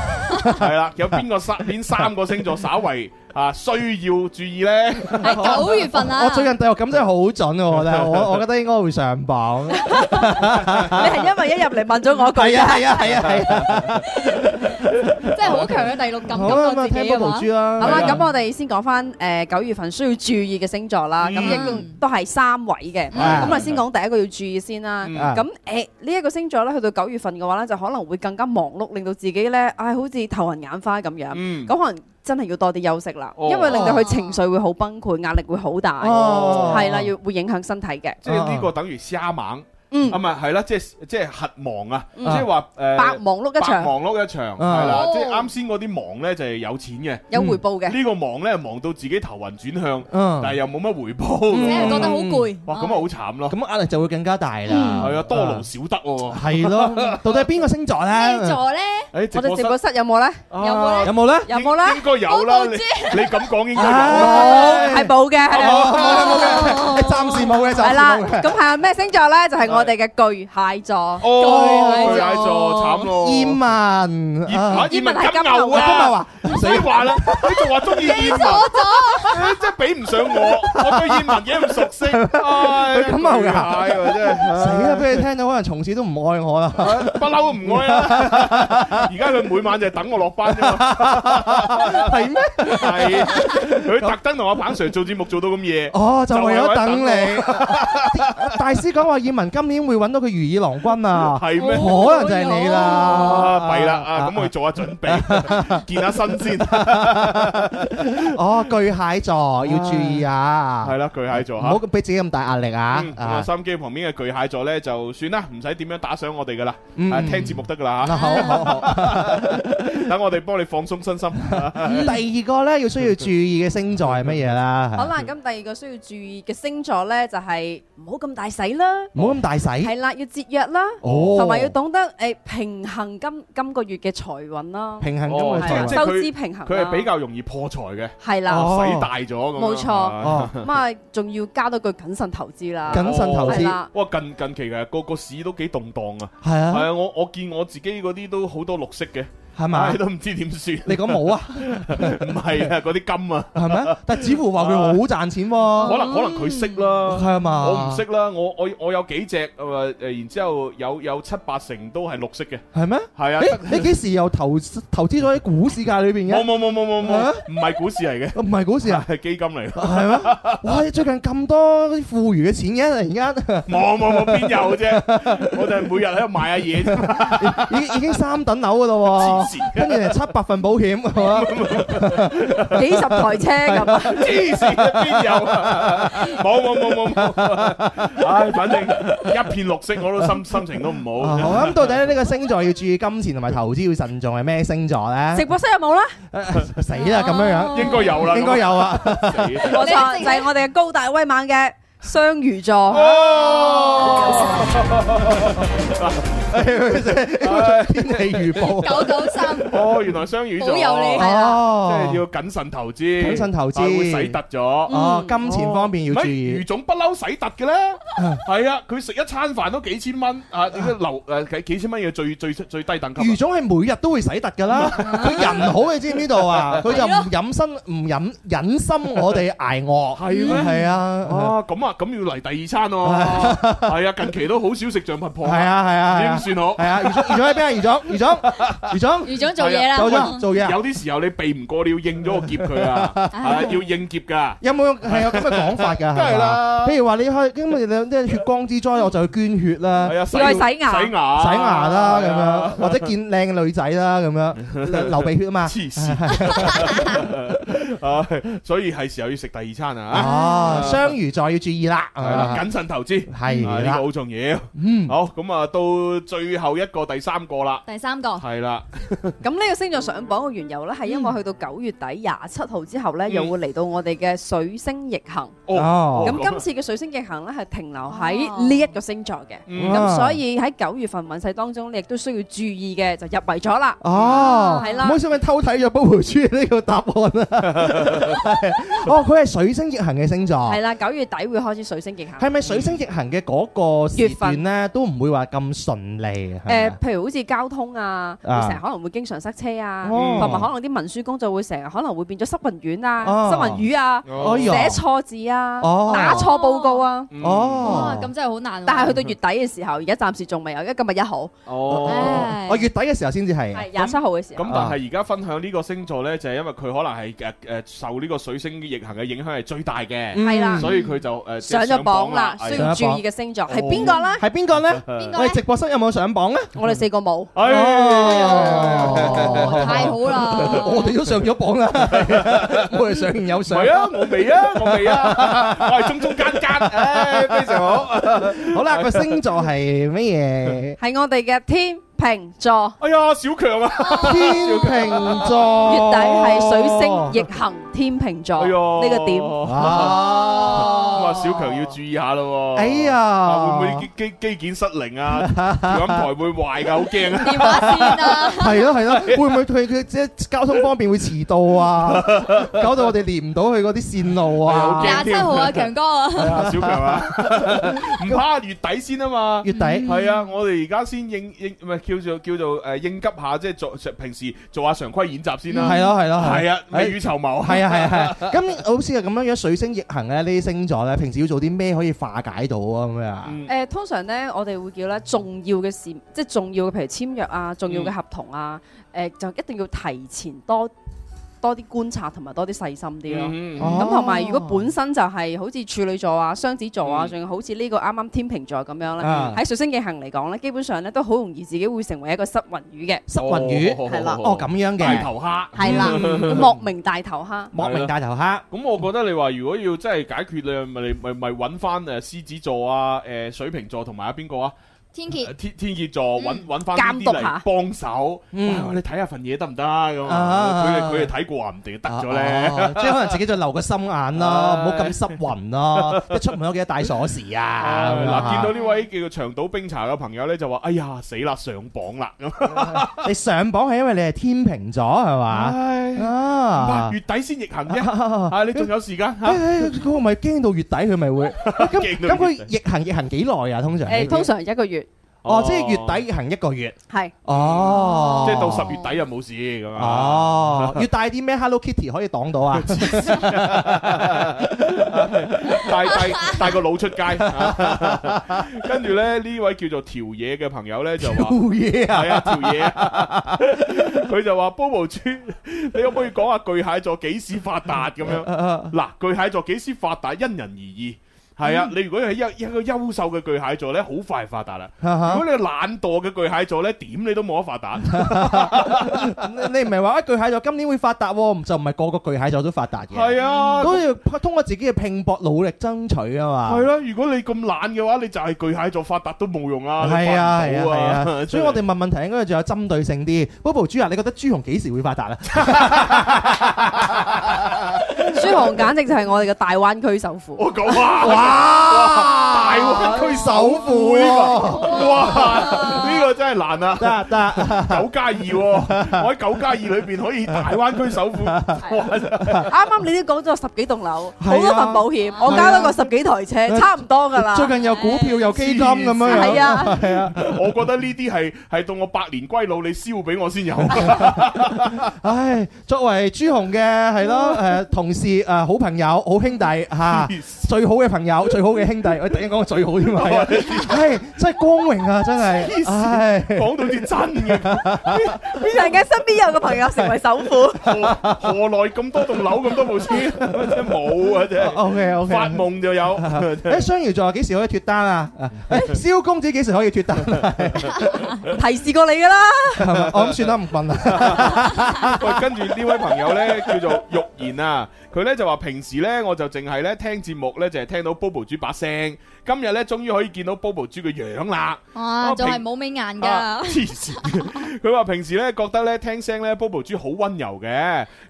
Speaker 6: 係啦，有邊個三邊三個星座稍為啊需要注意咧？
Speaker 1: 喺九月份啊，
Speaker 7: 我最近第六感真哦係好準喎，我覺得我我覺得應該會上榜。
Speaker 9: 你係因為一入嚟問咗我一句
Speaker 7: 係啊係啊係啊係啊！
Speaker 1: 真係好強嘅第六感
Speaker 7: 好
Speaker 1: 感
Speaker 7: 啦，咁
Speaker 1: 覺
Speaker 7: 啊
Speaker 1: 自
Speaker 7: 聽
Speaker 1: 己啊
Speaker 7: Bobo
Speaker 1: 嘛。
Speaker 7: 豬啦。
Speaker 9: 好啦，
Speaker 7: 係啊
Speaker 9: 咁我哋先講翻誒九月份需要注意嘅星座啦，咁
Speaker 6: 嗯
Speaker 9: 亦都係三位嘅。
Speaker 7: 啊
Speaker 9: 咁我先講第一個要注意先啦。
Speaker 6: 嗯
Speaker 7: 啊
Speaker 9: 咁誒呢一個星座咧，去到九月份嘅話咧，就可能會更加忙碌，令到自己咧，唉，好似頭痕眼花咁樣。
Speaker 6: 嗯，
Speaker 9: 咁可能真係要多啲休息啦，
Speaker 6: 哦
Speaker 9: 因為令到佢情緒會好崩潰，壓力會好大，
Speaker 7: 哦
Speaker 9: 係啦，要會影響身體嘅。
Speaker 6: 即係呢個等於瞎猛
Speaker 9: 嗯
Speaker 6: 啊，，唔係係啦，即係即係核忙啊，即
Speaker 9: 嗯
Speaker 6: 係話誒
Speaker 9: 白忙碌一
Speaker 6: 白
Speaker 9: 嗯場，
Speaker 6: 忙碌一場，
Speaker 7: 啊
Speaker 6: 係啦，
Speaker 1: 哦
Speaker 6: 即係啱先嗰啲忙呢，就係有錢嘅，
Speaker 9: 有回報嘅。
Speaker 6: 呢個忙呢，忙到自己頭暈轉向，
Speaker 7: 嗯
Speaker 6: 但係又冇乜回
Speaker 1: 即
Speaker 9: 嗯
Speaker 6: 報，
Speaker 1: 係覺得好攰。哦
Speaker 6: 哇咁啊好慘咯，
Speaker 7: 咁壓力就會更加大啦。
Speaker 6: 係啊多勞少得喎，
Speaker 7: 係咯，到底係邊個星座咧？
Speaker 1: 咩座咧？
Speaker 6: 誒
Speaker 9: 我
Speaker 6: 直
Speaker 9: 哋
Speaker 6: 播
Speaker 9: 直
Speaker 6: 室
Speaker 9: 播室有冇咧？
Speaker 6: 有
Speaker 1: 有冇呢
Speaker 7: 有冇咧？
Speaker 9: 有冇咧？
Speaker 6: 應該有啦，
Speaker 1: 我
Speaker 6: 你
Speaker 1: 冇
Speaker 6: 你咁講應該有啦，
Speaker 7: 唉
Speaker 9: 係冇嘅。
Speaker 7: 冇嘅冇嘅，暫時冇
Speaker 6: 哦
Speaker 7: 嘅，暫
Speaker 9: 系
Speaker 7: 時
Speaker 9: 啦，
Speaker 7: 冇嘅。
Speaker 9: 咁係咩星座咧？就係我哋嘅巨蟹座。
Speaker 6: 哦，
Speaker 1: 巨蟹座
Speaker 6: 巨蟹座慘咯，
Speaker 7: 葉問，
Speaker 6: 葉啊葉
Speaker 7: 啊
Speaker 9: 葉
Speaker 6: 問
Speaker 9: 問係
Speaker 6: 金
Speaker 9: 金
Speaker 6: 牛
Speaker 9: 牛
Speaker 7: 我今日
Speaker 6: 啊，
Speaker 7: 話
Speaker 6: 唔使話啦，你仲話中意葉 *laughs* 問，誒真係比唔上我，我對葉問嘢唔熟悉，唉
Speaker 7: 佢金牛㗎
Speaker 6: 巨蟹喎真係。
Speaker 7: 死啦！俾你聽到，可能從此都唔愛我啦。
Speaker 6: *laughs* 不嬲唔愛
Speaker 7: *laughs*
Speaker 6: 啦！而家佢每晚就係等我落班啫嘛，
Speaker 7: 係咩？
Speaker 6: 係佢特登同阿彭 Sir 做節目做到咁夜。
Speaker 7: 哦，就為咗等
Speaker 6: 就為
Speaker 7: 你。 *laughs* 大師講話葉問今年會揾到佢如意郎君啊，
Speaker 6: 係咩
Speaker 7: 可能就係你
Speaker 6: 啊，
Speaker 7: 啦。
Speaker 6: 弊啦啊！咁我要做下準
Speaker 7: *laughs*
Speaker 6: 備，見下身先。
Speaker 7: 哦，巨蟹座要注意啊，
Speaker 6: 係啦，巨蟹座
Speaker 7: 唔
Speaker 6: 嚇
Speaker 7: 好俾自己咁大壓力啊
Speaker 6: 嗯。咁啊，
Speaker 7: 啊，
Speaker 6: 心機旁邊嘅巨蟹座咧，就算啦，唔使點樣打賞我哋噶啦，
Speaker 7: 嗯
Speaker 6: 啊聽節目得噶啦
Speaker 7: 好好好。
Speaker 6: *laughs* 嚇，等我哋幫你放鬆身心。
Speaker 7: 嗯第二個咧要需要注意嘅星座係乜嘢啦？
Speaker 9: 好啦，咁第二個需要注意嘅星座咧，就係唔好咁大使啦。
Speaker 7: 唔好咁大使。
Speaker 9: 係啦，要節約啦，
Speaker 7: 哦
Speaker 9: 同埋要懂得誒平衡今今個月嘅財運啦，
Speaker 7: 平衡咁嘅
Speaker 6: 係啊
Speaker 7: 財
Speaker 6: 即係。
Speaker 7: 運
Speaker 9: 收
Speaker 6: 佢
Speaker 9: 支平衡
Speaker 6: 佢係
Speaker 9: 啦，
Speaker 6: 比較容易破財嘅，
Speaker 9: 係啦，
Speaker 7: 哦
Speaker 6: 使大咗咁樣。
Speaker 9: 冇錯
Speaker 6: 啊
Speaker 7: 哦，
Speaker 9: 咁啊仲要加多句謹慎投資啦，
Speaker 7: *laughs* 謹慎投
Speaker 6: 哦
Speaker 9: 係
Speaker 7: 資，
Speaker 9: 啦，
Speaker 6: 哇！近近期嘅個個市都幾動盪啊，
Speaker 7: 係
Speaker 6: 係
Speaker 7: 啊，
Speaker 6: 啊！我我見我自己嗰啲都好多綠色嘅，
Speaker 7: 係嘛
Speaker 6: 唉，？都唔知點算。
Speaker 7: 你講冇啊，
Speaker 6: 唔係
Speaker 7: *laughs*
Speaker 6: 啊，嗰啲金啊，*laughs*
Speaker 7: 係咪？但係似乎話佢好賺錢喎，
Speaker 6: 可能可能佢識啦。
Speaker 7: 係嘛？
Speaker 6: 啊我唔識，啦，我我我有幾隻誒誒，然之後有有七八成都係綠色嘅，
Speaker 7: 係咩？
Speaker 6: 係啊，
Speaker 7: 誒，
Speaker 6: 得
Speaker 7: 你幾時又投投資咗喺股市界裏邊
Speaker 6: 冇
Speaker 7: 嘅？
Speaker 6: 冇冇冇冇
Speaker 7: 啊
Speaker 6: 冇，唔係股市嚟
Speaker 7: 唔係股市
Speaker 6: 嘅，
Speaker 7: 啊？
Speaker 6: 係基金嚟嘅。 *laughs*
Speaker 7: 係咩？哇！最近咁多啲富餘嘅錢嘅，突然間
Speaker 6: 冇冇冇，邊有啫？
Speaker 7: *laughs*
Speaker 6: 我就係每日喺度買下嘢啫嘛，
Speaker 7: 已已經三等樓噶咯
Speaker 6: 黐
Speaker 7: 喎，
Speaker 6: 線
Speaker 7: 跟住七百份保險係嘛？
Speaker 9: 幾十台車
Speaker 7: *laughs*
Speaker 9: 咁啊，
Speaker 6: 黐線邊有啊？ *laughs* 冇冇冇冇
Speaker 7: *laughs*
Speaker 6: 冇，唉，反正一片綠色我都心心情都唔
Speaker 7: 啊好
Speaker 6: 好。
Speaker 7: 啊咁到底呢個星座要注意金錢同埋投資要慎重係咩星座
Speaker 9: 直
Speaker 7: 咧？
Speaker 9: 播室有冇啦？
Speaker 7: 死啦咁樣樣，
Speaker 6: 應該有啦，
Speaker 7: 應該有
Speaker 6: *laughs*
Speaker 7: 啊！ *laughs*
Speaker 6: 咁死啦。
Speaker 9: 冇錯，就係我哋嘅高大威猛嘅雙魚座。
Speaker 6: 哦，
Speaker 7: *laughs* 天氣預報，
Speaker 1: 九九
Speaker 7: 啊
Speaker 1: 三，
Speaker 6: 哦，原來雙魚座，
Speaker 1: 好有你
Speaker 9: 係啦
Speaker 7: 哦
Speaker 6: 即係要謹慎投資，
Speaker 7: 謹慎投資
Speaker 6: 啊會使突咗。
Speaker 7: 哦，金錢方面要
Speaker 6: 咪
Speaker 7: 注意
Speaker 6: 余。總不嬲使突嘅咧，係啊，佢食一餐飯都幾千蚊啊，點解留誒幾幾千蚊嘢最最最低等級啊
Speaker 7: 余總係每日都會洗突
Speaker 6: *laughs*
Speaker 7: 㗎啦，佢人好你知唔知道啊？佢就唔忍心唔忍忍心我哋挨餓，係咩？係啊，
Speaker 6: 啊，咁啊，咁要嚟第二餐咯，係啊，近期都好少食象拔蚌，
Speaker 7: 係啊，係啊，係
Speaker 6: 點
Speaker 7: 啊
Speaker 6: 算好？
Speaker 7: 係啊，余總余總喺邊啊？余總余總
Speaker 1: 余
Speaker 7: 余總
Speaker 1: 總做嘢啦，
Speaker 7: 做咗做嘢啊。
Speaker 6: 有啲時候你避唔過，你要應咗個劫佢
Speaker 7: *laughs*
Speaker 6: 啊，啊，要應劫噶，
Speaker 7: 有冇係有咁嘅講法
Speaker 6: *laughs*
Speaker 7: 㗎？梗
Speaker 6: 係啦
Speaker 7: 譬如話你去，因為你即係血光之災，我就去捐血啦
Speaker 6: 係。啊，洗
Speaker 9: 要去洗牙
Speaker 6: 洗牙，
Speaker 7: 洗牙啦咁
Speaker 6: 係啊
Speaker 7: 樣，或者見靚嘅女仔
Speaker 6: *laughs*
Speaker 7: 啦咁樣，流流鼻血啊嘛。
Speaker 6: 黐
Speaker 7: *laughs*
Speaker 6: 線啊！所以係時候要食第二餐啊！
Speaker 7: 哦，雙魚座要注意啦。
Speaker 6: 係啦，謹慎投資
Speaker 7: 係
Speaker 6: 啊呢個
Speaker 7: 啦，
Speaker 6: 好重要。
Speaker 7: 嗯，
Speaker 6: 好咁啊，到最後一個第三個啦，
Speaker 1: 第三
Speaker 7: 哦
Speaker 1: 個
Speaker 6: 係啦，
Speaker 9: 咁呢個星座上榜嘅緣由咧，係因為去到九月底廿七號之後咧，
Speaker 6: 嗯
Speaker 9: 又會嚟到我哋嘅水星逆行。
Speaker 7: 哦
Speaker 9: 咁今次嘅水星逆行咧，係停留喺呢一個星座嘅。
Speaker 6: 今
Speaker 7: 啊
Speaker 9: 咁所以喺九月份運勢當中，你亦都需要注意嘅，就入圍咗啦。
Speaker 7: 哦，
Speaker 9: 係啦
Speaker 7: 唔好小咪偷睇咗 Bobo 豬呢個答
Speaker 9: *laughs*
Speaker 7: 案啊！哦，佢係水星逆行嘅星座，
Speaker 9: 係啦，九月底會開始水星逆行。
Speaker 7: 哦係咪水星逆行嘅嗰個時段咧，都唔會話咁順利？
Speaker 9: 誒
Speaker 7: 嗯係咪，
Speaker 9: 譬如好似交通啊，會
Speaker 7: 啊
Speaker 9: 成日可能會經常塞車啊，
Speaker 7: 哦
Speaker 9: 同埋可能啲文書工作會成日可能會變咗失文院
Speaker 7: 哦
Speaker 9: 啊、失文魚啊、
Speaker 7: 哎呦
Speaker 9: 寫錯字啊
Speaker 7: 哦、
Speaker 9: 打錯報告啊。
Speaker 6: 哦嗯
Speaker 1: 哇，
Speaker 7: 哦，
Speaker 1: 咁真係好難啊喎。
Speaker 9: 但係去到月底嘅時候，而家暫時仲未有，因為今日一號，
Speaker 6: 哦。
Speaker 9: 啊
Speaker 1: 唉
Speaker 7: 我月底嘅時候先至係
Speaker 9: 係廿七號嘅時候
Speaker 6: 咁。但係而家分享呢個星座呢，就係因為佢可能係誒誒受呢個水星逆行嘅影響係最大
Speaker 7: 嗯
Speaker 6: 嘅，
Speaker 9: 係啦，
Speaker 6: 所以佢就誒
Speaker 9: 上咗榜啦，需
Speaker 6: 係
Speaker 9: 要注意嘅星座係邊個啦？
Speaker 7: 係邊個咧？
Speaker 1: 邊個
Speaker 7: 我
Speaker 1: 咧
Speaker 7: 哋？直播室有冇上榜咧？
Speaker 9: 我哋四個冇，
Speaker 6: 哎
Speaker 7: 哦
Speaker 1: 哦太好啦！
Speaker 7: *laughs* 我哋都上咗
Speaker 9: *laughs*
Speaker 7: 榜啦，我哋上完有上
Speaker 6: 係。啊，我未啊，我未
Speaker 7: *laughs*
Speaker 6: 啊，我係中中間間，唉，非常好。
Speaker 7: 好啦，個星座係
Speaker 9: *laughs*
Speaker 7: 乜
Speaker 9: 係我哋嘅天秤座，
Speaker 6: 哎呀，小強啊！
Speaker 7: 嘢？天秤座。
Speaker 9: 月底係水星逆行天秤座
Speaker 6: 哎呦
Speaker 9: 哦呢個點。
Speaker 6: *laughs* 哎咁
Speaker 7: 啊
Speaker 6: 啊，！小強要注意下咯喎。
Speaker 7: 哎呀
Speaker 6: 啊會唔會機機機件失靈啊？調音台會壞㗎，好
Speaker 1: *laughs*
Speaker 6: 驚啊！
Speaker 1: 電話線
Speaker 7: *laughs*
Speaker 1: 啊，
Speaker 7: *laughs* 係
Speaker 6: *laughs*
Speaker 7: 咯係咯，會唔會佢佢即係交通方面會遲到啊？搞到我哋連唔到佢嗰啲線路啊！
Speaker 6: 係好驚
Speaker 1: 廿七號啊，強哥
Speaker 7: *laughs*
Speaker 1: 啊，
Speaker 6: 係啊，小強啊， *laughs* 唔怕月底先啊嘛。
Speaker 7: 月底
Speaker 6: 係啊，我哋而家先應應唔係叫做叫做誒應急下，即係做平時做下常規演習先啦。
Speaker 7: 係咯係咯
Speaker 6: 係啊，未雨
Speaker 7: 係
Speaker 6: 綢繆。
Speaker 7: 係啊係啊係啊！咁好似係咁樣樣水星逆行咧，呢啲星座咧，平時要做啲咩可以化解到啊咁樣啊？
Speaker 6: 嗯
Speaker 9: 誒呃通常咧，我哋會叫咧重要嘅事，即係重要嘅，譬如簽約啊，重要嘅合同啊，誒就一定要提前多多啲觀察同埋多啲細心啲咯。
Speaker 6: 嗯
Speaker 7: 哦
Speaker 9: 咁同埋如果本身就係好似處女座啊、雙子座啊，
Speaker 6: 嗯
Speaker 9: 仲有好似呢個啱啱天秤座咁樣咧，
Speaker 7: 啊
Speaker 9: 喺水星逆行嚟講咧，基本上咧都好容易自己會成為一個失魂魚嘅，
Speaker 7: 濕雲魚
Speaker 9: 係啦
Speaker 7: 哦咁樣
Speaker 6: 大
Speaker 7: 嘅，
Speaker 6: 頭蝦。
Speaker 9: 係啦，
Speaker 6: 嗯
Speaker 9: 莫名大頭蝦。
Speaker 7: 莫名大頭蝦。
Speaker 6: 咁我覺得你話如果要真係解決你咪咪咪揾翻誒獅子座啊、誒水瓶座同埋啊邊個啊？
Speaker 1: 天蝎
Speaker 6: 呃天天蝎座揾
Speaker 1: 嗯
Speaker 6: 揾翻呢
Speaker 9: 監
Speaker 6: 啲
Speaker 9: 嗯督
Speaker 6: 嚟
Speaker 9: 下
Speaker 6: 幫手，
Speaker 7: 嗯
Speaker 6: 哇你睇下份嘢得唔得咁啊？
Speaker 7: 啊
Speaker 6: 佢哋佢哋睇過啊，唔定得咗咧。
Speaker 7: 哦，即 *laughs* 係可能自己就留個心眼
Speaker 6: *laughs*
Speaker 7: 啦，唔好咁濕暈啦，一出門有記得帶鎖匙啊！咁樣
Speaker 6: 嗱，見
Speaker 7: 啊
Speaker 6: 到呢位叫做長島冰茶嘅朋友咧，就話：哎呀，死啦，上榜啦
Speaker 7: 啊
Speaker 6: 咁。
Speaker 7: *laughs* 你上榜係因為你係天秤座係嘛？
Speaker 6: 唉
Speaker 7: 啊
Speaker 6: 哇！月底先逆行啫，
Speaker 7: 啊
Speaker 6: 啊，你仲有時間
Speaker 7: 唉
Speaker 6: *laughs* 嚇？
Speaker 7: 唉佢咪驚到月底，佢咪會咁
Speaker 6: 驚到
Speaker 7: 咁
Speaker 6: 月
Speaker 7: 佢逆行逆行幾耐啊？通常
Speaker 9: 誒，呃通常一個月
Speaker 7: 哦，即係月底逆行一個月
Speaker 9: 係
Speaker 7: 哦，
Speaker 6: 即係到十月底又冇事咁啊。
Speaker 7: *laughs* 哦，要帶啲咩 Hello Kitty 可以擋到 *laughs* 啊？
Speaker 6: 帶帶帶個腦出街， *laughs* 啊跟住咧呢位叫做條嘢嘅朋友咧就話。
Speaker 7: 冇嘢啊！
Speaker 6: 系啊，條嘢啊， *laughs* 佢就話 Bobo 豬，你可唔可以講下巨蟹座幾時發達咁樣？
Speaker 7: 啊
Speaker 6: 嗱，巨蟹座幾時發達因人而異。係
Speaker 7: 嗯
Speaker 6: 啊，你如果係一一個優秀嘅巨蟹座咧，好快發達啦。
Speaker 7: 啊哈
Speaker 6: 如果你係懶惰嘅巨蟹座咧，點你都冇得發
Speaker 7: *laughs*
Speaker 6: 達。
Speaker 7: *laughs* 你你唔係話啊巨蟹座今年會發達喎，就唔係個個巨蟹座都發達嘅，
Speaker 6: 係啊，
Speaker 7: 都要通過自己嘅拼搏努力爭取啊嘛。
Speaker 6: 係啦。如果你咁懶嘅話，你就係巨蟹座發達都冇用啊。
Speaker 7: 係啊係
Speaker 6: *laughs*
Speaker 7: 啊係啊，所以我哋
Speaker 6: 哋
Speaker 7: 問問題應該仲有針對性啲。Bobo 豬啊，你覺得朱紅幾時會發達啊？
Speaker 9: 朱紅簡直就係我哋嘅大灣區首富。
Speaker 6: 我講哇大灣區首富呢個，哇呢個真係難啊！
Speaker 7: 得啊得啊，
Speaker 6: *laughs* 九加二喎，我喺九加二裏邊可以大灣區首富，
Speaker 9: 啱啱你都講咗十幾棟樓，
Speaker 7: 係啊啊
Speaker 9: 好多份保險，我交多個十幾台車，差唔多㗎啦。
Speaker 7: 最近有股票有基金咁樣樣，
Speaker 9: 係啊
Speaker 7: 係啊，
Speaker 6: 我覺得呢啲係係到我百年歸老你燒俾我先有，
Speaker 7: 唉，作為朱紅嘅係咯，誒同事誒好朋友好兄弟嚇
Speaker 6: 黐，
Speaker 7: 最好嘅朋友最好
Speaker 6: *laughs*
Speaker 7: 嘅兄弟，我突然間講最好添啊，係啊唉，真係光榮啊，真係，唉。
Speaker 6: 講到似真嘅，
Speaker 9: 突然間身邊有個朋友成為首
Speaker 7: *laughs*
Speaker 9: 富，
Speaker 6: 何何來咁多棟樓咁多部車，真係冇啊
Speaker 7: *laughs*
Speaker 6: 真係，
Speaker 7: O K O K，
Speaker 6: 發夢就有，
Speaker 7: *laughs* 誒雙魚座幾時可以脱單啊？誒蕭公子幾時可以脱單 *laughs* 啊？
Speaker 9: 提示過你㗎啦。
Speaker 7: 係咪我咁算啦，唔問啦。
Speaker 6: 喂，跟住呢位朋友呢，叫做玉賢啊，佢呢就話平時呢，我就淨係呢聽節目呢，就係聽到 Bobo 豬把聲，今日呢，終於可以見到 Bobo 豬嘅樣啦。
Speaker 1: 哇，
Speaker 6: 我
Speaker 1: 仲係
Speaker 6: 平
Speaker 1: 冇美顏
Speaker 6: *laughs* 啊
Speaker 1: 㗎。
Speaker 6: 黐線！佢話平時咧覺得咧聽聲咧 Bobo 豬好温柔嘅，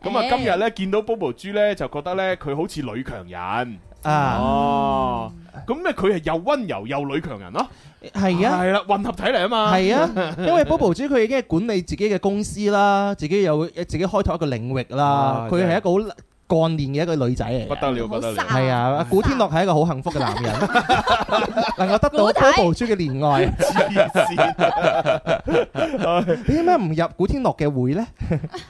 Speaker 6: 咁啊
Speaker 1: 欸
Speaker 6: 今日咧見到 Bobo 豬咧就覺得咧佢好似女強人
Speaker 7: 啊，
Speaker 6: 哦，咁咧佢係又温柔又女強人咯，
Speaker 7: 係啊。
Speaker 6: 係啦，混合體嚟啊嘛，
Speaker 7: 係啊，因為 Bobo 豬佢已經係管理自己嘅公司啦，自己有自己開拓一個領域啦
Speaker 6: 啊，
Speaker 7: 佢
Speaker 6: 真係
Speaker 7: 係一個好幹練嘅一個女仔嚟
Speaker 6: 不
Speaker 7: 嘅。
Speaker 6: 得了不得
Speaker 1: 好
Speaker 6: 了
Speaker 1: 殺，
Speaker 7: 係啊，古天樂係一個好幸福嘅男人，能夠得到
Speaker 1: 古太
Speaker 7: Bobo 豬嘅憐愛，
Speaker 6: 黐線，
Speaker 7: 你點解唔入古天樂嘅會呢？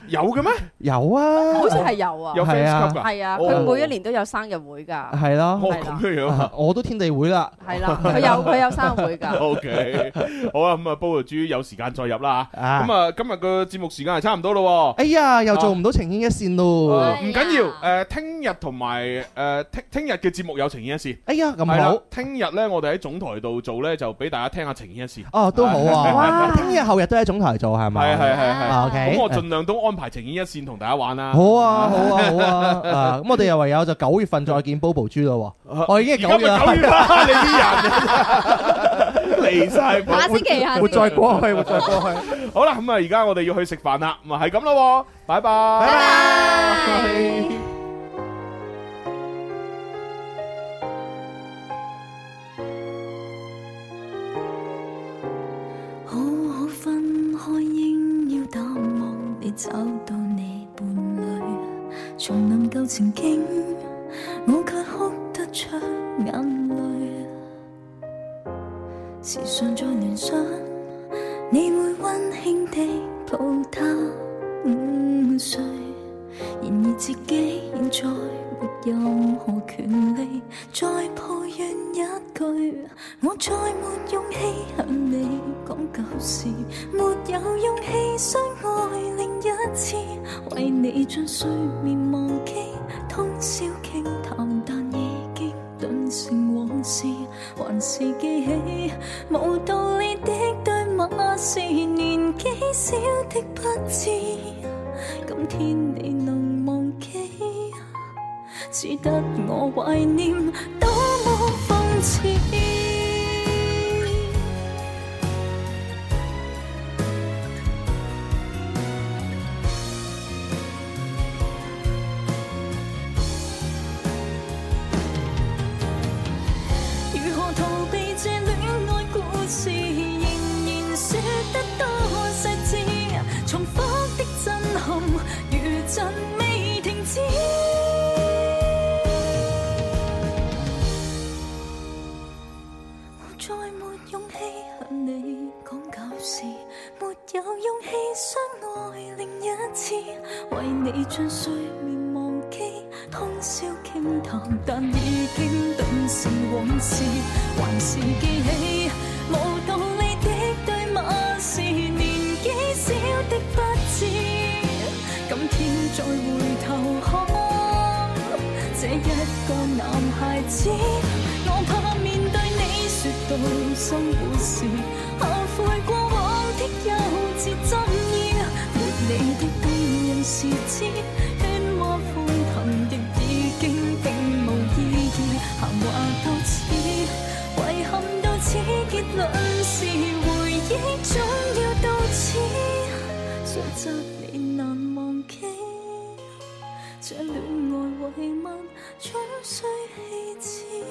Speaker 6: 有嘅咩？
Speaker 7: 有啊，
Speaker 9: 好似係有啊，
Speaker 6: 有 fans
Speaker 7: 係啊
Speaker 6: club 㗎，
Speaker 9: 係啊，
Speaker 6: 哦
Speaker 9: 佢每一年都有生日會㗎，
Speaker 7: 係
Speaker 6: 哦
Speaker 7: 咯，
Speaker 6: 咁樣樣啊
Speaker 7: 啊。我都天地會啦。
Speaker 9: 係啦，佢有佢有生日
Speaker 6: *laughs*
Speaker 9: 會㗎，
Speaker 6: O K，好啊，咁啊，Bobo 豬有時間再入啦嚇
Speaker 7: 啊
Speaker 6: 咁啊，今日個節目時間係差唔多咯喎。
Speaker 7: 哎呀，又做唔到情牽一線咯。
Speaker 1: 啊
Speaker 6: 唔緊要，誒，聽日同埋誒聽聽日嘅節目有情牽一線。
Speaker 7: 哎呀，咁
Speaker 6: 係啦
Speaker 7: 好。，
Speaker 6: 聽日咧，我哋喺總台度做咧，就俾大家聽下情牽一線。
Speaker 7: 哦，都好啊！ *laughs* 哇，聽日後日都喺總台做係咪？
Speaker 6: 係係係係。
Speaker 7: 啊
Speaker 6: 咁
Speaker 7: ，OK。
Speaker 6: 我盡量都安排情牽一線同大家玩啦。
Speaker 7: 好啊，好啊， *laughs* 好啊！啊，咁我哋又唯有就九月份再見 Bobo 豬咯喎。我已經
Speaker 6: 啊而
Speaker 7: 係
Speaker 6: 家
Speaker 7: 九
Speaker 6: 咪
Speaker 7: 月
Speaker 6: 九
Speaker 7: 啦，
Speaker 6: 月啦，你啲 *laughs*
Speaker 7: *laughs*
Speaker 6: 人離晒譜
Speaker 1: 下星期下
Speaker 7: 活
Speaker 1: 星期
Speaker 7: 再過去，活再過去。
Speaker 6: 好啦，咁啊，而家我哋要去食飯啦，咁啊係咁咯喎，拜拜。
Speaker 7: 拜
Speaker 1: 拜。
Speaker 5: 好好分開應要淡忘，你找到你伴侶，從能夠情景，我卻哭得出眼淚。時常在聯想，你會温馨地抱他午睡，然而自己現在沒任何權利再抱怨一句。我再沒勇氣向你講舊事，沒有勇氣相愛另一次，為你將睡眠忘記，通宵傾談，但已經頓成往事，還是記起無道理的對罵，是年紀小的不智，今天你能忘記？只得我懷念，多麼諷刺。再沒勇氣和你講舊事，沒有勇氣相愛另一次，為你將睡眠忘記，通宵傾談，但已經頓時往事，還是記起無道理的對罵是年紀小的不智，今天再回頭看這一個男孩子，我怕面對你說到生活時，後悔過往的幼稚爭議，沒你的戀人是知，喧譁歡騰亦已經並無意義，閒話到此，遺憾到此，結論是回憶總要到此，雖則你難忘記。這戀愛遺物總需棄置。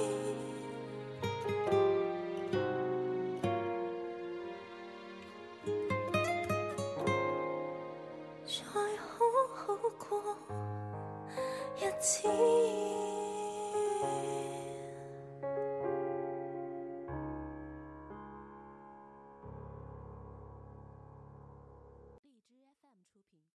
Speaker 5: 再好好過日子。